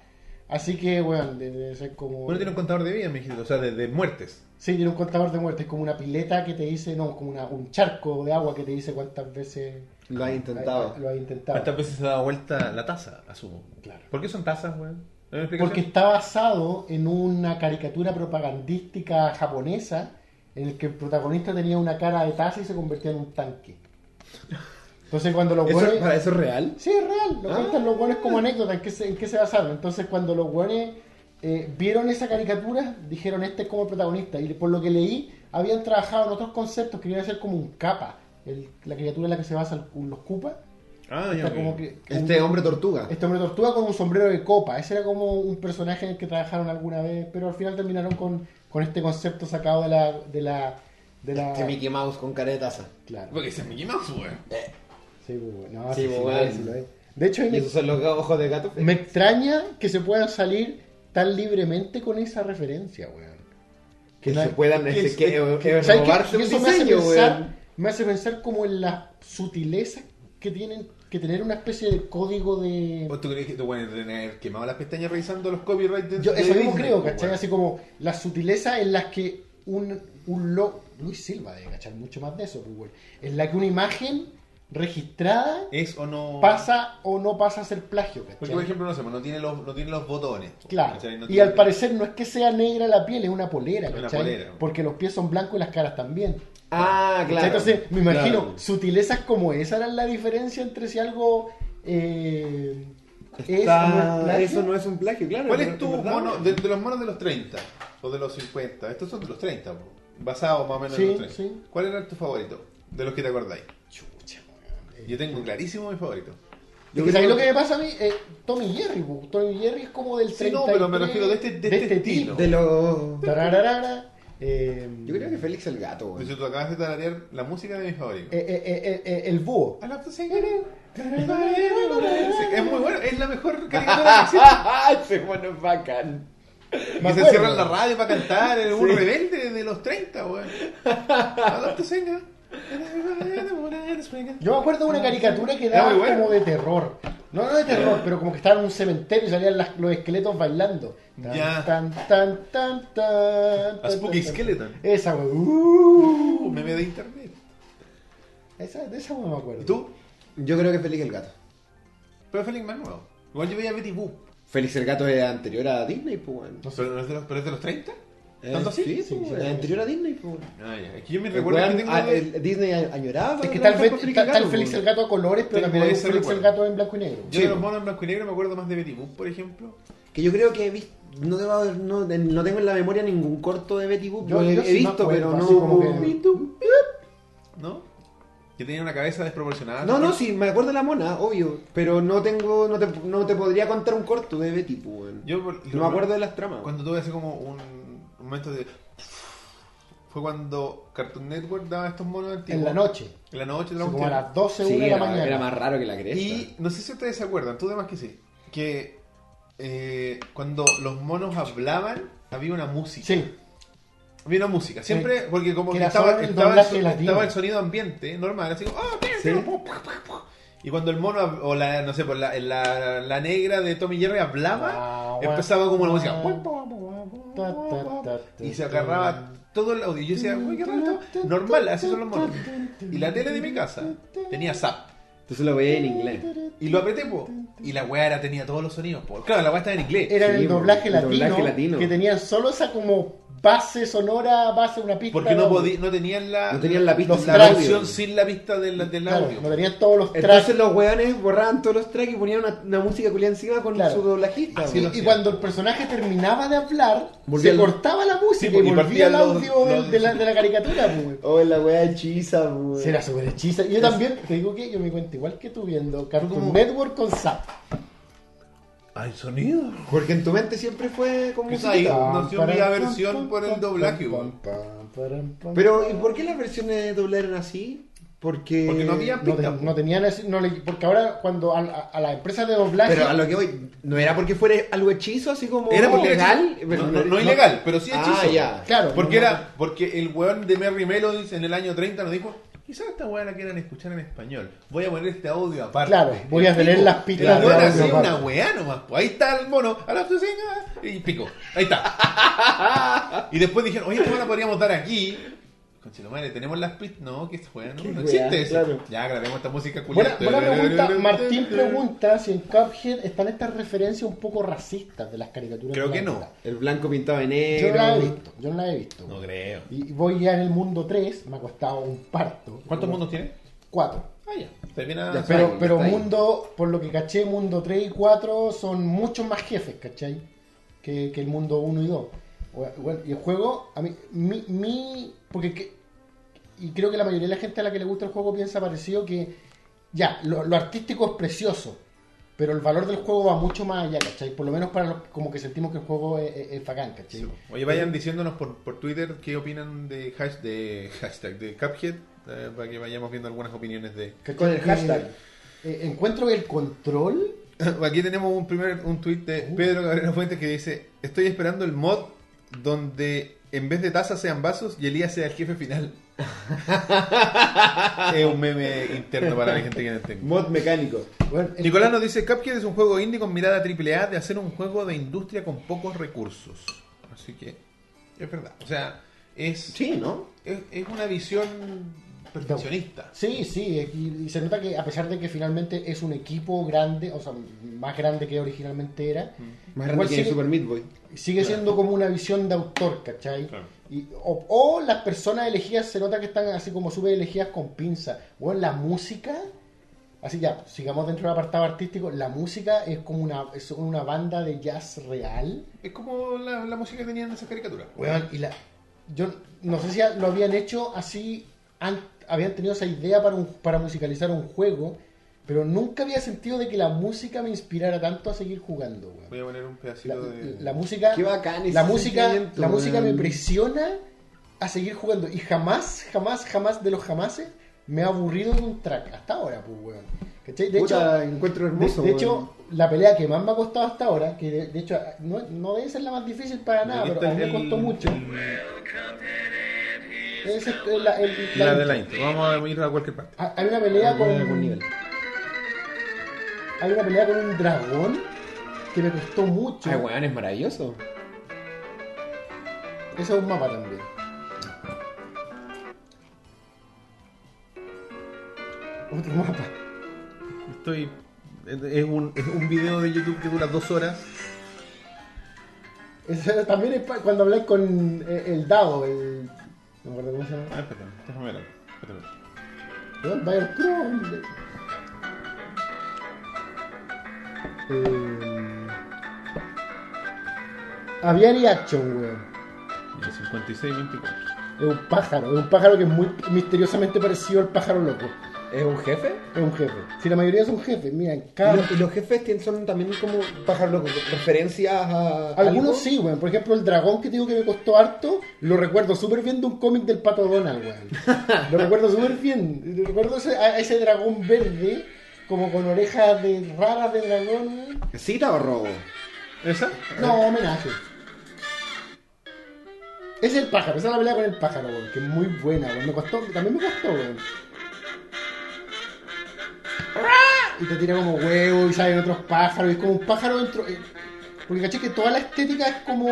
Así que, weón, de- debe ser como. Bueno, tiene un contador de vida, me dijiste, o sea, de, de muertes. Sí, tiene un contador de muertes, como una pileta que te dice, no, como una- un charco de agua que te dice cuántas veces Lo has intentado. lo has intentado. ¿Cuántas veces se ha dado vuelta la taza, asumo? Claro. ¿Por qué son tazas, weón? ¿No hay explicación? Porque está basado en una caricatura propagandística japonesa en el que el protagonista tenía una cara de taza y se convertía en un tanque. Entonces cuando los ¿Eso, hueones- ¿Para eso es real? Sí, es real. Lo Ah. cuentan los hueones como anécdota en qué se, en qué se basaron. Entonces, cuando los hueones eh, vieron esa caricatura, dijeron este es como el protagonista. Y por lo que leí, habían trabajado en otros conceptos. Querían hacer como un capa. El- la criatura en la que se basa el- los cupa. Ah, ya, ok. como que, Este un- hombre tortuga. este hombre tortuga con un sombrero de copa. Ese era como un personaje en el que trabajaron alguna vez. Pero al final terminaron con, con este concepto sacado de la. De la, de la Este Mickey Mouse con cara de taza. Claro. Porque ese es Mickey Mouse, weón. Sí, pues, bueno. No, Sí, sí, pues, sí, bueno. sí, lo es. De hecho, ahí Y me- esos son los ojos de gato. Me extraña que se puedan salir tan libremente con esa referencia, weón. que no- se puedan que- este, que, que ¿Sabes qué? robarse Y un eso me hace, diseño, pensar, weón. me hace pensar como en las sutilezas que tienen que tener una especie de código de... ¿Vos tú crees que te pueden tener quemado las pestañas revisando los copyrights de Yo de eso mismo Disney, creo, pues, ¿cachai? weón? Así como las sutilezas en las que un, un lo... Luis Silva debe cachar mucho más de eso, pues, weón. En la que una imagen registrada ¿Es o no? pasa o no pasa a ser plagio, ¿cachai? Porque, por ejemplo, no sé, pues, no tiene los, no tiene los botones. pues, Claro. ¿cachai? No y tiene- al parecer no es que sea negra la piel, es una polera, Es una ¿cachai? polera. Porque los pies son blancos y las caras también. Ah, claro. ¿cachai? Entonces, me imagino, Claro. sutilezas como esa eran la diferencia entre si algo eh, es o no es Está- plagio. Eso no es un plagio, claro. ¿Cuál pero- es tu ¿verdad? mono? De, de los monos de los 30 o de los 50. Estos son de los 30, po. basados más o menos Sí, en los 30. sí. ¿Cuál era tu favorito? De los que te acordáis. Chucha, weón. Yo tengo clarísimo mi favorito. Yo creo ¿Sabes que- lo que me pasa a mí? Eh, Tommy Jerry, po. Tommy Jerry es como del 33... Sí, no, pero me refiero de este- de este estilo. De los... Tarararara, eh, Yo creo que Félix el gato, De weón. hecho, tú acabas de tararear la música de mi favorito. eh, eh, eh, eh, el búho. I love to sing it. Sí, Es muy bueno, es la mejor caricatura que existe. Ese mono es bacán. Y se acuerdo. cierran la radio para cantar. Es un rebelde de los 30, weón. I love to sing it. Yo me acuerdo de una caricatura que Ah. Era daba muy bueno. como de terror. No, no de terror, pero como que estaba en un cementerio y salían las- los esqueletos bailando. Tan, Ya. tan, tan, tan, tan, A tan, Spooky tan, tan. Skeleton. Esa, weón. Uh, Uh, meme de internet. esa, de esa weón me acuerdo. ¿Y tú? Yo creo que Félix el gato. Pero Félix más nuevo. Igual yo veía Betty Boop. Félix el gato es anterior a Disney, pues, weón. ¿Pero, no es de los, pero es de los 30? Eh, ¿Tanto así? Sí, sí, Sí, sí, sí. Es anterior a Disney, pues. weón. Ah, ya. Es que yo me El recuerdo que weón, tengo... a- de- el Disney a- añoraba. Es que la tal vez Félix el tal, gato, tal Félix weón. el gato a colores, pero Tengo también hay un ese Félix el recuerdo. gato en blanco y negro. Yo de los monos en blanco y negro me acuerdo más de Betty Boop, por ejemplo. Que yo creo que he visto. No, debo- no, no tengo en la memoria ningún corto de Betty Boop. Yo- Lo he, yo he sí me visto, acuerdo, pero así como que- no. Betty Boop. ¿No? Que tenía una cabeza desproporcionada. No, no, sí, me acuerdo de la mona, obvio. Pero no tengo. No te, no te podría contar un corto de Betty Boop, weón. Yo No me acuerdo de las tramas. Cuando tuve así como un un momento de... Fue cuando Cartoon Network daba estos monos antiguos. En la noche. En la noche. de la Así Como a cuestión. las 12 una Sí, de la era, mañana. era más raro que la cresta. Y no sé si ustedes se acuerdan, tú demás que sí, que eh, cuando los monos hablaban había una música. Sí, Había una música, siempre, porque como que que era estaba, solo el estaba, el doblaje son- latino. estaba el sonido ambiente normal, así como, "Ah, Sí. y cuando el mono, hab- o la, no sé, pues la, la, la negra de Tommy Jerry hablaba, Guau, guau, empezaba como la música, Ta, ta, ta, ta, y se agarraba todo el audio. Yo decía, "Uy, qué raro esto". normal, así son los monos. Y la tele de mi casa tenía zap. Entonces lo veía en inglés. Y lo apreté, po. Y la weá era, tenía todos los sonidos, po. Claro, la weá estaba en inglés. era Sí, el, doblaje el latino, doblaje latino. que tenían solo esa como base sonora, base una pista. Porque no, de- podí, no tenían la, No tenían la pista Los la audio. versión sin la pista del, del Claro, audio. no tenían todos los tracks. Entonces los weones borraban todos los tracks y ponían una, una música culia encima con Claro. su doblajista. y, weón. y cuando el personaje terminaba de hablar, Volvía se el- cortaba la música Sí, pues, y y volvía partía el los- audio del- los- de, la, de la caricatura. pues. Oh, la wea hechiza, weón. Será súper hechiza. Yo también, te digo que yo me cuento igual que tú viendo Cartoon ¿Cómo? Network con Zap. Hay sonido. Porque en tu mente siempre fue como Pues musiquita. ahí, Pam, no se olvida param, versión pam, por el pam, doblaje, pam, weón. pam, pam, pam, pam. Pero, ¿y por qué las versiones doblaron así? Porque, Porque no había- No, te- no tenían ese- no le- porque ahora cuando a, a- a las empresas de doblaje Pero a lo que voy, no era porque fuera algo hechizo, así como Era porque legal. No, no- no ilegal, pero sí hechizo. Ah, ya. claro Porque no- era, porque el weón de Merry Melodies en el año 30 nos dijo, quizás esta weá la quieran escuchar en español. Voy a poner este audio aparte. Claro, voy a El tipo, tener las pitas El de weón audio hacía aparte. una weá nomás, pues. Ahí está el mono, a la oficina y pico. Ahí está. y después dijeron, oye, esta weá la podríamos dar aquí. Conchetumare, tenemos las pitas. No, que esta weá no, no existe eso. claro. Ya grabemos esta música Buena, culiada. buena pregunta. Martín pregunta si en Cuphead están estas referencias un poco racistas de las caricaturas. Creo que blancas. no. El blanco pintado de Yo no las he negro. visto. Yo no las he visto. No creo. Y y voy ya en el mundo 3, me ha costado un parto. ¿Cuántos mundos tiene? Cuatro. Ah, ya. Está bien a- Ya, Pero, ahí, pero está ahí. mundo, por lo que caché, mundo 3 y 4 son muchos más jefes, ¿cachai? Que, que el mundo 1 y 2. Bueno, bueno, y el juego, a mí, mi, mi- porque que- y creo que la mayoría de la gente a la que le gusta el juego piensa parecido que, ya, lo, lo artístico es precioso, pero el valor del juego va mucho más allá, ¿cachai? Por lo menos para los, como que sentimos que el juego es, es- es bacán, ¿cachai? Eh, Oye, vayan diciéndonos por, por Twitter qué opinan de, hash- de hashtag de Cuphead, eh, para que vayamos viendo algunas opiniones de... ¿Cachai? Con el Que, hashtag. eh, encuentro que el control Aquí tenemos un primer un tweet de Pedro Cabrera Fuentes que dice, estoy esperando el mod donde en vez de tazas sean vasos y Elías sea el jefe final. es un meme interno para la gente que no entiende. Mod mecánico. bueno, el- Nicolás nos dice, Cuphead es un juego indie con mirada AAA de hacer un juego de industria con pocos recursos. Así que, es verdad. O sea, es... Sí, ¿no? Es, es una visión perfeccionista. Sí, sí, y, y se nota que a pesar de que finalmente es un equipo grande, o sea, más grande que originalmente era, igual Más grande que sigue, Super Meat Boy. sigue siendo como una visión de autor, ¿cachai? Claro. Y, o, o las personas elegidas se nota que están así como súper elegidas con pinza. Bueno, la música, así ya, sigamos dentro del apartado artístico, la música es como una, es una banda de jazz real. Es como la, la música que tenían en esas caricaturas. Weón, y la. Yo no sé si lo habían hecho así. an- habían tenido esa idea para, un- para musicalizar un juego. Pero nunca había sentido de que la música me inspirara tanto a seguir jugando, weón. Voy a poner un La, pedacito de. la música. Qué bacán ese la música, sentimiento, la música me weón. presiona a seguir jugando. Y jamás, jamás, jamás de los jamases me ha aburrido de un track. Hasta ahora, pues, weón. ¿Cachai? De hecho, Puta, encuentro de, hermoso. de weón. hecho, la pelea que más me ha costado hasta ahora, que de, de hecho no, no debe ser la más difícil para nada, Aquí pero a mí está me costó mucho. Es el- la, el- la La de intro. la intro. Vamos a ir a cualquier parte. Ha- Hay una pelea con Algún nivel. hay una pelea con un dragón que me costó mucho. Ay, weón, es maravilloso. Ese es un mapa también. Otro mapa. Estoy. Es un, es un video de YouTube que dura dos horas. Ese también es pa- cuando habláis con eh, el dado, el. No me acuerdo cómo se llama. Ah, espérate, déjame ver. Espérate. Weón, va a haber puro hombre. Eh, Aviary Action, weón. Ya, 56, 24. Es un pájaro, es un pájaro que es muy misteriosamente parecido al pájaro loco. ¿Es un jefe? Es un jefe. Si la mayoría son jefes, mira, en cada- Y lo- y los jefes tien- son también como pájaros locos, referencias a. Algunos algo. sí, weón. Por ejemplo, el dragón que te digo que me costó harto, lo recuerdo súper bien de un cómic del Pato Donald, weón. Lo recuerdo súper bien. Lo Recuerdo ese- a ese dragón verde, como con orejas de raras de dragón, weón. ¿Cita o robo? ¿Esa? No, homenaje. Es el pájaro, esa es la pelea con el pájaro, weón, que es muy buena, weón. Me costó, también me costó, weón. Y te tira como huevo y salen otros pájaros, y es como un pájaro dentro. eh, Porque caché que toda la estética es como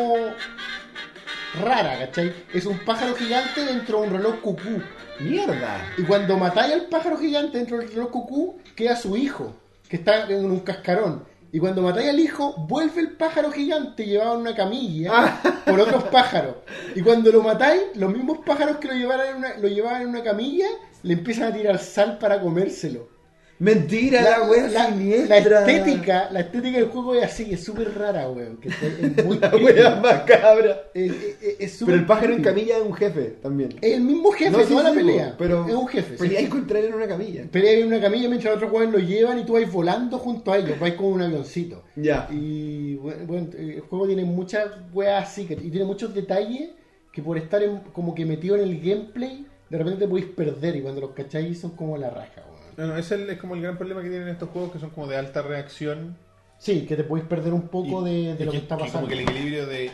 rara, ¿cachai? Es un pájaro gigante dentro de un reloj cucú. ¡Mierda! Y cuando matáis al pájaro gigante dentro del reloj cucú, queda su hijo, que está en un cascarón. Y cuando matáis al hijo, vuelve el pájaro gigante llevado en una camilla Ah. por otros pájaros. Y cuando lo matáis, los mismos pájaros que lo, llevaran en una- lo llevaban en una camilla, le empiezan a tirar sal para comérselo. ¡Mentira, la, wea la- siniestra! la estética, la estética del juego es así, es súper rara, weón. que está- es muy La creepy. wea macabra. Es- es- Eh, es- es súper Pero el pájaro en creepy. camilla es un jefe también. Es el mismo jefe, No, de sí, toda la sí, pelea. Pero es un jefe. sí. Pelea encontrar en una camilla. Pelea en una camilla mientras otros jugadores lo llevan y tú vas volando junto a ellos, vas con un avioncito. Ya. Y bueno, bueno, el juego tiene muchas weas así que- y tiene muchos detalles que por estar en- como que metido en el gameplay de repente te podéis perder y cuando los cacháis son como la raja, weón. No, no, ese es, el- es como el gran problema que tienen estos juegos que son como de alta reacción. Sí, que te podéis perder un poco Y- de, de y lo que, que- está que Como pasando. que el equilibrio de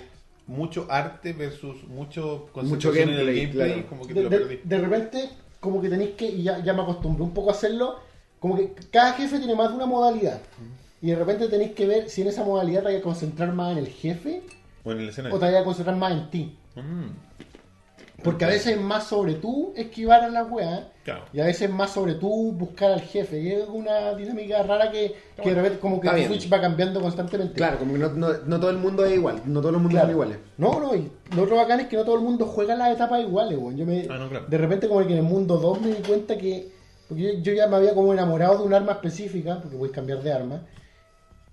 mucho arte versus mucho Mucho concentración en gameplay, el gameplay, claro. como que te de, lo de- perdí. de repente, como que tenéis que, y ya, ya me acostumbré un poco a hacerlo, como que cada jefe tiene más de una modalidad. Y de repente tenéis que ver si en esa modalidad te vais a concentrar más en el jefe O en el o escenario. te vais a concentrar más en ti. Mm, Porque a veces es más sobre tú esquivar a la weas claro. y a veces es más sobre tú buscar al jefe. Y es una dinámica rara que, que de repente como que Está el bien. Switch va cambiando constantemente. Claro, como que no, no- no todo el mundo es igual, no todos los mundos Claro. son iguales. No, no, y lo otro bacán es que no todo el mundo juega las etapas iguales, weón. Yo me, Ah, no, claro. De repente como que en el mundo 2 me di cuenta que... Porque yo, yo ya me había como enamorado de un arma específica, porque voy a cambiar de arma.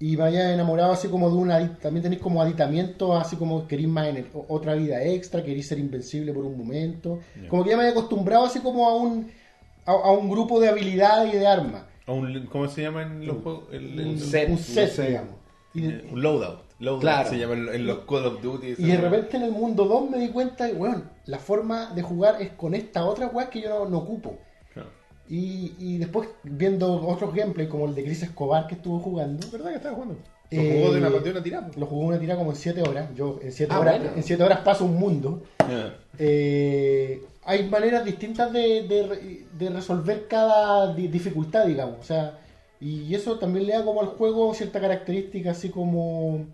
Y me había enamorado así como de una... También tenéis como aditamientos, así como querís más ener- o- otra vida extra, querís ser invencible por un momento. Como que ya me había acostumbrado así como a un, a, a un grupo de habilidades y de armas. O un- ¿Cómo se llaman los juegos? El, el- Un set, un set, un set. digamos. Y de- un loadout. Loadout Claro. se llama en- en los Call of Duty. Y de repente en el mundo 2 me di cuenta que, weón, la forma de jugar es con esta otra weá que yo no, no ocupo. Claro. Y, y después viendo otros gameplays como el de Chris Escobar que estuvo jugando, ¿Verdad que estabas jugando? Los Eh, juegos de una partida una tirada. pues. lo jugó una tira como en 7 horas. Yo en 7 Ah, horas, bueno. en siete horas paso un mundo. Eh, hay maneras distintas de, de re- de resolver cada di- dificultad, digamos. O sea, y eso también le da como al juego cierta característica así como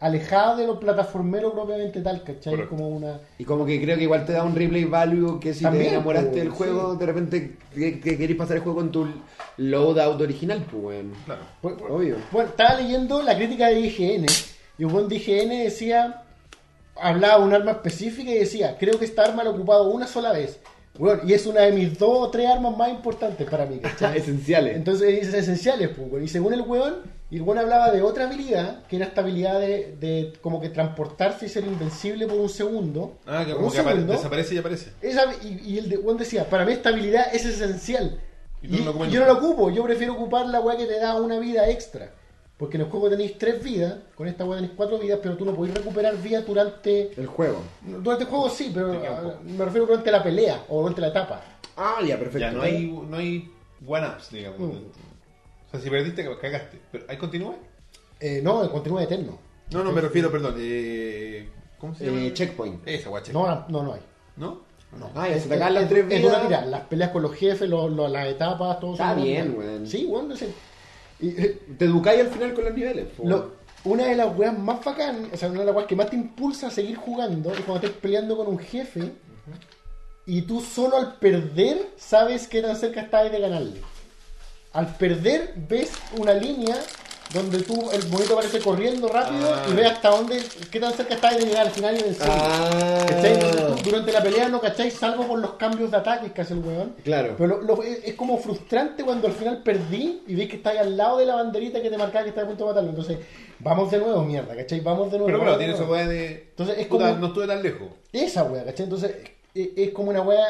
alejada de lo plataformero propiamente tal, ¿cachai? Correcto. Como una... Y como que creo que igual te da un replay value que si También, te enamoraste pues, del juego, de repente que, que querés pasar el juego con tu loadout original, pues weón. Claro. Obvio. Bueno, estaba leyendo la crítica de IGN y un buen de IGN decía, hablaba de un arma específica y decía, creo que esta arma la he ocupado una sola vez. Bueno, y es una de mis dos o tres armas más importantes para mí, ¿cachai? Esenciales. Entonces es esenciales, pues, weón. Y según el weón, y el weón hablaba de otra habilidad, que era esta habilidad de, de como que transportarse y ser invencible por un segundo. Ah, que Por como un que apare- segundo. desaparece y aparece. Esa- y, y el de Juan decía, para mí esta habilidad es esencial. Y Y, tú no la ocupas yo no nunca. la ocupo, yo prefiero ocupar la weá que te da una vida extra. Porque en el juego tenéis tres vidas, con esta weá tenéis cuatro vidas, pero tú no podéis recuperar vidas durante... El juego. Durante el juego sí, pero ah, me refiero durante la pelea o durante la etapa. Ah, ya, perfecto. Ya no hay, no hay one-ups, digamos. Mm. O sea, si perdiste, cagaste. Pero, ¿Ahí continúa? Eh, no, el continuo es eterno. No, no, me refiero, perdón. Eh, ¿Cómo se llama? Eh, checkpoint. Esa guache. No, no, no hay. ¿No? Ah, ya se te Es- acaban las es- tres es una vidas. tirada, las peleas con los jefes, lo- lo- las etapas, todo Está son- bien, weón. Sí, weón, no sé. Y- eh, Te educáis al final con los niveles, po. Lo- una de las weas más bacán, o sea, una de las weas que más te impulsa a seguir jugando es cuando estás peleando con un jefe y tú solo al perder sabes que tan cerca estás de ganarle. Al perder ves una línea donde tú, el monito aparece corriendo rápido y ve hasta dónde, qué tan cerca estás de llegar al final y vencer. Ah, ¿Cachai? Entonces, tú Durante la pelea no cacháis, salvo por los cambios de ataques que hace el weón. Claro. Pero lo- lo- es es como frustrante cuando al final perdí y ves que estáis al lado de la banderita que te marcaba que está a punto de matarlo. Entonces, vamos de nuevo, mierda, ¿cachai? Vamos de nuevo. Pero claro, vamos tiene de esa nuevo. weá de. Entonces, es Puta, como- no estuve tan lejos. Esa wea, ¿cachai? Entonces, es, es como una wea.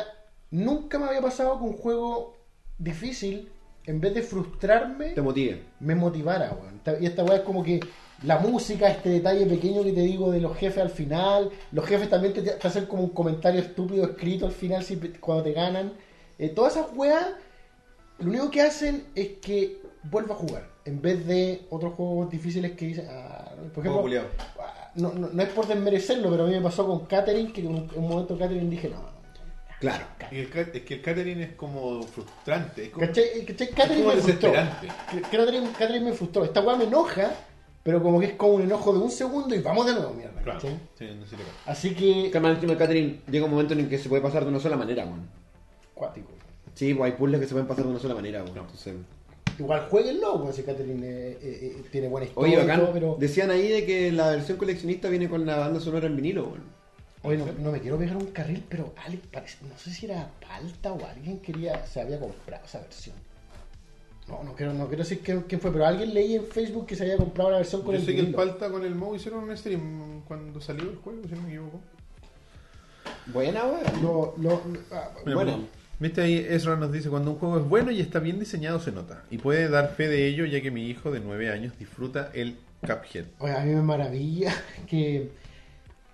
Nunca me había pasado que un juego difícil, en vez de frustrarme, Te motiva. me motivara, weón. Esta- Y esta weá es como que la música, este detalle pequeño que te digo de los jefes al final, los jefes también te, te hacen como un comentario estúpido escrito al final si, cuando te ganan. Eh, todas esas weas, lo único que hacen es que vuelva a jugar, en vez de otros juegos difíciles que dicen, ah, por Juego ejemplo, culiao. ah, no, no, no es por desmerecerlo, pero a mí me pasó con Catherine, que en un, en un momento Catherine dije, no. Claro. Y el ca- es que el catering es como frustrante. Es como, ¿Cachai? Eh, ¿Cachai? es Catherine como me frustró. desesperante. Catherine, Catherine me frustró. Esta weá me enoja, pero como que es como un enojo de un segundo y vamos de nuevo, mierda. Claro. ¿cachai? Sí, no sirve. Así que. Además, encima, Catherine, llega un momento en el que se puede pasar de una sola manera, weón. Cuático. Sí, pues hay puzzles que se pueden pasar de una sola manera, weón. Entonces... Igual jueguenlo, weón, si Catherine eh, eh, eh, tiene buena historia Oye, y bacán. todo, pero. Decían ahí de que la versión coleccionista viene con la banda sonora en vinilo, weón. Oye, no, no me quiero pegar un carril, pero Alex, parece- no sé si era Palta o alguien quería, se había comprado esa versión. No, no quiero, no quiero decir quién, quién fue, pero alguien leí en Facebook que se había comprado la versión con Yo el sé que el vinilo. Palta con el Mo hicieron un stream cuando salió el juego, si no me equivoco. Buena, weón. Lo- lo- lo- ah, Mira, Bueno. mira. Viste ahí, Ezra nos dice, cuando un juego es bueno y está bien diseñado se nota. Y puede dar fe de ello ya que mi hijo de 9 años disfruta el Cuphead. Oye, a mí me maravilla que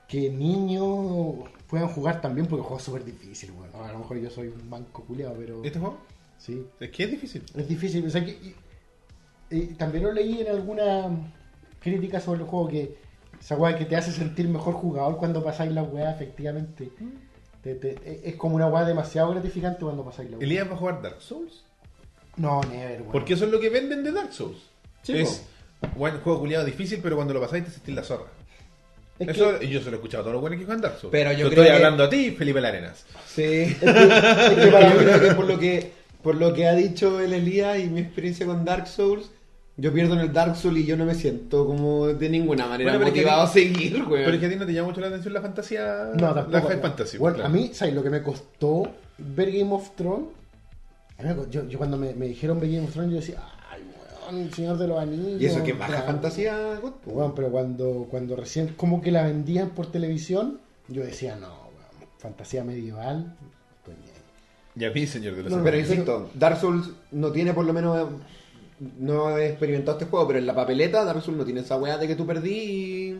que niños puedan jugar también, porque el juego es súper difícil, weón. A lo mejor yo soy un banco culiado, pero. ¿Este juego? Sí. Es que es difícil. Es difícil. o sea que- y- y también lo leí en alguna crítica sobre el juego que esa weá que te hace sentir mejor jugador cuando pasáis la weá, efectivamente. Mm. Te- te- e- es como una weá demasiado gratificante cuando pasáis la weá. Elías va a jugar Dark Souls. No, never, weón. Porque eso es lo que venden de Dark Souls. es bueno, juego culiado difícil, pero cuando lo pasáis te sentís la zorra. Es que- eso yo se lo he escuchado a todos los buenos que juegan Dark Souls. Pero yo Te estoy creo que- hablando a ti, Felipe Larenas. Sí. Es que para- yo creo que por lo que por lo que ha dicho el Elías y mi experiencia con Dark Souls, yo pierdo en el Dark Souls y yo no me siento como de ninguna manera Bueno, pero es que- motivado a seguir, weón. Pero es que a ti no te llama mucho la atención la fantasía. No, tampoco. La high no. fantasy. Bueno, claro. a mí, ¿sabes lo que me costó ver Game of Thrones? A mí me co- Yo, yo cuando me, me dijeron ver Game of Thrones, yo decía, ay, weón, el Señor de los Anillos. y eso que baja claro". fantasía, God, po. Weón, pero cuando, cuando recién como que la vendían por televisión, yo decía, no, weón, fantasía medieval, pues bien. Y a mí, señor de los No, Pero anillos. insisto, Dark Souls no tiene por lo menos. No he experimentado este juego, pero en la papeleta Dark Souls no tiene esa weá de que tú perdí y,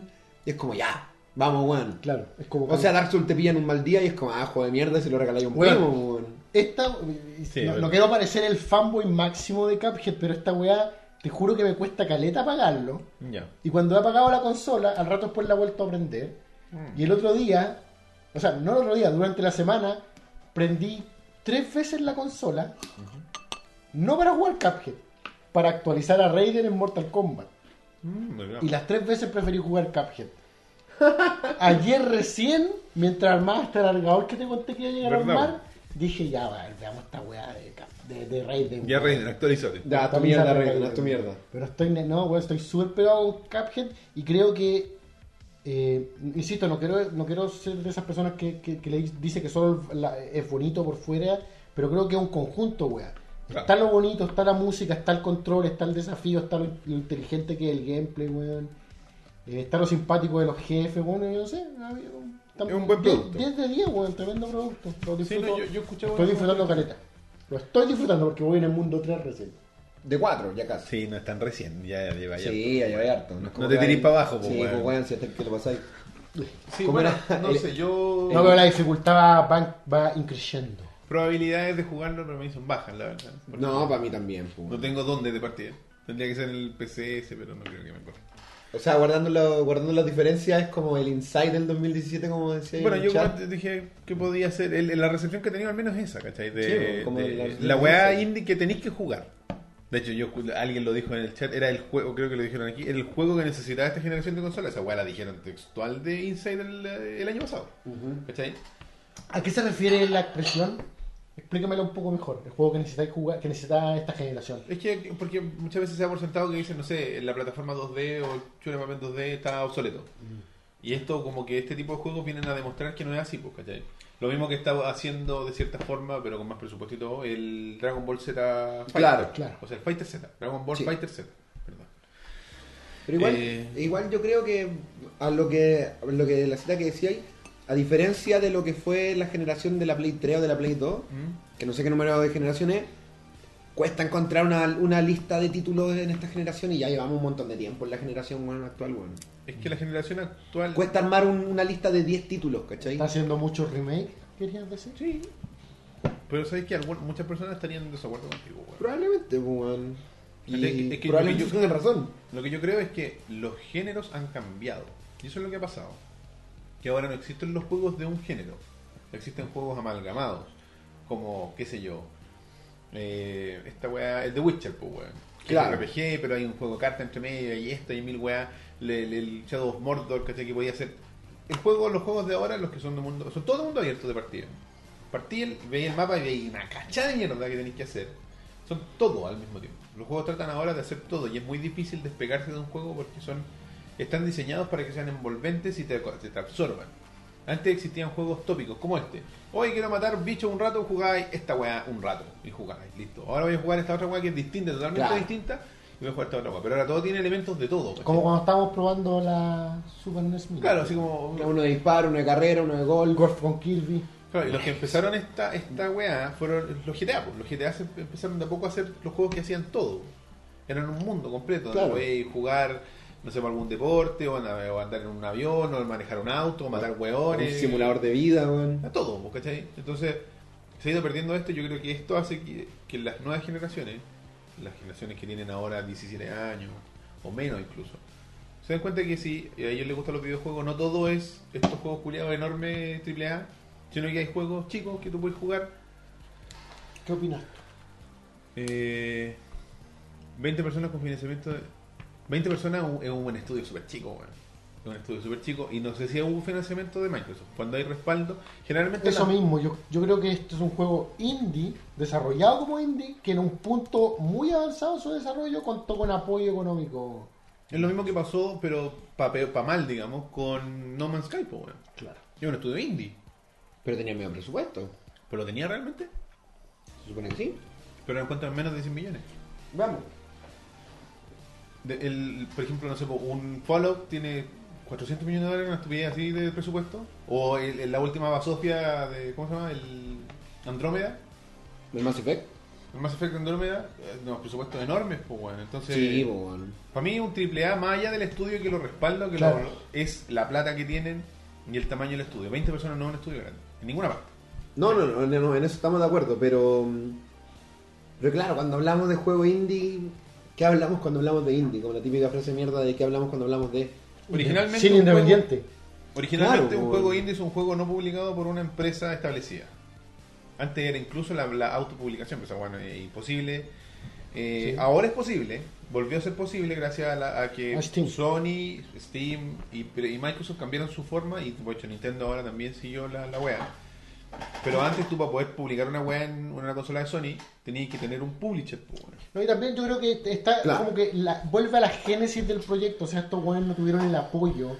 y es como ya, vamos weón. Claro, es como... O sea, Dark Souls te pillan un mal día y es como, ah, juego de mierda, se lo regaláis a un Weón. primo, weón. esta, Sí, no, bueno. no quiero parecer el fanboy máximo de Cuphead, pero esta weá, te juro que me cuesta caleta pagarlo. Ya. Y cuando he apagado la consola, al rato después la he vuelto a prender. Mm. Y el otro día, o sea, no el otro día, durante la semana, prendí tres veces la consola. No para jugar Cuphead, para actualizar a Raiden en Mortal Kombat. Mm, muy bien. Y las tres veces preferí jugar Cuphead. Ayer recién, mientras armaba este alargador que te conté que iba a llegar a ¿Verdad? armar, dije ya va, veamos esta weá de, Cup- de, de Raiden. Ya weón. Reiner, actualízate. Ya, haz tu mierda, Raiden, haz tu mierda. Pero estoy, ne- no, weón, estoy súper pegado con Cuphead y creo que, eh, insisto, no quiero, no quiero ser de esas personas que, que- que le dice que solo la- es bonito por fuera, pero creo que es un conjunto, weón. Claro. Está lo bonito, está la música, está el control, está el desafío, está lo, lo inteligente que es el gameplay, weón. Eh, está lo simpático de los jefes, bueno, yo no sé. a mí, está- Es un buen diez- producto. 10 de 10, weón, tremendo producto. Lo Sí, disfruto, no, yo, yo escuchaba. estoy disfrutando caleta. Lo estoy disfrutando porque voy en el mundo 3 recién. De cuatro, ya casi. Sí, no están recién. Ya lleva ya. Sí, allá hay harto. es como No te que tirís hay- pa' abajo, po, Sí, weón. po, weón, si hasta que lo pasáis. Sí, ¿Cómo bueno, era? no El- sé, yo. No, pero la dificultad va, va, va increciendo. Probabilidades de jugarlo no me son bajas, la verdad. Porque No, para mí también, po, No weón. tengo dónde de partida. Tendría que ser en el PCS, pero no creo que me corra. O sea, guardando, lo- guardando las diferencias, es como el Inside del 2017, como decía Bueno, en yo el chat. igual te dije que podía ser. el- la recepción que he tenido al menos es esa, ¿cachai? De, Sí, como de- la- la weá sí. indie que tenéis que jugar. De hecho, yo alguien lo dijo en el chat, era el juego, creo que lo dijeron aquí, era el juego que necesitaba esta generación de consolas. Esa weá la dijeron textual de Inside el, el año pasado. ¿Cachai? ¿A qué se refiere la expresión? Explícamelo un poco mejor. El juego que necesitáis jugar, que necesita esta generación. Es que porque muchas veces se ha por sentado que dicen, no sé, la plataforma 2D o Chula 2D está obsoleto. Mm. Y esto, como que este tipo de juegos vienen a demostrar que no es así, pues, ¿cachai? Lo mismo que está haciendo de cierta forma, pero con más presupuesto y todo, el Dragon Ball Z Fighter. Claro, claro. O sea, el Fighter Z, Dragon Ball Sí. Fighter Z, perdón. Pero igual, Eh. igual yo creo que a lo que a lo que la cita que decía ahí, a diferencia de lo que fue la generación de la Play 3 o de la Play 2, Mm. que no sé qué número de generaciones, cuesta encontrar una, una lista de títulos en esta generación y ya llevamos un montón de tiempo en la generación bueno, actual. Bueno. Es que la Mm. generación actual. Cuesta armar un- una lista de 10 títulos, ¿cachai? Está haciendo muchos remakes, querías decir. Sí. Pero sabes que algún- muchas personas estarían en desacuerdo contigo, weón. Probablemente, bueno. Es que- es que probablemente yo- tengan razón. Lo que yo creo es que los géneros han cambiado. Y eso es lo que ha pasado. Que ahora no existen los juegos de un género. Existen juegos amalgamados. Como, qué sé yo. eh, esta weá, el de Witcher, pues weón. Que Claro. Es RPG, pero hay un juego de carta entre medio y esto y mil weá. Le- le- El, Shadow of Mordor, ¿cachai? Que podía ser. El juego, los juegos de ahora, los que son de mundo. Son todo mundo abierto de partida. Partí, el- veía el mapa y veía una cachada de mierda que tenéis que hacer son todo al mismo tiempo. Los juegos tratan ahora de hacer todo y es muy difícil despegarse de un juego porque son están diseñados para que sean envolventes y te, te- te absorban. Antes existían juegos tópicos como este. Hoy quiero matar bicho un rato, jugáis esta weá un rato y jugáis, listo. Ahora voy a jugar esta otra weá que es distinta, totalmente Claro. distinta, y voy a jugar esta otra weá. Pero ahora todo tiene elementos de todo. ¿cachai? Como cuando estábamos probando la Super NES Mini. Claro, así como Uno de disparo, uno de carrera, uno de El gol. Golf con Kirby. Claro, y los que empezaron esta, esta weá fueron los GTA, pues. los GTA se empezaron de a poco a hacer los juegos que hacían todo. Eran un mundo completo, donde Claro. podías jugar, no sé, para algún deporte, o, andar- o andar en un avión, o manejar un auto, o matar Un hueones. simulador de vida, weón. A todo, pues, ¿cachai? Entonces, se ha ido perdiendo esto. Yo creo que esto hace que, que las nuevas generaciones, las generaciones que tienen ahora 17 años o menos incluso, se dan cuenta que si a ellos les gustan los videojuegos, no todo es estos juegos culiados enormes AAA, sino que hay juegos chicos que tú puedes jugar ¿Qué opinas? eh, 20 personas con financiamiento. de- 20 personas u- es un buen estudio súper chico, weón. Es un estudio súper chico y no sé si hay un financiamiento de Microsoft. Cuando hay respaldo, generalmente. Eso las- mismo, yo, yo creo que esto es un juego indie, desarrollado como indie, que en un punto muy avanzado de su desarrollo contó con apoyo económico. Es lo mismo que pasó, pero para mal, digamos, con No Man's Sky, po, weón. Claro. Es un estudio indie, Pero tenía medio presupuesto. pero lo tenía realmente, Se supone que sí. pero lo encuentran menos de 100 millones. Vamos. De- el, por ejemplo, no sé, po, un Fallout tiene 400 millones de dólares, una estupidez así de presupuesto. O el- el- la última basofia de, ¿cómo se llama? El Andrómeda. ¿El Mass Effect? El Mass Effect Andrómeda, eh, no, presupuestos enormes, pues bueno, entonces... Sí, po, weón. Para mí un triple A, más allá del estudio que lo respalda, que Claro. lo- es la plata que tienen y el tamaño del estudio. 20 personas no es un estudio grande, en ninguna parte. No, no, no, no, en eso estamos de acuerdo, pero. mm, Pero claro, cuando hablamos de juego indie, ¿qué hablamos cuando hablamos de indie? Como la típica frase mierda de ¿qué hablamos cuando hablamos de.? Originalmente, Sin un juego- independiente. originalmente Claro, un po. juego indie es un juego no publicado por una empresa establecida. Antes era incluso la, la autopublicación, pero esa bueno, es imposible. Eh, Ahora es posible, volvió a ser posible gracias a, la- a que A Steam. Sony, Steam y, y Microsoft cambiaron su forma y de hecho Nintendo ahora también siguió la, la wea. Pero antes tú para poder publicar una wea en una consola de Sony tenías que tener un publisher. po, bueno. No, y también yo creo que este está Claro. como que la- vuelve a la génesis del proyecto. O sea, estos güeyes no tuvieron el apoyo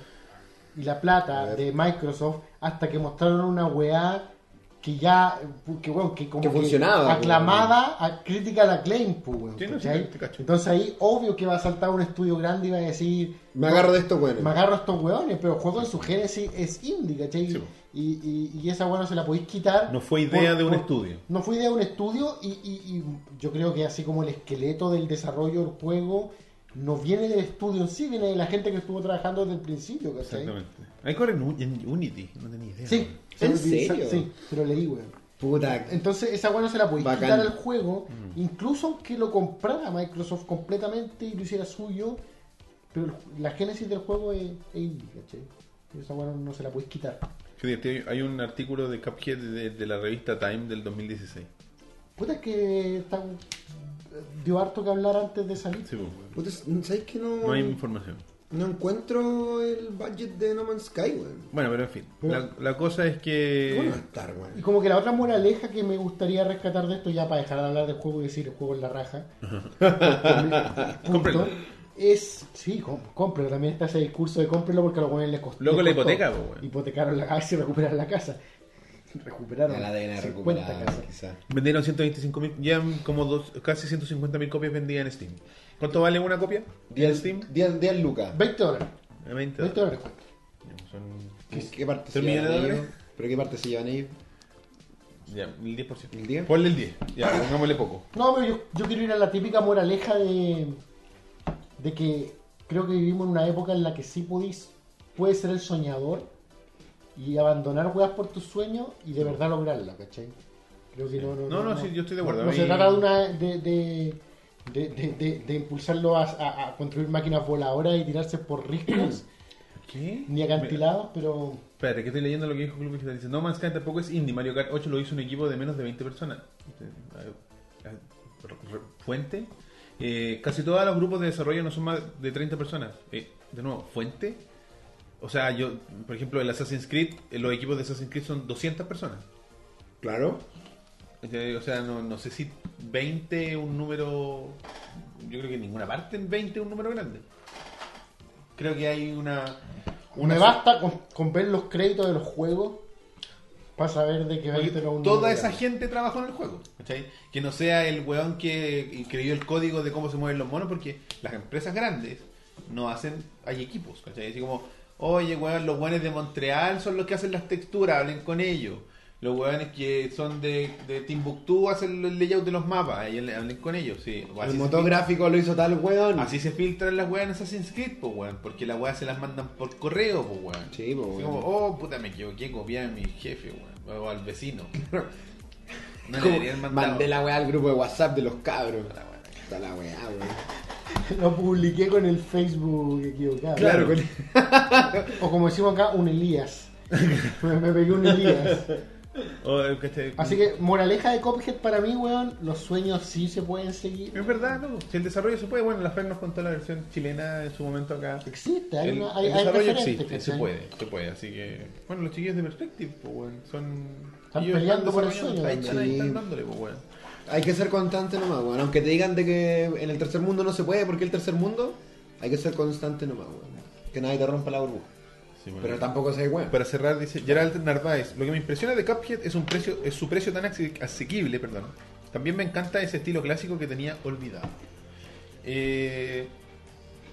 y la plata de Microsoft hasta que mostraron una weá que ya, que, weón, que como Que funcionaba, aclamada, a, crítica de acclaim, pues, weón, Sí, no, ¿cachai? sí, te cacho. Entonces ahí, obvio que va a saltar un estudio grande y va a decir, Me agarro de estos weones. me agarro a estos weones, pero el juego en su génesis es indie, ¿cachai? Sí, po. y, y, y esa weá no se la podéis quitar. No fue idea de un estudio estudio. no fue idea de un estudio y, y- y yo creo que así como el esqueleto del desarrollo del juego no viene del estudio en sí, viene de la gente que estuvo trabajando desde el principio, ¿cachai? Exactamente. Ahí corre en Un- en Unity, no tenía idea. Sí, ¿En Sí, sí, serio? Sí, pero leí, weón. Puta. Entonces esa weá no se la podía Bacán. quitar al juego, incluso aunque lo comprara Microsoft completamente y lo hiciera suyo, pero el- la génesis del juego es, es indie, ¿cachai? Y Esa weá no- no se la podéis quitar. Qué divertido. Hay un artículo de Cuphead de, de la revista Time del 2016. Puta es que está- eh, dio harto que hablar antes de salir. Sí, pues. po. Puta, ¿Sabes que no.? no hay información. No encuentro el budget de No Man's Sky, weón. Bueno, pero en fin. La, la cosa es que... ¿Cómo no va a estar, Y weón? como que la otra moraleja que me gustaría rescatar de esto, ya para dejar de hablar del juego y decir el juego es la raja. Punto. Cómprelo. Es, sí, com- cómprelo. También está ese discurso de cómprelo porque a los buenos les cost- les costó. Loco, la hipoteca, po, weón. Hipotecaron la casa y recuperaron la casa. Recuperaron Ya la deben haber 50 recuperado, casas. quizá. Vendieron 125 mil, ya como dos, casi 150 mil copias vendidas en Steam. ¿Cuánto vale una copia en 10 Steam? 10 10 lucas. 20 dólares. A 20 20 dólares. dólares pues. cuesta. Son ¿Qué, qué parte se ¿Tres millones llevan de ellos? dólares? ¿Pero qué parte se llevan ellos? ya, el 10%. ¿El 10? Ponle el 10. Ya, pongámosle poco. No, pero yo, yo quiero ir a la típica moraleja de, de que creo que vivimos en una época en la que sí podís, puedes ser el soñador y abandonar weas por tus sueños y de verdad lograrla, ¿cachai? Creo que no, no, No, no, sí, yo estoy de acuerdo. No, no A se mí- trata de, una, de, de, de, de- de- de impulsarlo a, a- a construir máquinas voladoras y tirarse por riscos ¿Qué? ni acantilados, pero Espérate, que estoy leyendo lo que dijo Club Digital. Dice, No Man's Sky tampoco es indie. Mario Kart 8 lo hizo un equipo de menos de 20 personas. Este, Eh, eh, re- Fuente. Eh, casi todos los grupos de desarrollo no son más de 30 personas. Eh, de nuevo, fuente. O sea, yo, por ejemplo, el Assassin's Creed, eh, los equipos de Assassin's Creed son 200 personas. Claro. Eh, O sea, no, no sé si 20 es un número... Yo creo que en ninguna parte en 20 es un número grande. Creo que hay una... una me basta con, con ver los créditos de los juegos para saber de que Porque 20 era un toda número esa grande. gente trabajó en el juego, ¿cachai? Que no sea el weón que creyó el código de cómo se mueven los monos, porque las empresas grandes no hacen, hay equipos, ¿cachai? Así como, oye, weón, los weones de Montreal son los que hacen las texturas, hablen con ellos. Los hueones que son de, de Timbuktu hacen el layout de los mapas. Ahí hablen- hablen con ellos, sí. O El así se motográfico lo hizo tal weón. filtra- Así se filtran las weas en Assassin's Creed, pues weón. Porque las weas se las mandan por correo, pues weón. Sí, po, Así weón. como, oh puta, me equivoqué, copié a mi jefe, weón. O al vecino. No le Como, deberían mandar. mandé la weá al grupo de WhatsApp de los cabros. Está la weá, weón. Lo publiqué con el Facebook equivocado. Claro, O como decimos acá, un Elías. me, me pegué un Elías. O, eh, que este- Así que, moraleja de Cophead para mí, weón, los sueños sí se pueden seguir. Es verdad, loco. Si el desarrollo se puede, bueno, la Fer nos contó la versión chilena en su momento acá. Existe, hay, el, una- hay, el hay desarrollo referentes, existe, se ¿cachai? puede, se puede. Así que, bueno, los chiquillos de Perspective, pues, bueno, son. Están ellos peleando por el desarrollando, sueño, Ahí están, ahí sí. están dándole, pues, bueno. Hay que ser constante nomás, weón. Aunque te digan de que en el tercer mundo no se puede porque el tercer mundo, hay que ser constante nomás, weón. Que nadie te rompa la burbuja. Sí, bueno. Pero tampoco se weón. Para cerrar, dice Gerald Narváez, lo que me impresiona de Cuphead es, un precio, es su precio tan ase- asequible, perdón. También me encanta ese estilo clásico que tenía olvidado. Eh,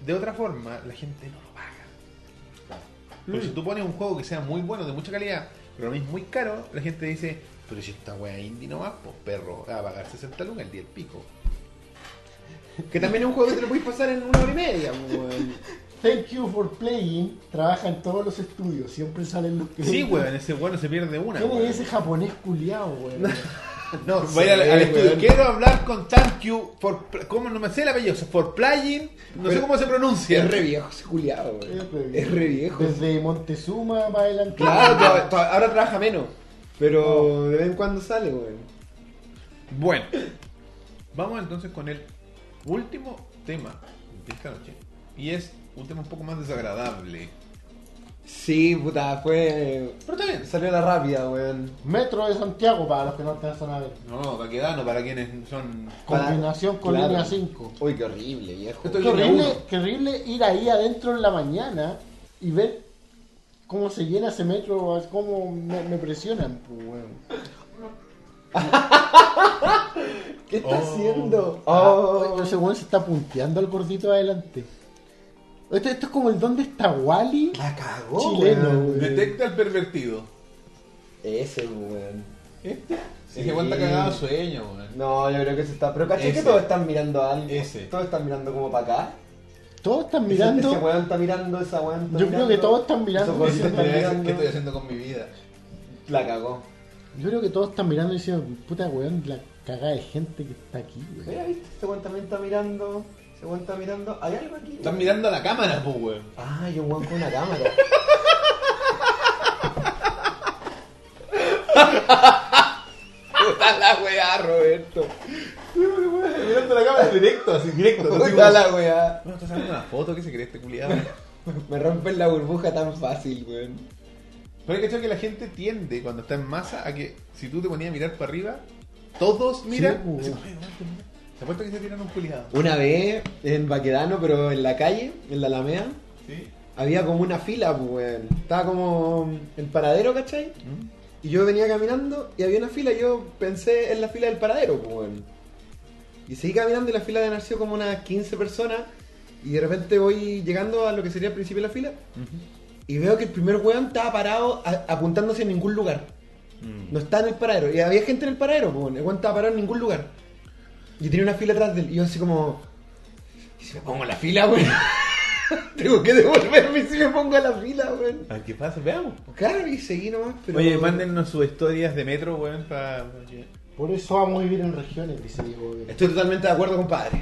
de otra forma, la gente no lo paga. Porque si tú pones un juego que sea muy bueno, de mucha calidad, pero no es muy caro, la gente dice, pero si esta wea indie nomás, pues perro, va a pagar 60 lucas el día del pico. Que también es un juego que te lo puedes pasar en una hora y media, weón. Thank you for playing. Trabaja en todos los estudios, siempre salen los que. Sí, weón, ese weón no se pierde una. ¿Quién weón. es ese japonés culiao, weón? No, Va a ir al- al sé, estudio. weón. Quiero hablar con Thank You for. pl- ¿Cómo no me sé el apellido? For Playing. No sé Pero- cómo se pronuncia. Es re viejo ese culiado, weón. Es re viejo. Desde Montezuma para adelante. Claro, to- to- ahora trabaja menos. Pero de vez en cuando sale, weón. Bueno, vamos entonces con el último tema de esta noche. Y es un tema un poco más desagradable. Sí, puta, fue. Pero está bien. Salió la rápida, weón. Metro de Santiago, para los que no alcanzan a ver. No, Baquedano, para quienes son. Para- Combinación con claro. línea 5. Uy, qué horrible, viejo. Esto Qué Línea horrible, uno. qué horrible ir ahí adentro en la mañana y ver cómo se llena ese metro, cómo me, me presionan. pues, weón. ¿Qué está haciendo? Ah, Oye, Oh. ese weón se está punteando al gordito adelante. Esto, esto es como el dónde está Wally. La cagó, Chileno, weón. weón. Detecta al pervertido. Ese, weón. ¿Este? Sí. Ese weón está cagado de sueño, weón. No, yo creo que se está. Pero caché que Ese. todos están mirando a alguien. Ese. Todos están mirando como para acá. Todos están Ese- Ese mirando. weón está mirando, esa weón está Yo mirando. creo que todos están mirando. Esos y gorditos diciendo- están mirando. ¿Qué estoy haciendo con mi vida? La cagó. Yo creo que todos están mirando y diciendo, puta weón, la cagada de gente que está aquí, weón. Mira, viste, ese weón también está mirando. Ese weón está mirando. Hay algo aquí. Están mirando a la cámara, pues, weón. Ah, yo weón con una cámara. Puta la weá, Roberto. Mirando a la cámara directo, así directo. Puta la weá. Bueno, está sacando una foto, ¿qué se cree este culiado? Me rompen la burbuja tan fácil, weón. Pero hay que saber que la gente tiende cuando está en masa a que si tú te ponías a mirar para arriba, todos miran. Sí, Así, weón. "Oye, pues, weón, qué mira". ¿Te apuesto que se tiran un culiado? Una vez en Baquedano, pero en la calle, en la Alameda, ¿Sí? había como una fila, pues, weón. Estaba como el paradero, ¿cachai? ¿Mm? Y yo venía caminando y había una fila. y Yo pensé en la fila del paradero, pues, weón. Y seguí caminando y la fila de nació como unas 15 personas. Y de repente voy llegando a lo que sería el principio de la fila. Y veo que el primer weón estaba parado a- apuntándose en ningún lugar. Mm. No estaba en el paradero. Y había gente en el paradero, pues, weón. El weón estaba parado en ningún lugar. Y tenía una fila atrás de él. Y yo así como... ¿Y si me pongo en la fila, weón? Tengo que devolverme si me pongo a la fila, weón. A ver qué pasa, veamos. Claro, y seguí nomás, pero... Oye, mándennos sus historias de metro, weón, para. Por eso vamos a vivir en regiones, dice Diego. weón. Estoy totalmente de acuerdo, compadre.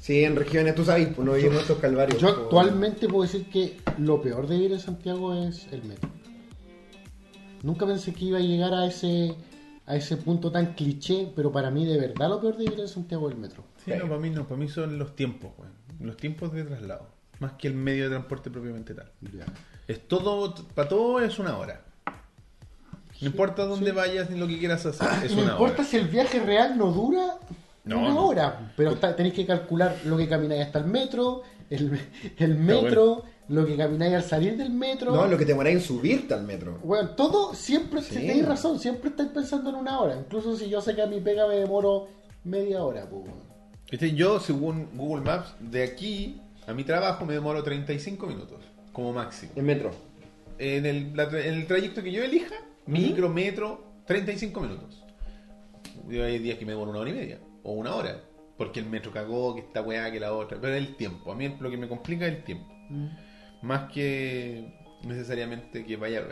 Sí, en regiones, tú sabes, pues no vivimos estos calvarios. Yo po. actualmente puedo decir que lo peor de vivir en Santiago es el metro. Nunca pensé que iba a llegar a ese a ese punto tan cliché, pero para mí de verdad lo peor de vivir en Santiago es el metro. Sí, no, para mí no, para mí son los tiempos, weón. Los tiempos de traslado. Más que el medio de transporte propiamente tal. Es todo, para todo es una hora. No importa dónde vayas ni lo que quieras hacer, es Y no una importa hora. si el viaje real no dura No, una no. hora, pero está- tenéis que calcular lo que camináis hasta el metro, el, el metro, lo que camináis al salir del metro. No, lo que te moráis en subirte al metro. Bueno, todo siempre, Sí. si tenéis razón, siempre estáis pensando en una hora. Incluso si yo sé que a mi pega me demoro media hora, pues, weón. Este, yo, según Google Maps, de aquí a mi trabajo me demoro 35 minutos, como máximo. En metro. En el, la tra- en el trayecto que yo elija, micro, metro, 35 minutos. Yo hay días que me demoro una hora y media, o una hora, porque el metro cagó, que esta weá, que la otra, pero el tiempo. A mí lo que me complica es el tiempo. Más que necesariamente que vaya.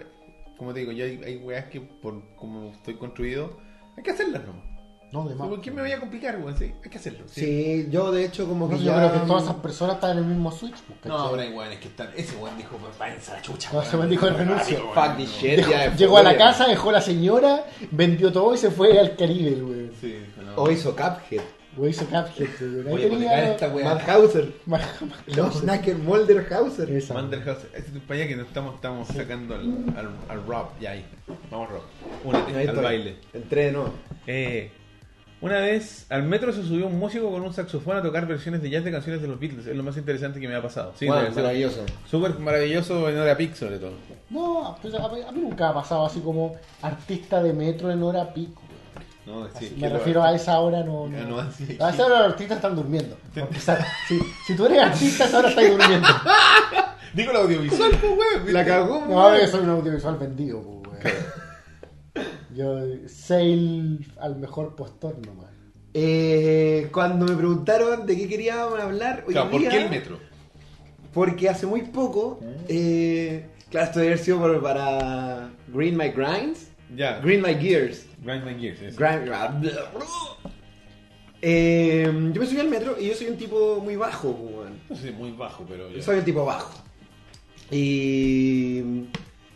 Como te digo, yo hay, hay weas que, por como estoy construido, hay que hacerlas nomás. No, de más. ¿Por qué me voy a complicar, weón? Sí, hay que hacerlo. sí. Sí, yo de hecho como que No, yo ya... mm, creo que todas esas personas están en el mismo Switch. pues, No, ¿cachai? ahora hay weones que están. Ese weón dijo, pues váyanse a la chucha. No, weón. ese weón dijo, renuncio. Rápido, Fuck weón. this shit, ya pues, de Llegó a la furia. casa, dejó a la señora, vendió todo y se fue al Caribe, el weón. Sí, dijo, no. O Oh, hizo Cuphead. Lo hizo Cuphead, weón. Ahí Voy a hipotecar tenía- esta weá. Madhauser. Más- más- No, Snacker, Molderhauser. Esa. Manderhouse, este es para allá que nos estamos, estamos sacando al, al, al Rob, ya ahí. Vamos Rob, únete Ahí al estoy. baile. Entré de nuevo. Eh, una vez al metro se subió un músico con un saxofón a tocar versiones de jazz de canciones de los Beatles. Es lo más interesante que me ha pasado. Sí, Bueno, debe ser maravilloso. Súper maravilloso en hora pic sobre todo. No, pues a mí, a mí nunca ha pasado así como artista de metro en hora pico. weón. No, sí, Así, es me que lo- refiero a esa hora, no. Ya no. no, así es a que- esa hora los artistas están durmiendo. para empezar. si, si tú eres artista, a esa hora estás durmiendo. Digo el audiovisual, pues, weón. La cagó, No, ahora yo soy un audiovisual vendido, pues, weón. Yo, sale al mejor postor nomás. Eh, cuando me preguntaron de qué queríamos hablar hoy Claro, ¿Por día, qué el metro? Porque hace muy poco, eh, claro, esto debe haber sido por- para Green My Grinds, Ya. Green My Gears. Grind My Gears. eso. Grind- Eh, yo me subí al metro y yo soy un tipo muy bajo, weón. No sé, muy bajo, pero. ya. Soy un tipo bajo. Y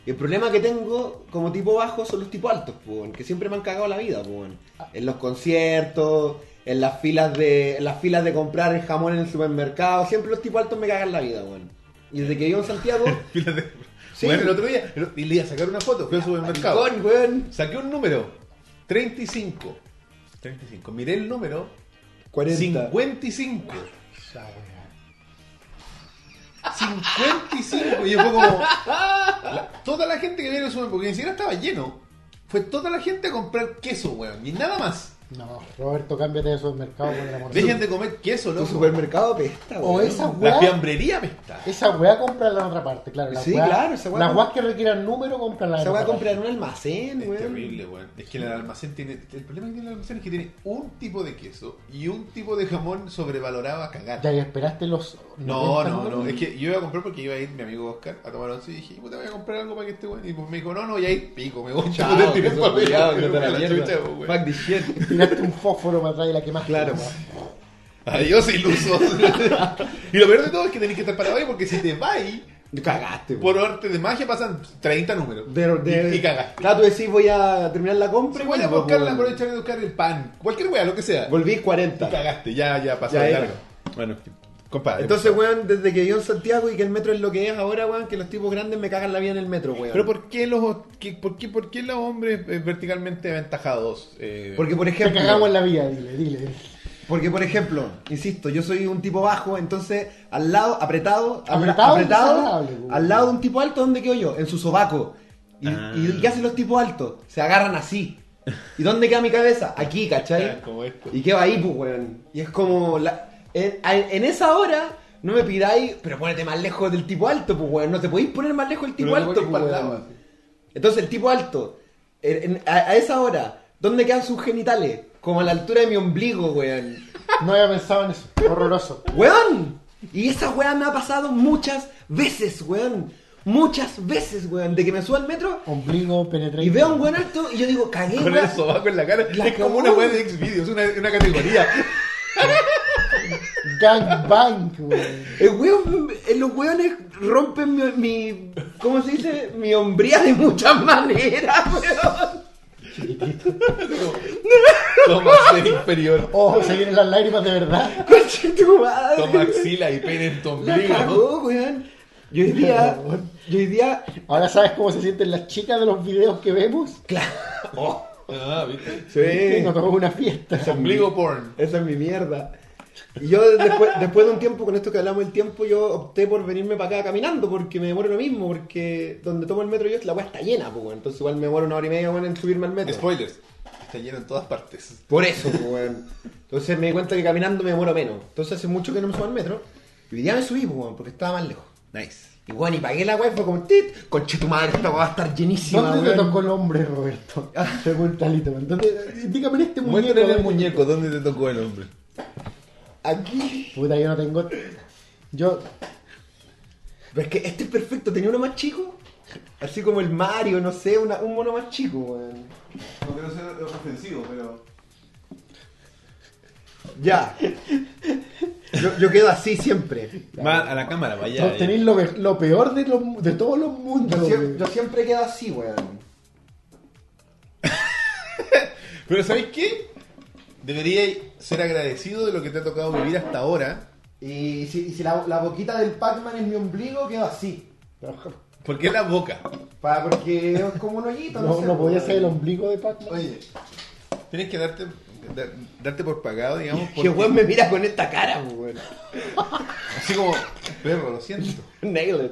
el problema que tengo como tipo bajo son los tipos altos, po, weón, que siempre me han cagado la vida, po, weón. Ah. En los conciertos, en las filas de en las filas de comprar el jamón en el supermercado, siempre los tipos altos me cagan la vida, weón. Y desde que vivo en Santiago, Fila de- Sí. Bueno, el otro día, el- y le iba a sacar una foto, fui al supermercado. maricón, weón. Saqué un número, 35. 35. Miré el número, 40. 55. 55. Y yo fue como. la- toda la gente que viene al supermercado, porque ni siquiera estaba lleno, fue toda la gente a comprar queso, weón. Y nada más. No, Roberto, cámbiate de supermercado por el amor de Dejen de comer queso, Tu loco. supermercado pesta, Oh, O weón. esa La weá. fiambrería me está. Esa weá compra en la otra parte, claro. La Sí, weá, claro, esa weá Las comp- weas que requieran número compran la Esa otra weá parte. comprar en un almacén, Es weón. terrible, weón. Es que el almacén tiene. El problema que tiene el almacén es que tiene un tipo de queso y un tipo de jamón sobrevalorado a cagar. Ya, y esperaste los. No, 90 no, números. no. pues. Es que yo iba a comprar porque iba a ir mi amigo Oscar a tomar once y dije, puta, voy a comprar algo para que este weón. Y pues me dijo, no, no, ya ir pico, me voy a Chao, echar que son culiados, que te la mierda. weón. Fuck this shit. Tiraste un fósforo para atrás y la quemaste. Claro. pues. weá. Adiós, ilusos. y lo peor de todo es que tenés que estar parado ahí porque si te vas ahí, Cagaste, weón. por arte de magia pasan 30 números. De, de, pues, y, y cagaste. Claro, tú decís, voy a terminar la compra. Pero y voy a vuelvo, buscarla, weón. aprovechar de buscar el pan. Cualquier weá, lo que sea. Volví Te 40. cagaste, ya, ya pasó Ya de era. largo. Bueno, compadre. Entonces, weón, desde que yo en Santiago y que el metro es lo que es ahora, weón, que los tipos grandes me cagan la vida en el metro, weón. pero ¿por qué los qué- por qué, por qué los hombres eh, verticalmente aventajados? eh, porque, por Te cagamos en ejemplo, la vida, dile, dile. porque, por ejemplo, insisto, yo soy un tipo bajo, entonces, al lado, apretado, apre- Apretado, apretado desagradable, weón. al lado de un tipo alto, ¿dónde quedo yo? En su sobaco. Y, Ah. y ¿qué hacen los tipos altos? Se agarran así. ¿Y dónde queda mi cabeza? Aquí, ¿cachai? eran como esto. Y qué va ahí, pues, weón. Y es como. La... En, a- en esa hora, no me pidáis, pero ponete más lejos del tipo alto, pues, weón. No te podéis poner más lejos del tipo Pero te alto, pones pues, para el weón. lado, Entonces, el tipo alto, en- en- a, a esa hora, ¿dónde quedan sus genitales? Como a la altura de mi ombligo, weón. No había pensado en eso. Horroroso. ¡Weón! Y esa weá me ha pasado muchas veces, weón. Muchas veces, weón. De que me subo al metro Ombligo, penetrante. y veo a un weón alto y yo digo, cagué, Con weón. el sobaco en la cara. La es como una cagó. web de Xvideos, una, una categoría. Gangbang, weón. El weón- eh, los weones rompen mi, mi- ¿Cómo se dice? Mi hombría de muchas maneras, weón. Toma ser inferior. Oh, se vienen las lágrimas de verdad. Conche tu madre. Toma axila y pene en tu La ombligo. cagó, weón. Yo hoy día. Yo hoy día. Ahora sabes cómo se sienten las chicas de los videos que vemos. Ah, ¿viste? Sí. Nos tomamos una fiesta. Ombligo porn. Esa es mi mierda. Y yo después, después de un tiempo, con esto que hablamos del tiempo, yo opté por venirme para acá caminando porque me demoro lo mismo, porque donde tomo el metro yo la weá está llena, pues, weón. Entonces igual me demoro una hora y media, weón, en subirme al metro. Spoilers. Está lleno en todas partes. Por eso, pues, weón. Entonces me di cuenta que caminando me demoro menos. Entonces hace mucho que no me subo al metro. Y hoy día me subí, pues, weón, porque estaba más lejos. Nice. Y bueno, y pagué la web, fue como, tit, conche tu madre, esta weá va a estar llenísima, ¿Dónde te weón. tocó el hombre, Roberto? Pregunta Litoman. ¿Dónde? Dígame en este muñeco. Muéstrale el ¿dónde- muñeco, ¿dónde te tocó el hombre? Aquí. Puta, yo no tengo. Yo. Pero es que este es perfecto, tenía uno más chico. Así como el Mario, no sé, una- un mono más chico, weón. No quiero ser ofensivo, pero. Ya. Yo, yo quedo así siempre. Más a la cámara, vaya. no, tenéis lo, ve- lo peor de, los- de todos los mundos. Yo, güey. sie- yo siempre quedo así, weón. Pero ¿sabéis qué? Deberíais ser agradecido de lo que te ha tocado vivir hasta ahora. Y si, y si la, la boquita del Pac-Man es mi ombligo, quedo así. Porque es la boca. Para, porque es como un hoyito, no, No, sé. no podía weón. ser el ombligo de Pac-Man. Oye, Tienes que darte, da- darte por pagado, digamos. que porque- weón me mira con esta cara, pues, weón. Así como, perro, lo siento. Nailed.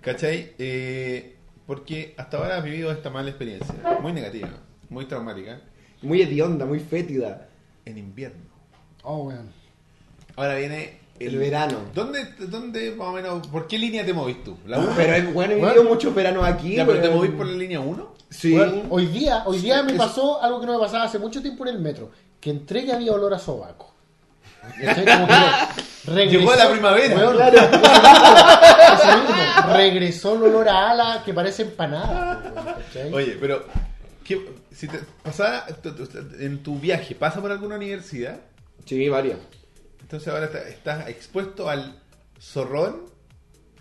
¿Cachai? Eh, porque hasta ahora has vivido esta mala experiencia. Muy negativa, muy traumática. Muy hedionda, muy fétida. En invierno. Oh, weón. Ahora viene El verano. ¿Dónde, dónde más o menos, por qué línea te movís tú? ¿La uno? Ah, Pero es bueno, he vivido Weón. muchos veranos aquí. ya, pero te weón. movís por la línea 1? Sí. Bueno, hoy día, hoy día me es- pasó algo que no me pasaba hace mucho tiempo en el metro, que entré y había olor a sobaco. ¿Cachai? Como que regresó- Llegó la primavera. Weón, eso mismo, regresó el olor a ala que parece empanada. weón, ¿cachai? Oye, pero ¿qué- si te pasara tu- tu- en tu viaje, pasa por alguna universidad, Sí, varios. entonces ahora está- estás expuesto al zorrón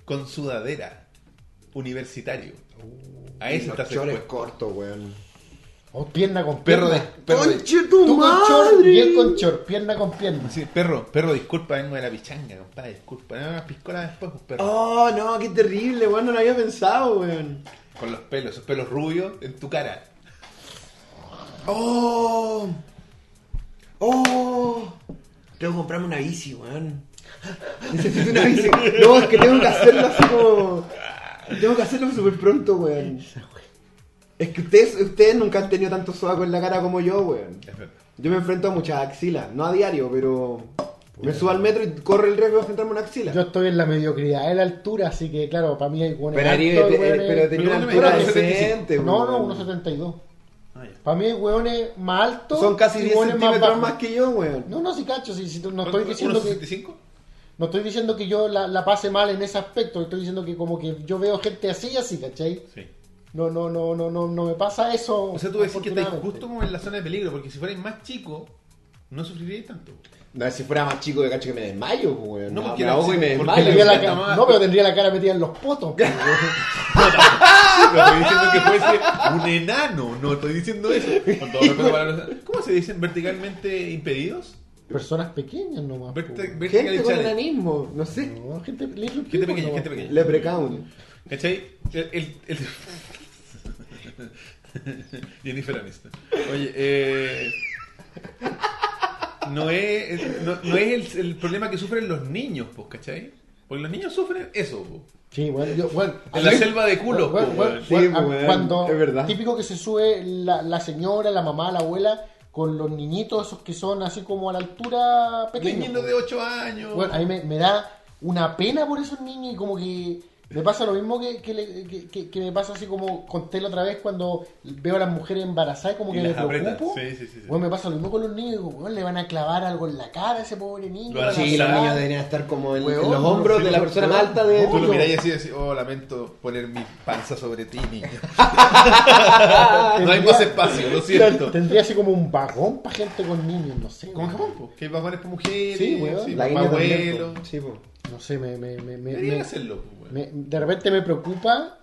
con sudadera universitario. A eso estás Chores expuesto. cortos, weón. O Oh, pierna con Perro de, pierna. perro de- ¡Conche Tú tu con short y él madre! con short, pierna con pierna. Sí, perro, perro, disculpa, vengo de la pichanga, compadre, disculpa. Dame unas piscolas después, pues, perro. Oh, no, qué terrible, weón. No lo había pensado, weón. Con los pelos, esos pelos rubios en tu cara. Oh. Oh. Tengo que comprarme una bici, weón. Necesito una bici. No, es que tengo que hacerlo así como. Tengo que hacerlo súper pronto, weón. Es que ustedes, ustedes nunca han tenido tanto sobaco en la cara como yo, weón. Es verdad. Yo me enfrento a muchas axilas, no a diario, pero. Me subo al metro y corro el riesgo de enfrentarme a una axila. Yo estoy en la mediocridad de la altura, así que claro, para mí hay buenos pero, Ari, altos, te- weones- pero tenía Pero una altura no me digas decente, weón. No, no, 1.72. Ah, ya. Para mí hay hueones más altos Son casi y 10 hueones más centímetros bajos. más que yo, weón. No, no, si cacho, si, si tú- no estoy ¿Cuánto- diciendo que 1.65? no estoy diciendo que yo la, la pase mal en ese aspecto, estoy diciendo que como que yo veo gente así y así, ¿cachai? Sí. No, no, no, no, no, no me pasa eso. O sea, tú decís que estáis afortunadamente. justo como en la zona de peligro, porque si fuerais más chico, no sufriríais tanto. No, si fuera más chico de cacho que me desmayo, pues, weón. No, No, porque me la- ahogo y porque me desmayo. Tendría la Está ca- más- No, pero tendría la cara metida en los potos. No estoy diciendo que fuese un enano, no estoy diciendo eso. Con todo respeto para los- ¿Cómo se dicen verticalmente impedidos? Personas pequeñas nomás. Verti- po. vertical Gente con challenge. enanismo, no sé. No, gente, little Gente people pequeña, nomás, gente po. pequeña. Leprecaun. ¿Cachai? El, el- el- Jennifer Aniston. Oye, eh... No es, no, no es el, el problema que sufren los niños, pues, ¿cachai? Porque los niños sufren eso, pues. po. Sí, bueno, yo, bueno, En la así- selva de culos, bueno, po, bueno, weón. Sí, bueno, weón, cuando es verdad. típico que se sube la, la señora, la mamá, la abuela con los niñitos esos que son así como a la altura pequeña. Niños de 8 años. Bueno, a mí me, me da una pena por esos niños y como que me pasa lo mismo que, que, le- que- que- que me pasa así como conté la otra vez cuando veo a las mujeres embarazadas y como Y que me las apretan. preocupo. Sí, sí, sí, sí. Bueno, me pasa lo mismo con los niños, digo, bueno, le van a clavar algo en la cara a ese pobre niño. Lo van a van a Sí, los Ah. niños deberían estar como en, en Weón, los hombros no, de sí, la persona weón. más alta de. Tú lo miráis así y decís, oh, lamento poner mi panza sobre ti, niño. no hay más espacio, lo siento. Tendría así como un vagón para gente con niños, no sé. Como en weón. Japón, po, que hay vagones para mujeres, Sí, weón. sí, La para India también, abuelos. po. pues, Sí, pues. po. No sé, me, me, me, me- Deberían pues. me- hacerlo, po, weón. me- de repente me preocupa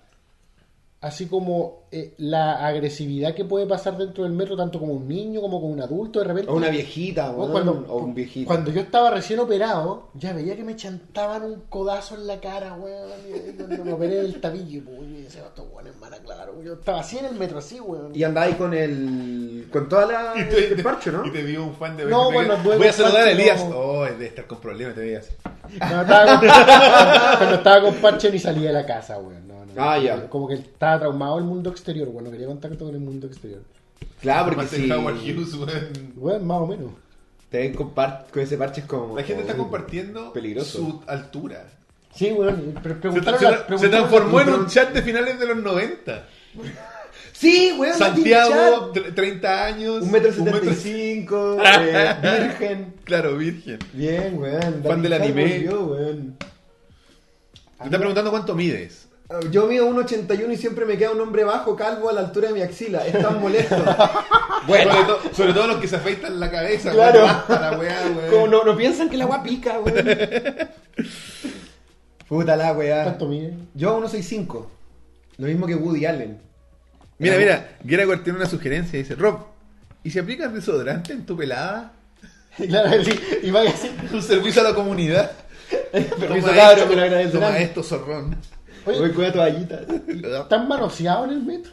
así como eh, la agresividad que puede pasar dentro del metro, tanto como un niño como con un adulto, de repente. O una viejita, Bueno, weón. cuando, o un viejito. cuando yo estaba recién operado, ya veía que me chantaban un codazo en la cara, weón. y- y Cuando me operé del tabillo, pues, y decía, estos weones van a clavar, weón". Yo estaba así en el metro, así, weón. Y andáis con el. con toda la. Y te- el este parche, ¿no? Y te vio un fan de No, Benfica. bueno, luego Voy a el saludar a parche Elías. no- Oh, debe estar con problemas, te veías. No, estaba con, cuando estaba con Parche ni salía de la casa, weón. No, no, Ah, no. ya. Como que estaba traumado el mundo exterior, weón. No quería contacto con el mundo exterior. Claro, Ah, porque Además, el Howard si. Hughes, weón. Weón, más o menos. Te ven con, par- con ese parche es como. La gente está como- compartiendo Peligroso. su altura. Sí, weón. Pero Se, preguntaron se- a- se preguntaron- transformó en un chat de finales de los 90. Sí, weón. Santiago, tre- 30 años. Un metro un metro- setenta y cinco, eh, virgen. Claro, virgen. Bien, weón. Fan del anime. Yo, weón. Te está preguntando cuánto mides. Ah, Yo mido 1,81 y siempre me queda un hombre bajo, calvo, a la altura de mi axila. Es tan molesto. Sobre, to- sobre todo los que se afeitan la cabeza. Claro. weón, basta la weá, weón. Como no, no piensan que la agua pica, weón. Puta la weá. ¿Cuánto mide? Yo 1,65. Lo mismo que Woody Allen. Mira, mira, Geragor tiene una sugerencia. Dice, Rob, ¿y si aplicas desodorante en tu pelada? Claro, sí. Y vaya así. Un servicio a la comunidad. Permiso, Toma cabrón, esto, me lo agradecerán. Toma esto, zorrón. Oye, Voy con una toallita. Lo da- ¿Están manoseados en el metro?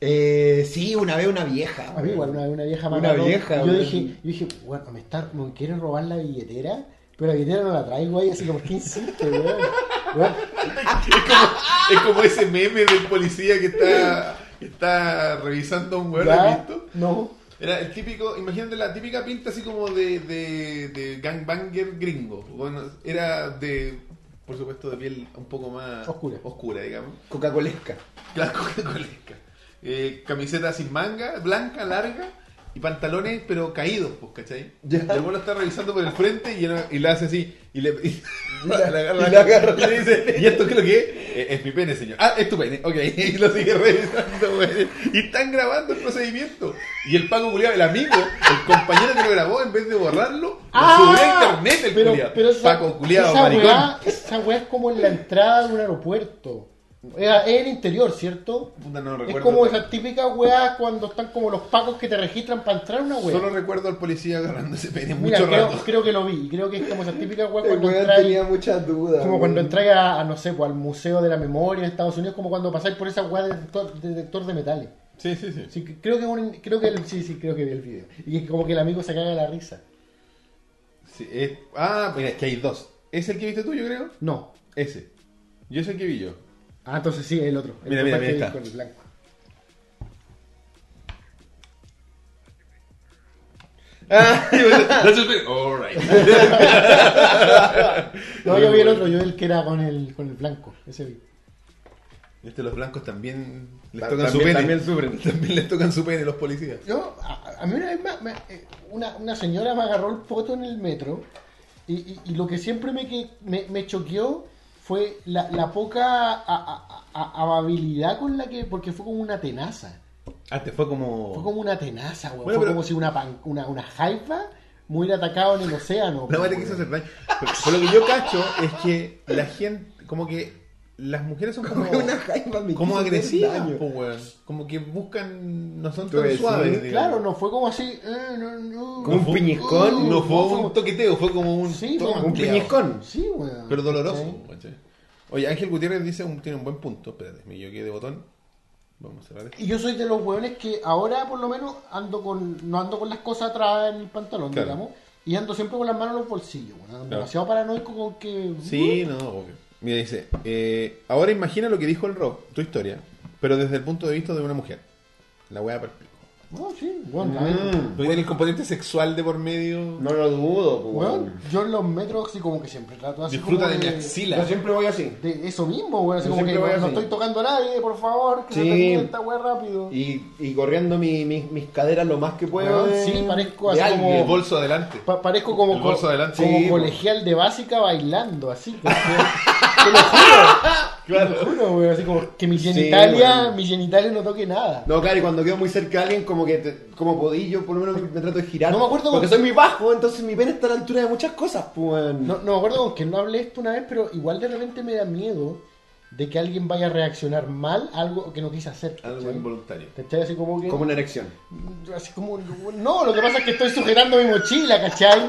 Eh, sí, una vez una vieja. A mí igual una, una vieja Una manoseó. vieja, Yo weón. dije, yo dije, bueno, me, está, me quieren robar la billetera, pero la billetera no la traigo ahí, así como, ¿qué insiste, weón? Weón, Es como, es como ese meme del policía que está, que está revisando a un weón, ¿lo has ya, visto? No. Era el típico, imagínate la típica pinta así como de, de, de gangbanger gringo. Bueno, era de, por supuesto, de piel un poco más Oscura. oscura digamos. Coca-Colesca. Claro, Coca-Colesca. Eh, camiseta sin manga, blanca, larga y pantalones, pero caídos, pues, ¿cachai? Ya. Y el bueno está revisando por el frente y, él- y le hace así. Y le, y- le agarra, y le agarra y le dice: ¿Y esto qué es lo que es? "Eh, es mi pene, señor. Ah, es tu pene. Ok, y lo sigue revisando, güey. Y están grabando el procedimiento. Y el Paco Culiao, el amigo, el compañero que lo grabó, en vez de borrarlo, Ah, lo subió a internet el culiao. esa- Paco Culiao, esa maricón. weá, esa weá es como en la entrada de un aeropuerto. Era- Es el interior, ¿cierto? Puta, no es recuerdo. como esa típica weá cuando están como los pacos que te registran para entrar a una weá. Solo recuerdo al policía agarrando ese pene Mira, mucho creo, rato. creo que lo vi. Creo que es como esa típica weá El cuando weón entras tenía muchas dudas. como cuando weón. entráis a, a, no sé, pues, al Museo de la Memoria en Estados Unidos, como cuando pasáis por esa weá de detector, de detector de metales. Sí, sí, sí. Sí, que- creo que un- creo que el- sí, sí, creo que vi el video. Y es como que el amigo se caga de la risa. Sí, es- ah, mira, es que hay dos. ¿Es el que viste tú, yo creo? No. Ese. Yo es el que vi yo. Ah, entonces sí, el otro. El Mira, mira, papá mira, que ahí con está. el blanco. Ah, y bueno, that's just it. All right. No, yo vi el otro, yo el que era con el, con el blanco, ese vi. Este, los blancos también les Ta- tocan su también- pene. también sufren. También les tocan su pene los policías. Yo, a, a mí una vez más, me- eh, una, una señora me agarró el poto en el metro y, y- y lo que siempre me, que- me, me choqueó fue la, la poca a- a- a- amabilidad con la que, porque fue como una tenaza. Ah, te fue como... Fue como una tenaza, weón. Bueno, fue pero- como si una, pan- una, una jaiba me hubiera atacado en el océano. La weá te weón. quiso hacer daño. Pero, pero lo que yo cacho es que la gente, como que las mujeres son como, Como una jaiba, me como quiso hacer agresivas, daño. po, weón. Como que buscan, no son Tú tan decís, suaves. Claro, digamos. no fue como así. eh, no, no. Como un fue- piñiscón, No fue como- un toqueteo, fue como un... Sí, toma, como Un culiao. piñiscón. Sí, weón. Pero doloroso. Sí. ¿cachai? Oye, Ángel Gutiérrez dice un- tiene un buen punto. Espérate, me equivoqué de botón. Vamos a cerrar esto. Y yo soy de los hueones que ahora por lo menos ando con no ando con las cosas atrás en el pantalón, Claro. digamos, y ando siempre con las manos en los bolsillos, weón. Ando Claro. demasiado paranoico con que Sí, no, obvio. Uh-huh. Mira, dice, eh, ahora imagina lo que dijo el Rob, tu historia, pero desde el punto de vista de una mujer. La wea perfil. Uh, No, sí, Mm, weón, a ver. Porque tiene el componente sexual de por medio. Mm, No lo dudo, po, Weón, yo en los metros sí como que siempre trato así disfruta como de mi Yo axila. siempre voy así. de eso mismo, weón, así Yo como que siempre no, voy no así. estoy tocando a nadie, por favor, que Sí. no termine esta weá rápido. Y, y corriendo mi- mi- mis caderas lo más que puedo. Weón, de- sí, parezco de así como- El alguien. bolso adelante. Pa- parezco como, El co- bolso adelante, como sí, weón. colegial de básica bailando, así. como que- te lo juro, te lo juro, weón, así como que mi genitalia, weón. mi genitalia no toque nada. No, claro, y cuando quedo muy cerca de alguien, como que te- como podí, yo por lo menos me trato de girar. No me acuerdo Porque con- soy muy bajo, entonces mi pene está a la altura de muchas cosas, pues. No, no me acuerdo con que no hablé esto una vez, pero igual de repente me da miedo de que alguien vaya a reaccionar mal a algo que no quise hacer. Algo ¿cachai? involuntario. ¿Cachai? Así como que. Como una erección. Así como. No, lo que pasa es que estoy sujetando mi mochila, ¿cachai?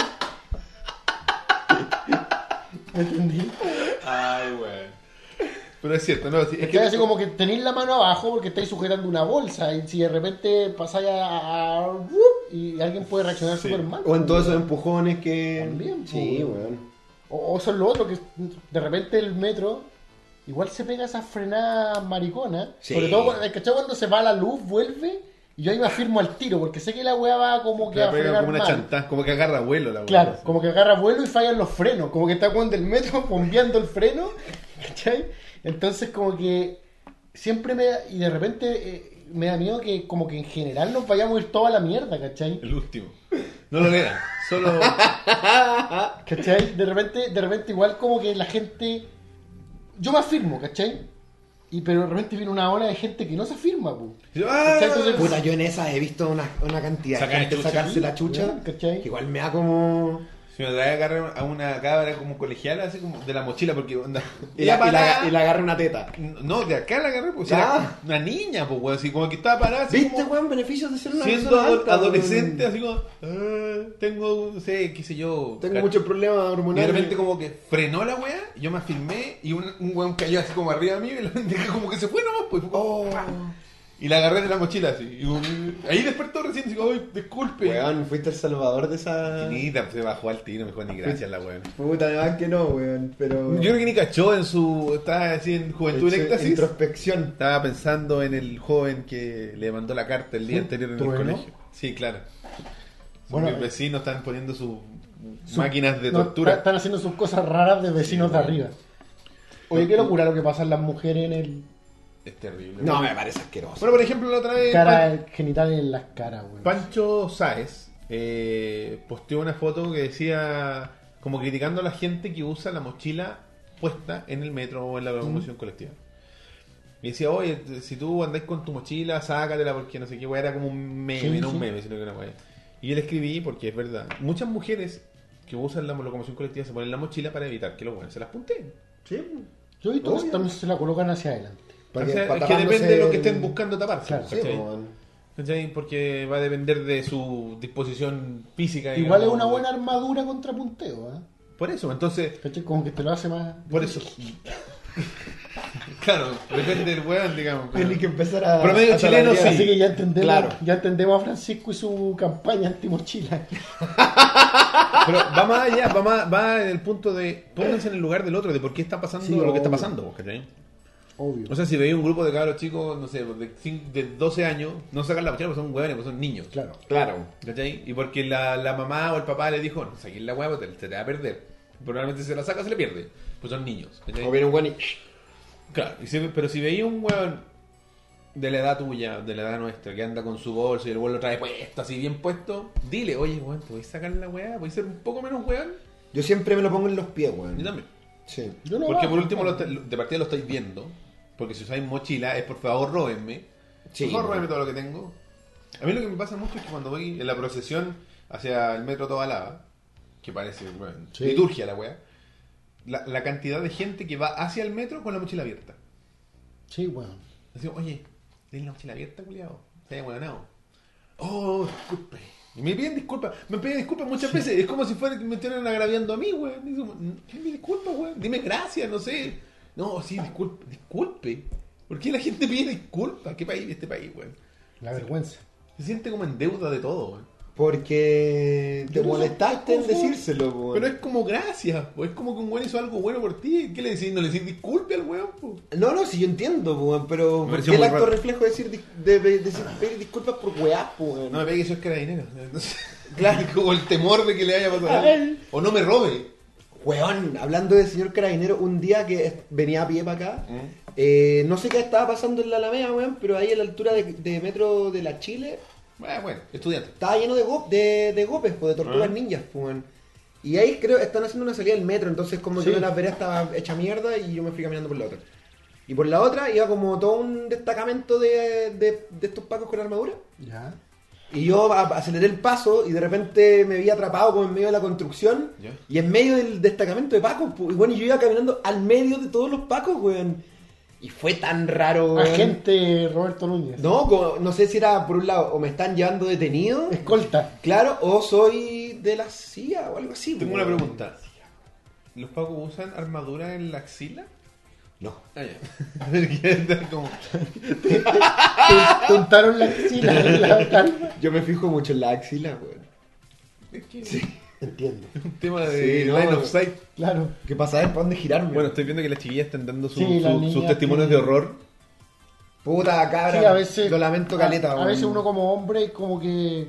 ¿Me entendí? Ay, weón. Pero es cierto, no, sí, es ¿Cachai? que Así como que tenéis la mano abajo porque estáis sujetando una bolsa y si de repente pasáis a. a- a- y alguien puede reaccionar súper mal. O en todos esos empujones que. También, sí, po, pues, weón. O, o son lo otro, que de repente el metro igual se pega esa frenada maricona. Sí. Sobre todo, cuando- ¿cachai? Cuando se va la luz, vuelve Y yo ahí me afirmo al tiro, porque sé que la weá va como que La a pega frenar como una mal. chanta, como que agarra vuelo la weá. Claro, Así. como que agarra vuelo y fallan los frenos, como que está Juan del metro bombeando el freno, ¿cachai? Entonces como que siempre me da- y de repente eh, me da miedo que como que en general nos vayamos a ir toda la mierda, ¿cachai? El último. No lo lean. Solo. ¡Ah! ¿Cachai? De repente, de repente igual como que la gente... Yo me afirmo, ¿cachai? Y pero de repente viene una ola de gente que no se afirma, pu. ¿Cachai? Entonces, Puta, yo en esas he visto una, una cantidad Sacar de gente chucha. sacarse la chucha. ¿Cachai? que Igual me da como. Si me trae a agarrar a una cabra como colegial, así como de la mochila, porque. onda, Y ella la, y la, parada- y la agarra una teta. No, de acá la agarré, pues. Ah. Era una niña, pues, weón. Así como que estaba parada, así ¿Viste, como weón? Beneficios de ser una siendo persona ado- alta, weón. adolescente, así como. "Ah, tengo, no sé, qué sé yo. Tengo eh. ca- muchos problemas Y de hormonales. repente como que frenó la weá, yo me afirmé y un, un weón cayó así como arriba mío y la pendeja como que se fue nomás, pues. fue como, ¡pah! Y la agarré de la mochila así. Y un- ahí despertó recién y digo, ay, disculpe. Ah. Weón, fuiste el salvador de esa. Chinita, se bajó al tiro, me dijo ni gracias la weón. Puta, además que no, weón. Pero. Yo creo que ni cachó en su. Estaba así en juventud en Hecho éxtasis. Introspección. Estaba pensando en el joven que le mandó la carta el día anterior en el ¿Tu vecino? colegio. Sí, claro. Bueno, Mis eh, vecinos están poniendo sus máquinas de no, tortura. está- están haciendo sus cosas raras de vecinos de arriba. Oye, qué locura lo que pasan las mujeres en el... Es terrible. No, me parece asqueroso. Bueno, por ejemplo, la otra vez Pan- Cara, genital en las caras, weón. Pancho Sáez eh, posteó una foto que decía como criticando a la gente que usa la mochila puesta en el metro o en la locomoción colectiva. Y decía, oye, t- si tú andáis con tu mochila, sácatela porque no sé qué, weá, era como un meme, Sí, no sí. un meme, sino que una weá. Y yo le escribí porque es verdad. Muchas mujeres que usan la locomoción colectiva se ponen la mochila para evitar que los buenos se las punteen. Sí, Yo he visto que Obvio. también se la colocan hacia adelante. Para O sea, para es que depende tapándose de lo que el- estén buscando taparse. Claro, Sí, ¿cachai? weón. ¿Cachai? Porque va a depender de su disposición física. Igual es digamos. una buena armadura contra punteo, ¿eh? Por eso, entonces, ¿Cachai? Como que te lo hace más. por eso. claro, depende del weón, digamos. pero- Tiene que empezar a. Promedio a chileno, taladrar. Así que ya entendemos, Claro. ya entendemos a Francisco y su campaña antimochila. Pero va más allá, va, más, va en el punto de pónganse en el lugar del otro, de por qué está pasando Sí, lo que obvio. está pasando. ¿cachai? Obvio. O sea, si veis un grupo de cabros chicos, no sé, de, cin- de 12 años, no sacan la mochila porque son hueones, porque son niños. claro. Claro. ¿Cachai? Y porque la, la mamá o el papá le dijo, no saquen la hueá, te, te la va a perder. Probablemente se la saca, se le pierde. Pues son niños. ¿cachai? O viene un weón y. Claro, y si- pero si veía un weón de la edad tuya, de la edad nuestra, que anda con su bolso y el weón lo trae puesto, así bien puesto, dile, oye weón, ¿te podéis sacar la weá? ¿Podéis ser un poco menos weón? Yo siempre me lo pongo en los pies, weón. Yo también. Sí. Yo no Porque bajo, por último, lo claro. te- lo- de partida lo estáis viendo, porque si usáis mochila es por favor róbenme. Sí. Por favor róbenme todo lo que tengo. A mí lo que me pasa mucho es que cuando voy en la procesión hacia el metro toda lava, que parece, weón, Sí. liturgia la weá, la, la cantidad de gente que va hacia el metro con la mochila abierta. Sí, weón. Decimos, oye, tenés la mochila abierta, culiado. Se haya hueonado. Oh, disculpe. Y me piden disculpas. Me piden disculpas muchas veces. Es como si fuera que me estuvieran agraviando a mí, weón. Y como, "Mm, Dime disculpas, weón. Dime gracias, no sé. No, sí, disculpe. Disculpe. ¿Por qué la gente pide disculpas? ¿Qué país este país, weón? La vergüenza. Se siente como en deuda de todo, weón. Porque te Yo no sé molestaste en cómo fue. decírselo, weón. Pero es como gracias, po. es como que un weón hizo algo bueno por ti. ¿Qué le decís? No le decís disculpe al weón, po. No, no, si yo entiendo, weón, Me pero ¿por pareció qué el muy acto raro. reflejo de decir, dis- de, de- decir pedir disculpas por weá, weón? No me pegues, yo es carabinero. No sé. Claro, como el temor de que le haya pasado algo. O no me robe. Weón, hablando de señor carabinero, un día que es- venía a pie para acá, eh, no sé qué estaba pasando en la Alameda, weón, pero ahí a la altura de, de metro de la Chile, Bueno, Ah, bueno, estudiante. estaba lleno de, go- de, de gopes, po, de tortugas ninjas, po, weón. Y ahí creo están haciendo una salida del metro, entonces como Sí. que una vereda estaba hecha mierda y yo me fui caminando por la otra. Y por la otra iba como todo un destacamento de, de, de estos pacos con armadura. Ya. Y yo a- aceleré el paso y de repente me vi atrapado como en medio de la construcción Ya. y en medio del destacamento de Pacos. pu- Y bueno, yo iba caminando al medio de todos los Pacos, weón. Y fue tan raro, weón. Agente Roberto Núñez. No, como- no sé si era por un lado o me están llevando detenido, Escolta. claro, o soy de la CIA o algo así. Tengo una weón. pregunta. ¿Los pacos usan armadura en la axila? No. Ah, ya. Como- Te Juntaron la axila en la calma. Yo me fijo mucho en la axila, weón. es que Entiendo. es un tema de Sí, no. line of sight. Claro. ¿Qué pasa? A ver, ¿para dónde girarme? Bueno, estoy viendo que las chiquillas están dando su- Sí, la su- niña sus testimonios que- de horror. Puta cabra. Sí, a veces, Lo lamento a- caleta, A, weón. veces uno como hombre como que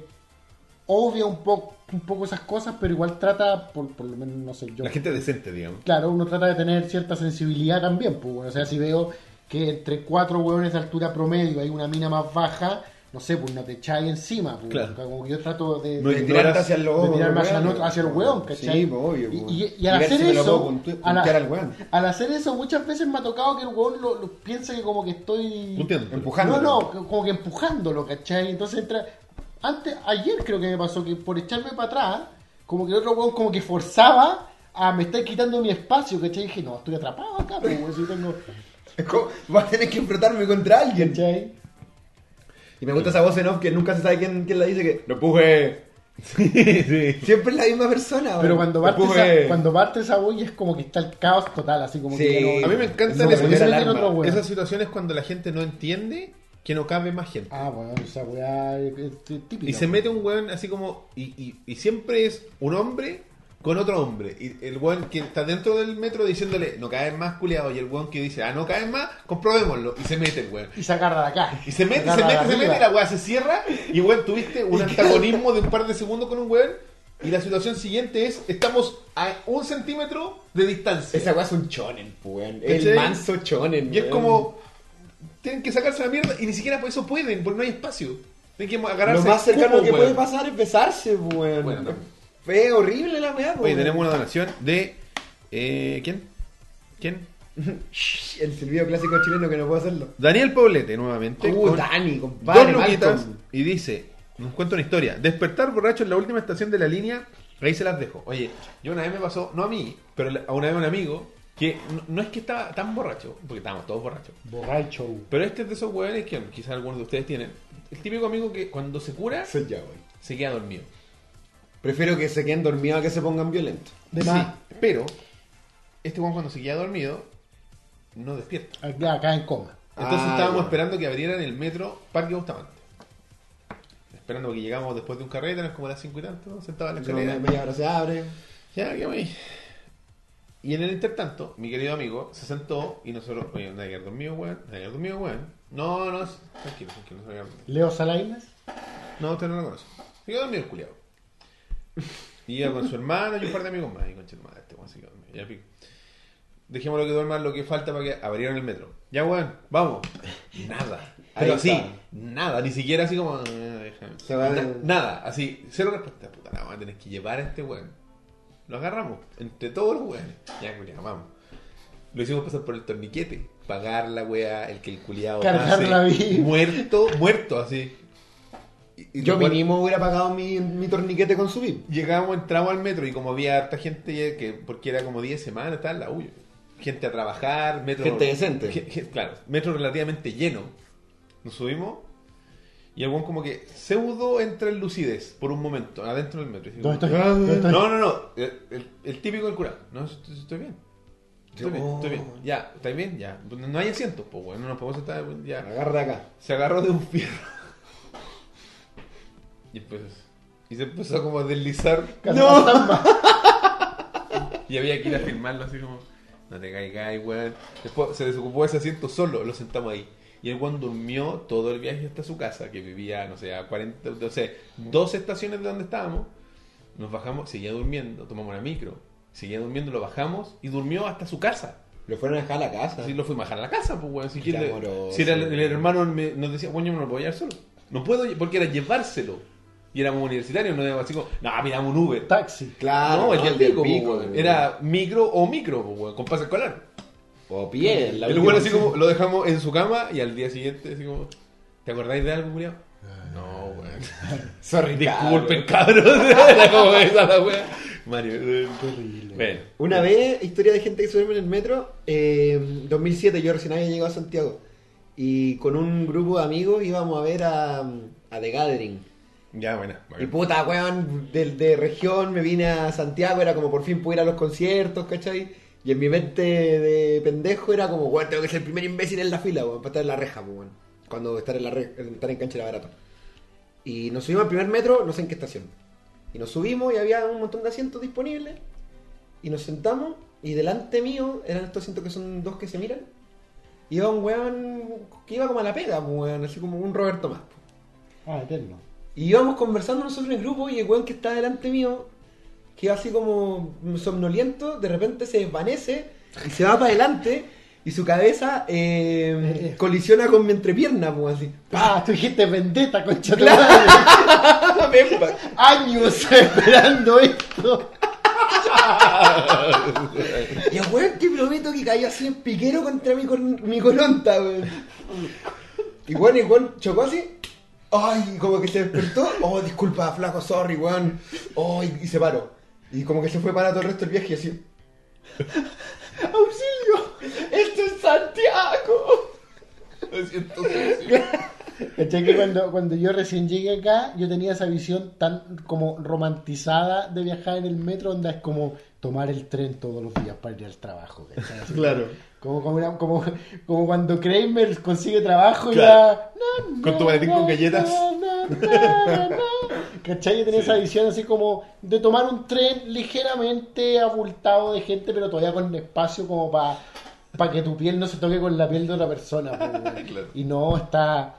obvia un poco un poco esas cosas, pero igual trata, por, por lo menos, no sé, yo... La gente decente, digamos. Claro, uno trata de tener cierta sensibilidad también, pues, bueno, o sea, si veo que entre cuatro hueones de altura promedio hay una mina más baja, no sé, pues no te echáis encima, pues, Claro. como que yo trato de... No de- De ignoras- tirarte hacia el de lobo. tirarme weón. hacia el otro, hacia el hueón, ¿cachai? Sí, pues, obvio. y, pues. y- y al ver si hacer me lo puedo eso, puntu- al, puntear al weón. al hacer eso, muchas veces me ha tocado que el hueón lo, lo piensa que como que estoy... Punteando. Empujándolo. No, no, que- como que empujándolo, ¿cachai? Entonces entra. Antes, ayer creo que me pasó que por echarme para atrás, como que el otro huevón como que forzaba a me estar quitando mi espacio, ¿cachai? Y dije, no, estoy atrapado acá, pues, weón, si tengo. Es como, Vas a tener que enfrentarme contra alguien. ¿cachai? Y me gusta esa voz en off que nunca se sabe quién, quién la dice que. ¡No empuje! Sí, sí. Siempre es la misma persona, Pero weón. cuando parte, esa, Empuje. cuando parte esa bulla es como que está el caos total, así como Sí. que. ya A mí me encantan No, esas- pero Porque se meten alarma. otro hueón. esas situaciones cuando la gente no entiende que no cabe más gente. Ah, bueno, esa weá eh, es, es típica. Y se mete un weón así como. Y, y- y siempre es un hombre con otro hombre. Y el weón que está dentro del metro diciéndole, no caen más, culiado. Y el weón que dice, ah, no caen más, comprobémoslo. Y se mete el weón. Y se agarra de acá. Y se mete, se agarra de mete, se arriba. mete, y la weá se cierra. Y weón, tuviste un antagonismo de un par de segundos con un weón. Y la situación siguiente es, estamos a un centímetro de distancia. Esa weá es un chonen, weón. ¿Cachai? El manso chonen. Y es weón. como. Tienen que sacarse la mierda y ni siquiera por eso pueden, porque no hay espacio. Tienen que Lo agarrarse. más cercano como, que weón. puede pasar es besarse, pues, weón. Bueno, no. Es horrible la weá, pues, Oye, weón. tenemos una donación de. Eh, ¿Quién? ¿Quién? Shh, El silbido clásico chileno que no puedo hacerlo. Daniel Poblete, nuevamente. Uh, con Dani, dos compadre. luquitas. Malcolm. Y dice: Nos cuenta una historia. Despertar borracho en la última estación de la línea. Ahí se las dejo. Oye, yo una vez me pasó, no a mí, pero a una vez a un amigo, que no, no es que estaba tan borracho, porque estábamos todos borrachos. Borracho. Pero este es de esos hueones que quizás algunos de ustedes tienen. El típico amigo que cuando se cura, Soy ya, weón. se queda dormido. Prefiero que se queden dormidos a que se pongan violentos. De Sí, más. pero este hueón cuando se queda dormido, no despierta. Acá, acá en coma. Entonces Ah, estábamos ya. esperando que abrieran el metro Parque Bustamante. Esperando que llegamos después de un carrete, eran como las cinco y tanto, ¿no? sentados en la Entonces, escalera. media hora se abre. Ya, que voy. Y en el intertanto, mi querido amigo se sentó y nosotros, oye, nadie quedar dormido, weón, nadie quedar dormido, weón. No, no, tranquilo, tranquilo, no se va a quedar dormido. Leo Salainas. No, usted no lo conoce. Se quedó dormido el culiado. Y iba con su hermano y un par de amigos más. Y con su hermano, este weón se quedó dormido. Ya pico. Dejémoslo que duerma lo que falta para que abrieran el metro. Ya, weón, vamos. Nada. Ahí Pero así, está. nada. Ni siquiera así como. "Eh, déjame". Se va Na- de- Nada, así, cero respuesta. Puta, la vamos a tener que llevar a este weón. Lo agarramos, entre todos los weones. Ya, culiado, vamos. Lo hicimos pasar por el torniquete. Pagar la weá, el que el culiado Cargar la vida. Muerto, muerto, así. Y- y Yo después mínimo hubiera pagado mi, mi torniquete con subir. Llegamos, entramos al metro y como había harta gente, ya que, porque era como 10 semanas, tal, la huyo. Gente a trabajar, metro. Gente decente. Gen- gen- claro, metro relativamente lleno. Nos subimos y algún como que pseudo entra en lucidez por un momento, adentro del metro. Y digo, ¿Dónde estoy? ¿Dónde estoy? No, no, no. El, el- el típico del curado. No, estoy, estoy bien. Estoy bien, estoy bien. Ya, ¿estáis bien? Ya. No hay asientos, pues, bueno, no nos podemos estar. Ya Agarra de acá. se agarró de un fierro. Y empezó- Y se empezó como a deslizar. Y había que ir a filmarlo así como. No te caigas, weón. Después se desocupó ese asiento solo, lo sentamos ahí. Y el weón durmió todo el viaje hasta su casa, que vivía, no sé, a 40, no sé, dos estaciones de donde estábamos. Nos bajamos, seguía durmiendo, tomamos la micro, seguía durmiendo, lo bajamos y durmió hasta su casa. Lo fueron a dejar a la casa. Así lo fui a bajar a la casa, pues, weón. Si, Qué quiere- amoroso, si era el, el weón. hermano me- nos decía, bueno, yo no lo puedo llevar solo. No puedo, lle- porque era llevárselo. Y éramos universitarios, no era así como, no, miramos un Uber. Taxi. Claro, no, el día del pico, pues, pico, weón. weón. Era micro o micro, pues, weón, con pase escolar. O pie. la el última weón así opción. como, lo dejamos en su cama y al día siguiente, así como, ¿te acordáis de algo, Julián? No, weón. Sorry, Disculpen, cabrón. Era como esa la weón. Mario, eh, bueno. Una vez, historia de gente que se duerme en el metro, eh, 2007, yo recién había llegado a Santiago. Y con un grupo de amigos íbamos a ver a, a The Gathering. Ya, bueno. Y puta, weón, de, de región me vine a Santiago, era como por fin pude ir a los conciertos, ¿cachai? Y en mi mente de pendejo era como, weón, tengo que ser el primer imbécil en la fila, weón, para estar en la reja, pues, weón. Cuando estar en la re- estar en cancha era barato. Y nos subimos al primer metro, no sé en qué estación. Y nos subimos y había un montón de asientos disponibles. Y nos sentamos y delante mío eran estos asientos que son dos que se miran. Iba un weón que iba como a la pega, pues, weón, así como un Roberto más. pues. Ah, eterno. Y íbamos conversando nosotros en el grupo y el weón que está delante mío, que iba así como somnoliento, de repente se desvanece y se va para adelante y su cabeza eh, colisiona con mi entrepierna, pues así. Ah, tú dijiste vendetta, concha de madre. Ah, Años esperando esto. Y el weón te prometo que cayó así en piquero contra mi, cor- mi coronta, weón. Y weón, y weón chocó así. Ay, como que se despertó. Oh, disculpa, flaco, sorry, weón. Oh, y, y se paró. Y como que se fue para todo el resto del viaje y así. ¡Auxilio! ¡Esto ¡Este es Santiago! ¿Cachai que cuando, cuando yo recién llegué acá, yo tenía esa visión tan como romantizada de viajar en el metro, donde es como tomar el tren todos los días para ir al trabajo. ¿cachai? Así Claro. Como, como, una- como, como cuando Kramer consigue trabajo y Claro. va, "Na, na, Con tu maletín na, con galletas". na, na, na, na". ¿Cachai? Yo tenía esa visión así como de tomar un tren ligeramente abultado de gente, pero todavía con espacio como para que tu piel no se toque con la piel de otra persona. po, weón. Claro. Y no está...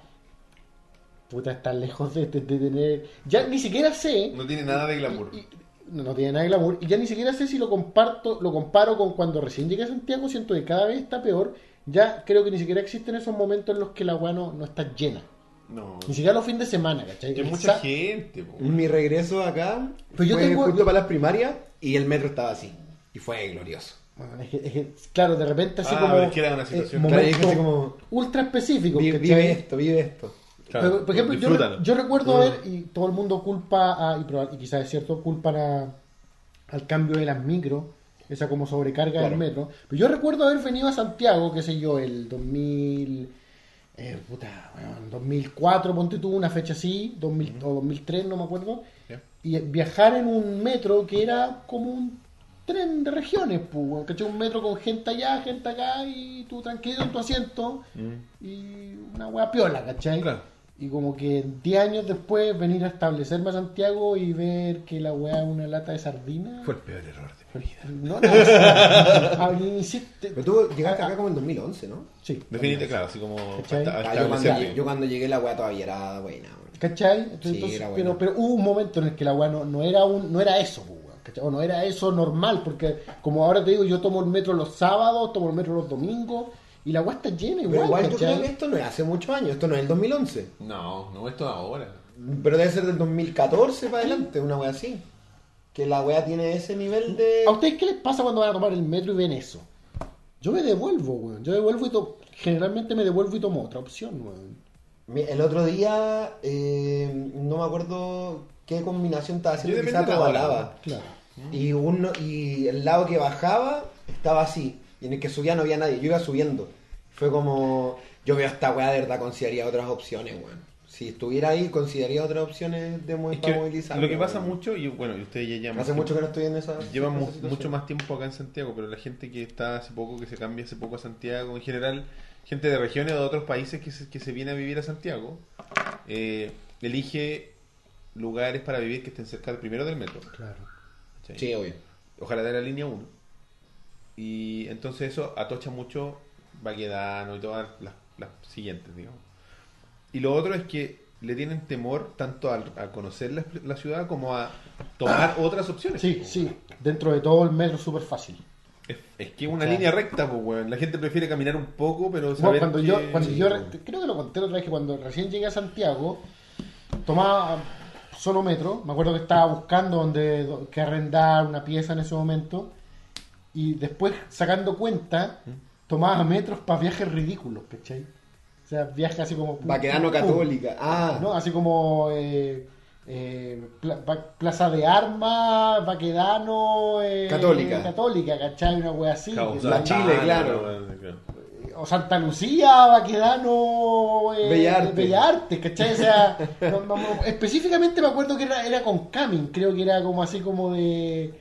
Puta, está lejos de, de- de tener... Ya ni siquiera sé... No tiene nada de glamour. Y- y- no, no tiene nada de glamour. Y ya ni siquiera sé si lo comparto, lo comparo con cuando recién llegué a Santiago, siento que cada vez está peor. Ya creo que ni siquiera existen esos momentos en los que la weá no, no está llena. No. Ni siquiera los fines de semana, ¿cachai? Hay El mucha sa- gente, pues, po. Mi regreso acá Pero yo fue tengo- justo para las primarias y el metro estaba así. Y fue glorioso. Bueno, es que- es que, claro, de repente así Ah, como. pero es que era una situación. momento Claro, es que así como- ultra específico. Vi- ¿cachai? vive esto, vive esto. Claro, Pero, por ejemplo, yo, re- disfrútalo. yo Mm. recuerdo ver, y todo el mundo culpa, a- y, proba- y quizás es cierto, culpan a- al cambio de las micro, esa como sobrecarga del metro. Pero yo recuerdo haber venido a Santiago, qué sé yo, el 2000, eh, puta, weón, 2004, ponte tú una fecha así, 2000, o 2003, no me acuerdo, Ya. y viajar en un metro que era como un tren de regiones, pues, weón, ¿cachai? Un metro con gente allá, gente acá, y tú tranquilo en tu asiento, Mm. y una wea piola, ¿cachai? Claro. Y como que 10 años después venir a establecerme a Santiago y ver que la weá es una lata de sardina. Fue el peor error de mi vida. No, no, o sea, a mí sí te- Pero tú llegaste acá como en 2011, ¿no? Sí. Definitivamente, claro, así como ¿Cachai? hasta- hasta Ah, yo, cuando, establecerse. yo cuando llegué la weá todavía era buena. weón. ¿Cachai? Entonces, Sí, entonces, era pero, bueno. pero hubo un momento en el que la weá no, no era un, no era eso, pues, weón, ¿cachai? O no era eso normal, porque como ahora te digo, yo tomo el metro los sábados, tomo el metro los domingos, y la weá está llena Pero igual, igual yo ¿cachai? creo que esto no es hace muchos años, esto no es el 2011. No, no, esto ahora. Pero debe ser del 2014 para adelante, una weá así. Que la weá tiene ese nivel de... ¿A ustedes qué les pasa cuando van a tomar el metro y ven eso? Yo me devuelvo, weón. Yo devuelvo y to- generalmente me devuelvo y tomo otra opción, weón. Mi- El otro día, eh, no me acuerdo qué combinación estaba haciendo, Yo depende quizá de la hora, Tobalaba. Claro. Y, uno, y el lado que bajaba estaba así. Y en el que subía no había nadie. Yo iba subiendo. Fue como. Yo veo esta weá de verdad, consideraría otras opciones, weón. Si estuviera ahí, consideraría otras opciones de mo- Es que para movilizar. lo que pasa weón. mucho, y bueno, y ustedes ya llaman. Hace mucho que no estoy en esa. Llevan en mu- esa situación. mucho más tiempo acá en Santiago, pero la gente que está hace poco, que se cambia hace poco a Santiago, en general, gente de regiones o de otros países que se, que se viene a vivir a Santiago, eh, elige lugares para vivir que estén cerca del primero del metro. Claro. ¿cachai? Sí, obvio. Ojalá de la línea 1. Y entonces eso atocha mucho Baquedano y todas las, las siguientes, digamos. Y lo otro es que le tienen temor tanto al- a, conocer la, la ciudad como a tomar otras opciones. Ah. Sí, sí. Dentro de todo el metro es súper fácil. Es, es que una Claro. línea recta, pues, weón. La gente prefiere caminar un poco, pero Bueno, saber cuando que- yo, cuando yo re- creo que lo conté la otra vez que cuando recién llegué a Santiago, tomaba solo metro. Me acuerdo que estaba buscando donde do- que arrendar una pieza en ese momento. Y después, sacando cuenta, ¿Mm? tomaba metros para viajes ridículos, ¿cachai? O sea, viajes así como. Baquedano Católica. Ah, Uh. ¿no? Así como eh, eh, Pla- Pa- Plaza de Armas, Baquedano, eh, Católica. Católica, ¿cachai? Una wea así. Causar- La Chile, claro. weón, claro. O Santa Lucía, Baquedano, eh, Bellas Artes. Bellas Artes, ¿cachai? O sea, no- no- no- específicamente me acuerdo que era, era con Camin, creo que era como así como de.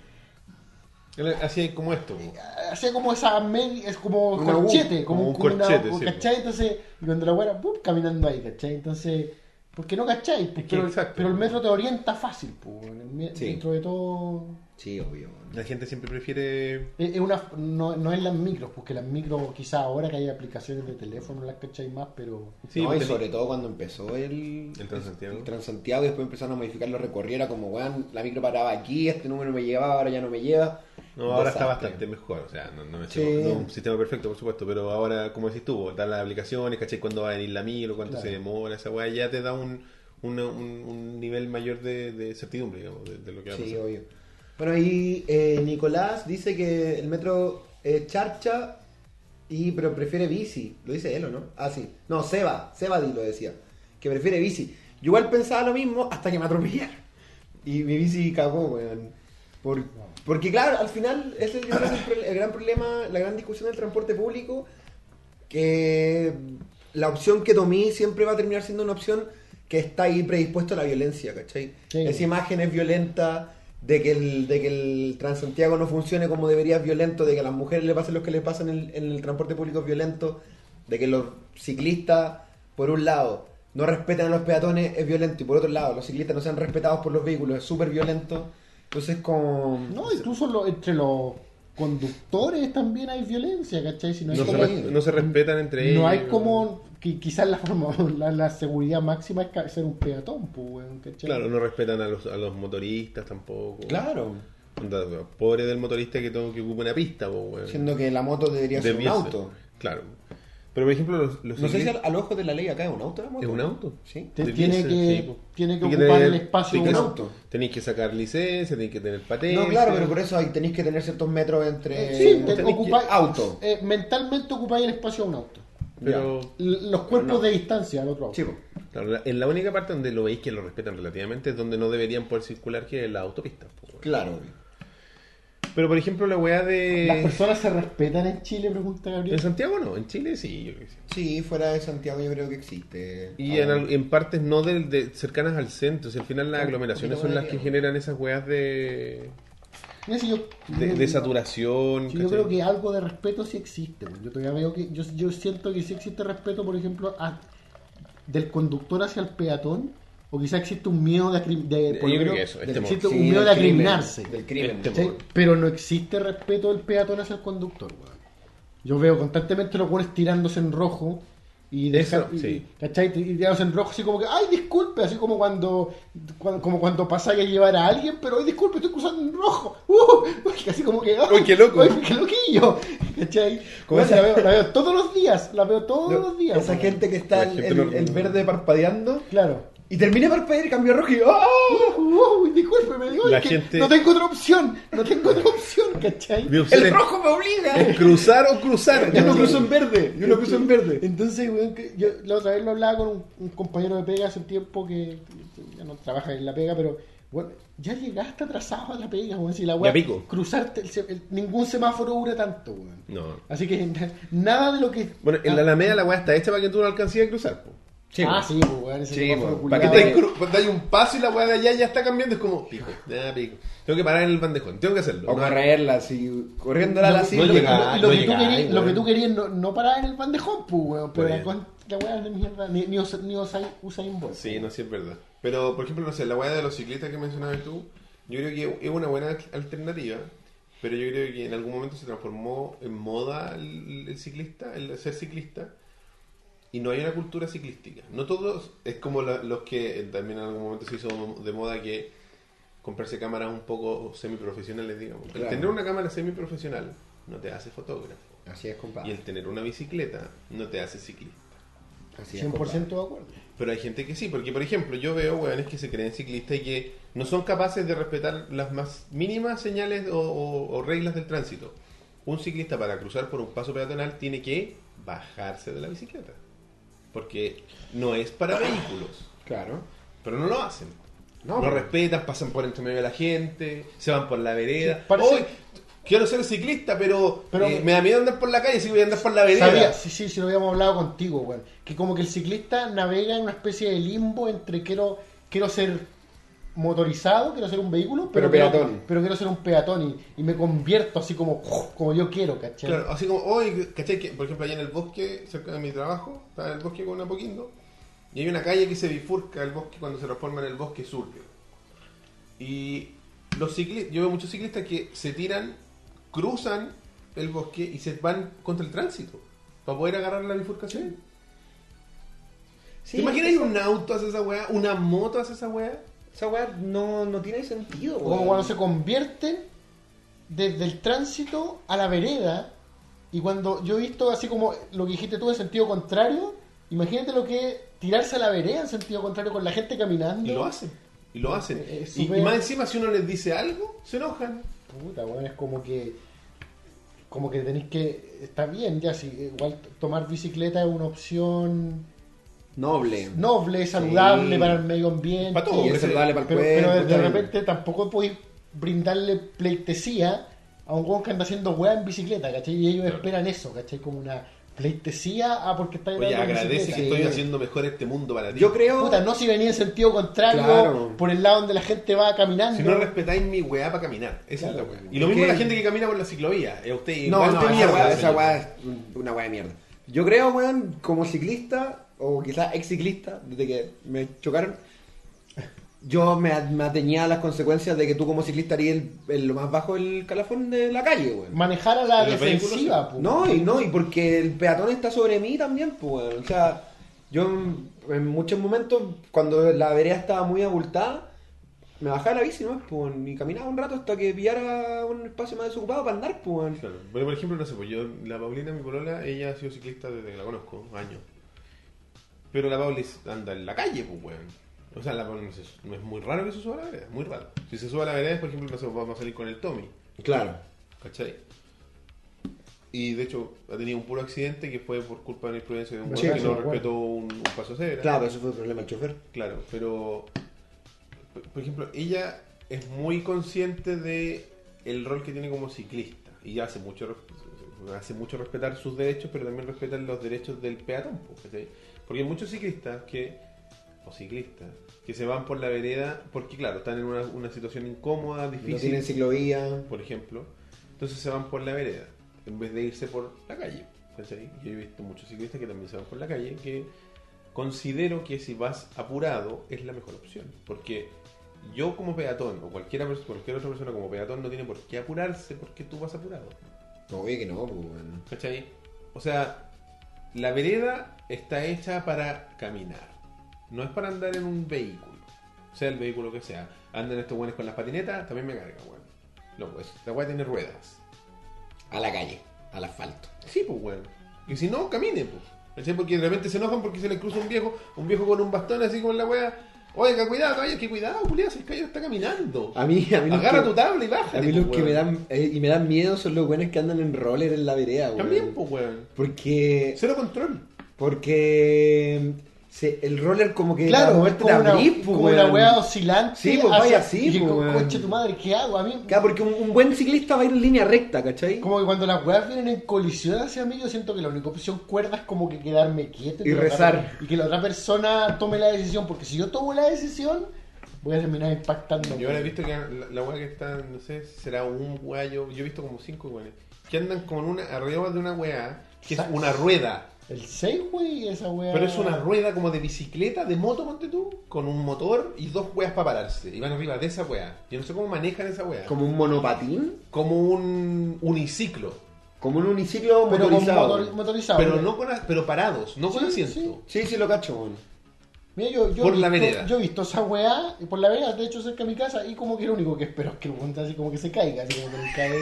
Él Hacía como esto, po. Hacía como esa media, es como Una U, corchete, como, como un como una- corchete, sí, pues. ¿cachai? Entonces, y cuando la weá, ¡pum! caminando ahí, ¿cachai? Entonces, porque no cachai, pues, que pero, exacto. pero el metro te orienta fácil, pues, el me- Sí. dentro de todo. Sí, obvio. weón. La gente siempre prefiere. Es- es una, no, no es las micros, porque las micros quizás ahora que hay aplicaciones de teléfono las cacháis más, pero Sí, no, y pues, porque- sobre todo cuando empezó el, El Transantiago. el Transantiago y después empezaron a modificar los recorriera como, weón, la micro paraba aquí, este número me llevaba, ahora ya no me lleva. No, ahora está Desastre. bastante mejor, o sea, no, no me Sí. llevo- no es un sistema perfecto, por supuesto, pero ahora, como decís tú, dan las aplicaciones, ¿cachai? Cuándo va a venir la micro, cuánto Claro. se demora, esa weá, ya te da un, una- un, un nivel mayor de, de certidumbre, digamos, de, de lo que va a Sí, pasar. obvio. Bueno, ahí eh, Nicolás dice que el metro eh, charcha, y, pero prefiere bici. Lo dice él, ¿o no? Ah, sí. No, Seba, Seba di- lo decía. Que prefiere bici. Yo igual pensaba lo mismo hasta que me atropellaron. Y mi bici cagó, weón. Por- porque claro, al final, ese yo creo que es el, pro- el gran problema, la gran discusión del transporte público, que la opción que tomé siempre va a terminar siendo una opción que está ahí predispuesta a la violencia, ¿cachai? Sí. Esa imagen es violenta, de que, el, de que el Transantiago no funcione como debería es violento, de que a las mujeres le pasen los que les pasan en el, en el transporte público es violento, de que los ciclistas, por un lado, no respetan a los peatones es violento, y por otro lado, los ciclistas no sean respetados por los vehículos es súper violento. Entonces, como... no, incluso lo- entre los conductores también hay violencia, ¿cachai? Si no, hay No, se, como- res- no se respetan entre ellos. No hay como, que quizás la, forma, la, la seguridad máxima es ca- ser un peatón, pues, weón, ¿cachai? Claro, no respetan a los, a los motoristas tampoco. Claro. Onda, weón, Pobre del motorista que, tengo que ocupa una pista, po, weón. Siendo que la moto debería ser un Desviarse. auto. Claro. Pero, por ejemplo, los, los No sé si ciclistas- al, al ojo de la ley acá es un auto la moto. ¿Es un auto? Sí. Te- Debía tiene, ser, que, sí, po. tiene que Tiene ocupar tener- el espacio tiene de que- un auto. Tenéis que sacar licencia, tenéis que tener patente. No, claro, pero por eso hay, tenéis que tener ciertos metros entre Sí, Eh, te- tenéis que- ocupáis- auto. eh, mentalmente ocupáis el espacio de un auto. Pero- L- los cuerpos no. pues. de distancia al otro auto. Chivo. Claro, la- en la única parte donde lo veis que lo respetan relativamente es donde no deberían poder circular que es la autopista. po, weón. Claro. Pero por ejemplo la weá ¿Las de... personas se respetan en Chile? Pregunta En Gabriel. Santiago no, en Chile sí. yo creo que sí. Sí, fuera de Santiago yo creo que existe. Ah, Y en, al- en partes no del- de, cercanas al centro. Si al final las aglomeraciones son las que generan esas weas de, Mira, si yo- Mm. de, de saturación. Sí, yo ¿cachai? creo que algo de respeto sí existe. güey. Yo todavía veo que yo, yo siento que sí existe respeto, por ejemplo, a- del conductor hacia el peatón, o quizá existe un miedo de, acrim- de- Yo por lo creo menos, que eso, el del- temor. existe un miedo de acriminarse. Del crimen. Este- ¿cachai? Pero no existe respeto del peatón hacia el conductor. güey. Yo veo constantemente los güeyes tirándose en rojo. Y dejar- Eso, sí. y- ¿Cachai? Y y tirándose en rojo, así como que, ay, disculpe, así como cuando, cuando como cuando pasáis a llevar a alguien, pero, ay, disculpe, estoy cruzando en rojo. Uh, uy, así como que, Uy, qué loco. Uy, qué loquillo. ¿Cachai? Como Bueno, esa- la, veo, la veo todos los días, la veo todos los días. Esa güey. gente que está La el, gente el- no- el verde parpadeando Claro. y termina de parpadear y cambia a rojo y ¡oh! Uh, uy, disculpe, me digo, La es que gente- no tengo otra opción, no tengo otra opción, ¿cachai? Mi opción ¡El es- rojo me es obliga! cruzar o cruzar. Yo lo cruzo en verde, yo lo cruzo en verde. Entonces, weón, que yo la otra vez lo hablaba con un, un compañero de pega hace un tiempo que ya no trabaja en la pega, pero bueno, ya llegaste atrasado a la pega, weón. Si la weá, Ya pico. cruzarte, el se- el- ningún semáforo dura tanto, weón. No. Así que na- nada de lo que. Bueno, en la Alameda la weá está hecha para que tú no alcances a cruzar. po. Ah, sí, pues, weón, ese Sí, semáforo weón, Para culiado. que te cru- pues, dais un paso y la weá de allá ya está cambiando. Es como, pico, ya pico. Tengo que parar en el bandejón, tengo que hacerlo. O No, correrla, así, corriéndola Lo- así. no lo, que- llega, lo Ah, no que tú llega, eh, querías, ay, lo que weón. tú querías no, no parar en el bandejón, pues, weón. Pero la, Bueno. con- la weá de mierda, ni, ni, Usa- ni Usain, Usain Bolt. Sí, no, sí es verdad. Pero, por ejemplo, no sé, la hueá de los ciclistas que mencionabas tú, yo creo que es una buena al- alternativa, pero yo creo que en algún momento se transformó en moda el, el ciclista, el ser ciclista, y no hay una cultura ciclística. No todos, es como la- los que eh, también en algún momento se hizo de moda que comprarse cámaras un poco semiprofesionales, digamos. El Claro. tener una cámara semiprofesional no te hace fotógrafo. Así es, Y compadre. el tener una bicicleta no te hace ciclista. Así es, 100% de acuerdo. Pero hay gente que sí, porque por ejemplo, yo veo weones que se creen ciclistas y que no son capaces de respetar las más mínimas señales o, o- o reglas del tránsito. Un ciclista para cruzar por un paso peatonal tiene que bajarse de la bicicleta. Porque no es para vehículos. Claro. Pero no lo hacen. No, No, pero- respetan, pasan por entre medio de la gente, se van por la vereda. Sí, parece- Hoy quiero ser ciclista, pero, Pero- eh, me da miedo andar por la calle, así que voy a andar por la vereda. Sabía, sí, sí, sí, lo habíamos hablado contigo, weón. Que como que el ciclista navega en una especie de limbo entre quiero, quiero ser motorizado, quiero ser un vehículo, pero, Pero quiero- peatón. pero quiero ser un peatón y, y me convierto así como, ¡oh! como yo quiero, ¿cachai? Claro, así como hoy, ¿cachai? Que, por ejemplo, allá en el bosque, cerca de mi trabajo, estaba en el bosque con Apoquindo, y hay una calle que se bifurca el bosque cuando se transforma en el bosque sur. digamos. Y Los ciclistas, yo veo muchos ciclistas que se tiran, cruzan el bosque y se van contra el tránsito para poder agarrar la bifurcación. Sí, ¿Te imaginas esa- un auto hace esa weá? ¿Una moto hace esa weá? Esa weá no, no tiene sentido, O como weón. cuando se convierten desde el tránsito a la vereda. Y cuando yo he visto así como lo que dijiste tú en sentido contrario, imagínate lo que es tirarse a la vereda en sentido contrario con la gente caminando. Y lo hacen. Y lo hacen. Eh, eh, Y, súper- y más encima, si uno les dice algo, se enojan. Puta, weón, es como que. Como que tenéis que. Está bien, ya, si igual t- tomar bicicleta es una opción Noble. noble, saludable Sí. para el medio ambiente. Para todo, Y es ese- saludable para el Pero, cuerpo. pero de está bien. repente tampoco podéis brindarle pleitesía a un weón que anda haciendo weá en bicicleta, ¿cachai? Y ellos esperan eso, ¿cachai? Como una pleitesía a porque está Oye, andando en agradece bicicleta. que estoy haciendo mejor este mundo para ti. Yo creo. Puta, no si venía en sentido contrario Claro. por el lado donde la gente va caminando. Si no respetáis mi weá para caminar. Esa Claro. es la weá. Y lo mismo Porque- la gente que camina por la ciclovía. Eh, usted No, igual no, te esa mierda, weá, señor. esa weá es una weá de mierda. Yo creo, weón, como ciclista, o quizás ex ciclista, desde que me chocaron, yo me, me atenía a las consecuencias de que tú como ciclista harías el, el- lo más bajo del calafón de la calle, weón. Manejar a la Pero los vehículos defensiva, po. No, y no, y porque el peatón está sobre mí también, pues, weón. O sea, yo en, en muchos momentos, cuando la vereda estaba muy abultada, me bajaba la bici, ¿no? Pues, weón, y caminaba un rato hasta que pillara un espacio más desocupado para andar, pues, weón. Claro. Bueno, por ejemplo, no sé, pues yo, la Paulina, mi polola, ella ha sido ciclista desde que la conozco, años. Pero la Pauli anda en la calle, pues, weón. O sea, la Pauli no se- no es muy raro que se suba a la vereda, es muy raro. Si se suba a la vereda, es, por ejemplo, no sé, vamos a salir con el Tommy, Claro. ¿cachai? Y de hecho, ha tenido un puro accidente que fue por culpa de la imprudencia de un weón Sí, que sí, no bueno. respetó un, un paso a cebra. Claro, pero eso fue el problema del chofer. Claro, pero p- por ejemplo, ella es muy consciente de el rol que tiene como ciclista y hace mucho res- hace mucho respetar sus derechos, pero también respetan los derechos del peatón, po, ¿cachai? porque hay muchos ciclistas que o ciclistas que se van por la vereda porque claro, están en una, una situación incómoda, No difícil, tienen ciclovía. por ejemplo, entonces se van por la vereda en vez de irse por la calle. ¿cachai? Yo he visto muchos ciclistas que también se van por la calle que considero que si vas apurado es la mejor opción, porque yo como peatón o cualquiera pers- cualquier otra persona como peatón no tiene por qué apurarse porque tú vas apurado. No, oye que no, pues, weón. ¿Cachai? O sea, la vereda está hecha para caminar. No es para andar en un vehículo. Sea el vehículo que sea. Andan estos buenos con las patinetas, también me carga, weón. No, pues, la weá tiene ruedas. A la calle, al asfalto. Sí, pues, weón. Y si no, camine, pues. ¿Cachai? Porque de repente se enojan porque se les cruza un viejo, un viejo con un bastón así como en la weá. Oiga, cuidado, caballero, que cuidado, culiado, si el caballero está caminando. A mí, a mí. los Agarra que- tu tabla y pues, baja. A mí los que me dan, eh, y me dan miedo son los buenos que andan en roller en la vereda, weón. También, pues, weón. Porque. Cero control. Porque. se- el roller como que. para Claro, es moverte como, te una, abrís, pues, como una weón. weá oscilante. Sí, pues, vaya así, y que, pues, co- weón. Conche tu madre, ¿qué hago? A mí, Claro, porque un, un buen ciclista va a ir en línea recta, ¿cachai? como que cuando las weas vienen en colisión hacia mí, yo siento que la única opción cuerda es como que quedarme quieto Y que la rezar. otra- y que la otra persona tome la decisión, porque si yo tomo la decisión, voy a terminar impactando. Yo ahora he visto que la, la weá que está, no sé, será un weá, yo, yo he visto como cinco weones, que andan con una, arriba de una weá, que es Exacto. una rueda, El 6, güey, esa wea. pero es una rueda como de bicicleta, de moto, ponte tú, con un motor y dos weas para pararse, y van arriba de esa weá. Yo no sé cómo manejan esa weá. Como, Como un monopatín. un uniciclo, Como un uniciclo Pero con motorizado. motor- motorizado. pero güey. no con, a- pero parados, no con Sí, asiento. sí. Sí, sí, lo cacho, weón. Mira, yo, yo he Por la visto- vereda. Yo he visto esa weá y por la vereda, de hecho, cerca de mi casa, y como que lo único que espero es que el weón así como que se caiga, así como que le cae.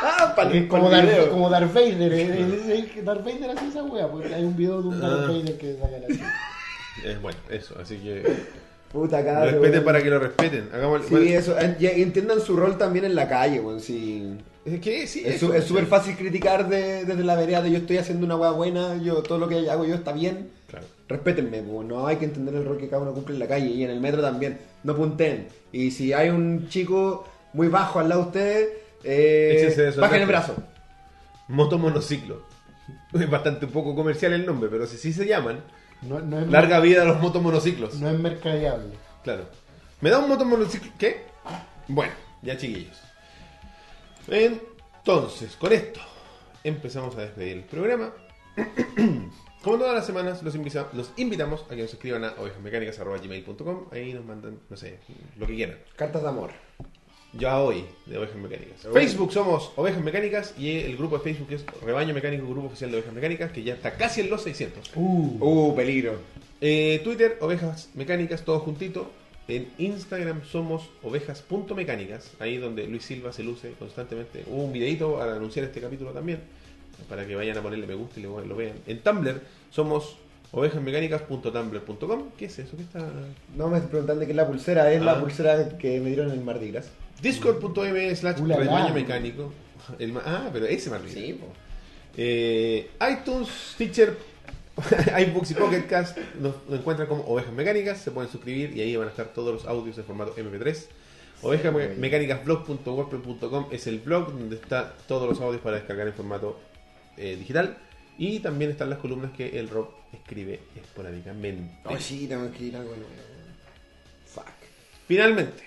Ah, para Es como Darth, como Darth Vader, eh, eh, eh, Darth Vader hace esa wea, porque hay un video de un Ah. Darth Vader que saca la Es bueno, eso, así que Puta cara. respeten para que lo respeten. Hagamos el- Sí, bueno, eso. eh, y- y Entiendan su rol también en la calle, weón. Sí. es que sí, Es eso, su- es súper fácil criticar de- desde la vereda de yo estoy haciendo una hueá buena, yo todo lo que hago yo está bien. Claro. Respétenme, po, no hay que entender el rol que cada uno cumple en la calle y en el metro también. No punten. Y si hay un chico muy bajo al lado de ustedes, Échense de eh, su bajen el alcance. brazo. Moto monociclo. Es bastante un poco comercial el nombre, pero si sí se llaman. No, no, es, Larga vida a los motos monociclos. no es mercadeable. Claro. ¿Me da un moto monociclo? ¿Qué? Bueno, ya chiquillos. Entonces, con esto empezamos a despedir el programa. Como todas las semanas, los, invisa- los invitamos a que nos escriban a ovejasmecánicas.com. Ahí nos mandan, no sé, lo que quieran. Cartas de amor. Ya hoy, de Ovejas Mecánicas. Facebook somos Ovejas Mecánicas y el grupo de Facebook es Rebaño Mecánico, Grupo Oficial de Ovejas Mecánicas, que ya está casi en los 600. Uh, peligro. Eh, Twitter, Ovejas Mecánicas, todo juntito. En Instagram somos ovejas.mecánicas, ahí donde Luis Silva se luce constantemente. Hubo un videito al anunciar este capítulo también, para que vayan a ponerle me gusta y lo, lo vean. En Tumblr somos ovejasmecánicas.tumblr.com. ¿Qué es eso? ¿Qué está? No me preguntan de qué es la pulsera, es Ah. la pulsera que me dieron en Mardi Gras. Discord.m slash Ulala. rebaño mecánico. El ma- ah, pero ese más Sí, eh, iTunes, Teacher, iBooks y Pocket Cast nos, nos encuentran como Ovejas Mecánicas. Se pueden suscribir y ahí van a estar todos los audios en formato MP3. Ovejas Me- mecánicasblog.wordpress.com es el blog donde está todos los audios para descargar en formato eh, digital. Y también están las columnas que el Rob escribe esporádicamente. Oh, sí, tengo que escribir algo nuevo. Fuck. Finalmente.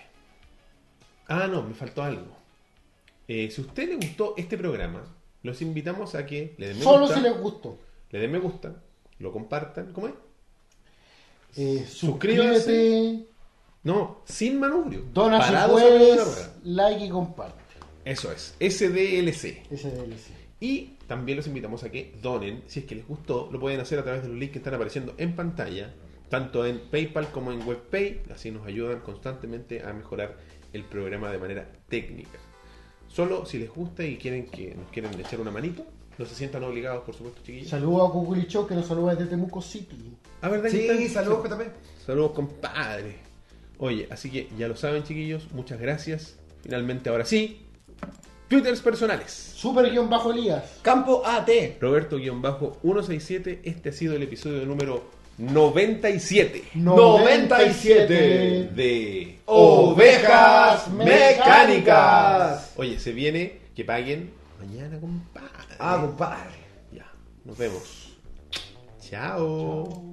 Ah, no, me faltó algo. Eh, si a usted le gustó este programa, los invitamos a que le den me Solo gusta, si les gustó. le den me gusta, lo compartan. ¿Cómo es? Eh, Suscríbase. suscríbete, No, sin manubrio. dona si pues. Parado sobre la rueda. puedes, like y comparte. Eso es, SDLC. Ese es el sí. Y también los invitamos a que donen, si es que les gustó, lo pueden hacer a través de los links que están apareciendo en pantalla, tanto en PayPal como en WebPay, así nos ayudan constantemente a mejorar el programa de manera técnica. Solo si les gusta y quieren que nos quieren echar una manito, no se sientan obligados, por supuesto, chiquillos. Saludos a Cuculichó que nos saluda desde Temuco City. Ah, ¿verdad que Sí, están? saludos, JP. Saludos, compadre. Oye, así que ya lo saben, chiquillos, muchas gracias. Finalmente, ahora sí, Twitters personales. Super guión bajo Elías. Campo AT. Roberto-167, este ha sido el episodio número 97 97. de... Ovejas Mecánicas. Oye, se viene, que paguen mañana, compadre. Ah, compadre. Ya, nos vemos. Chao.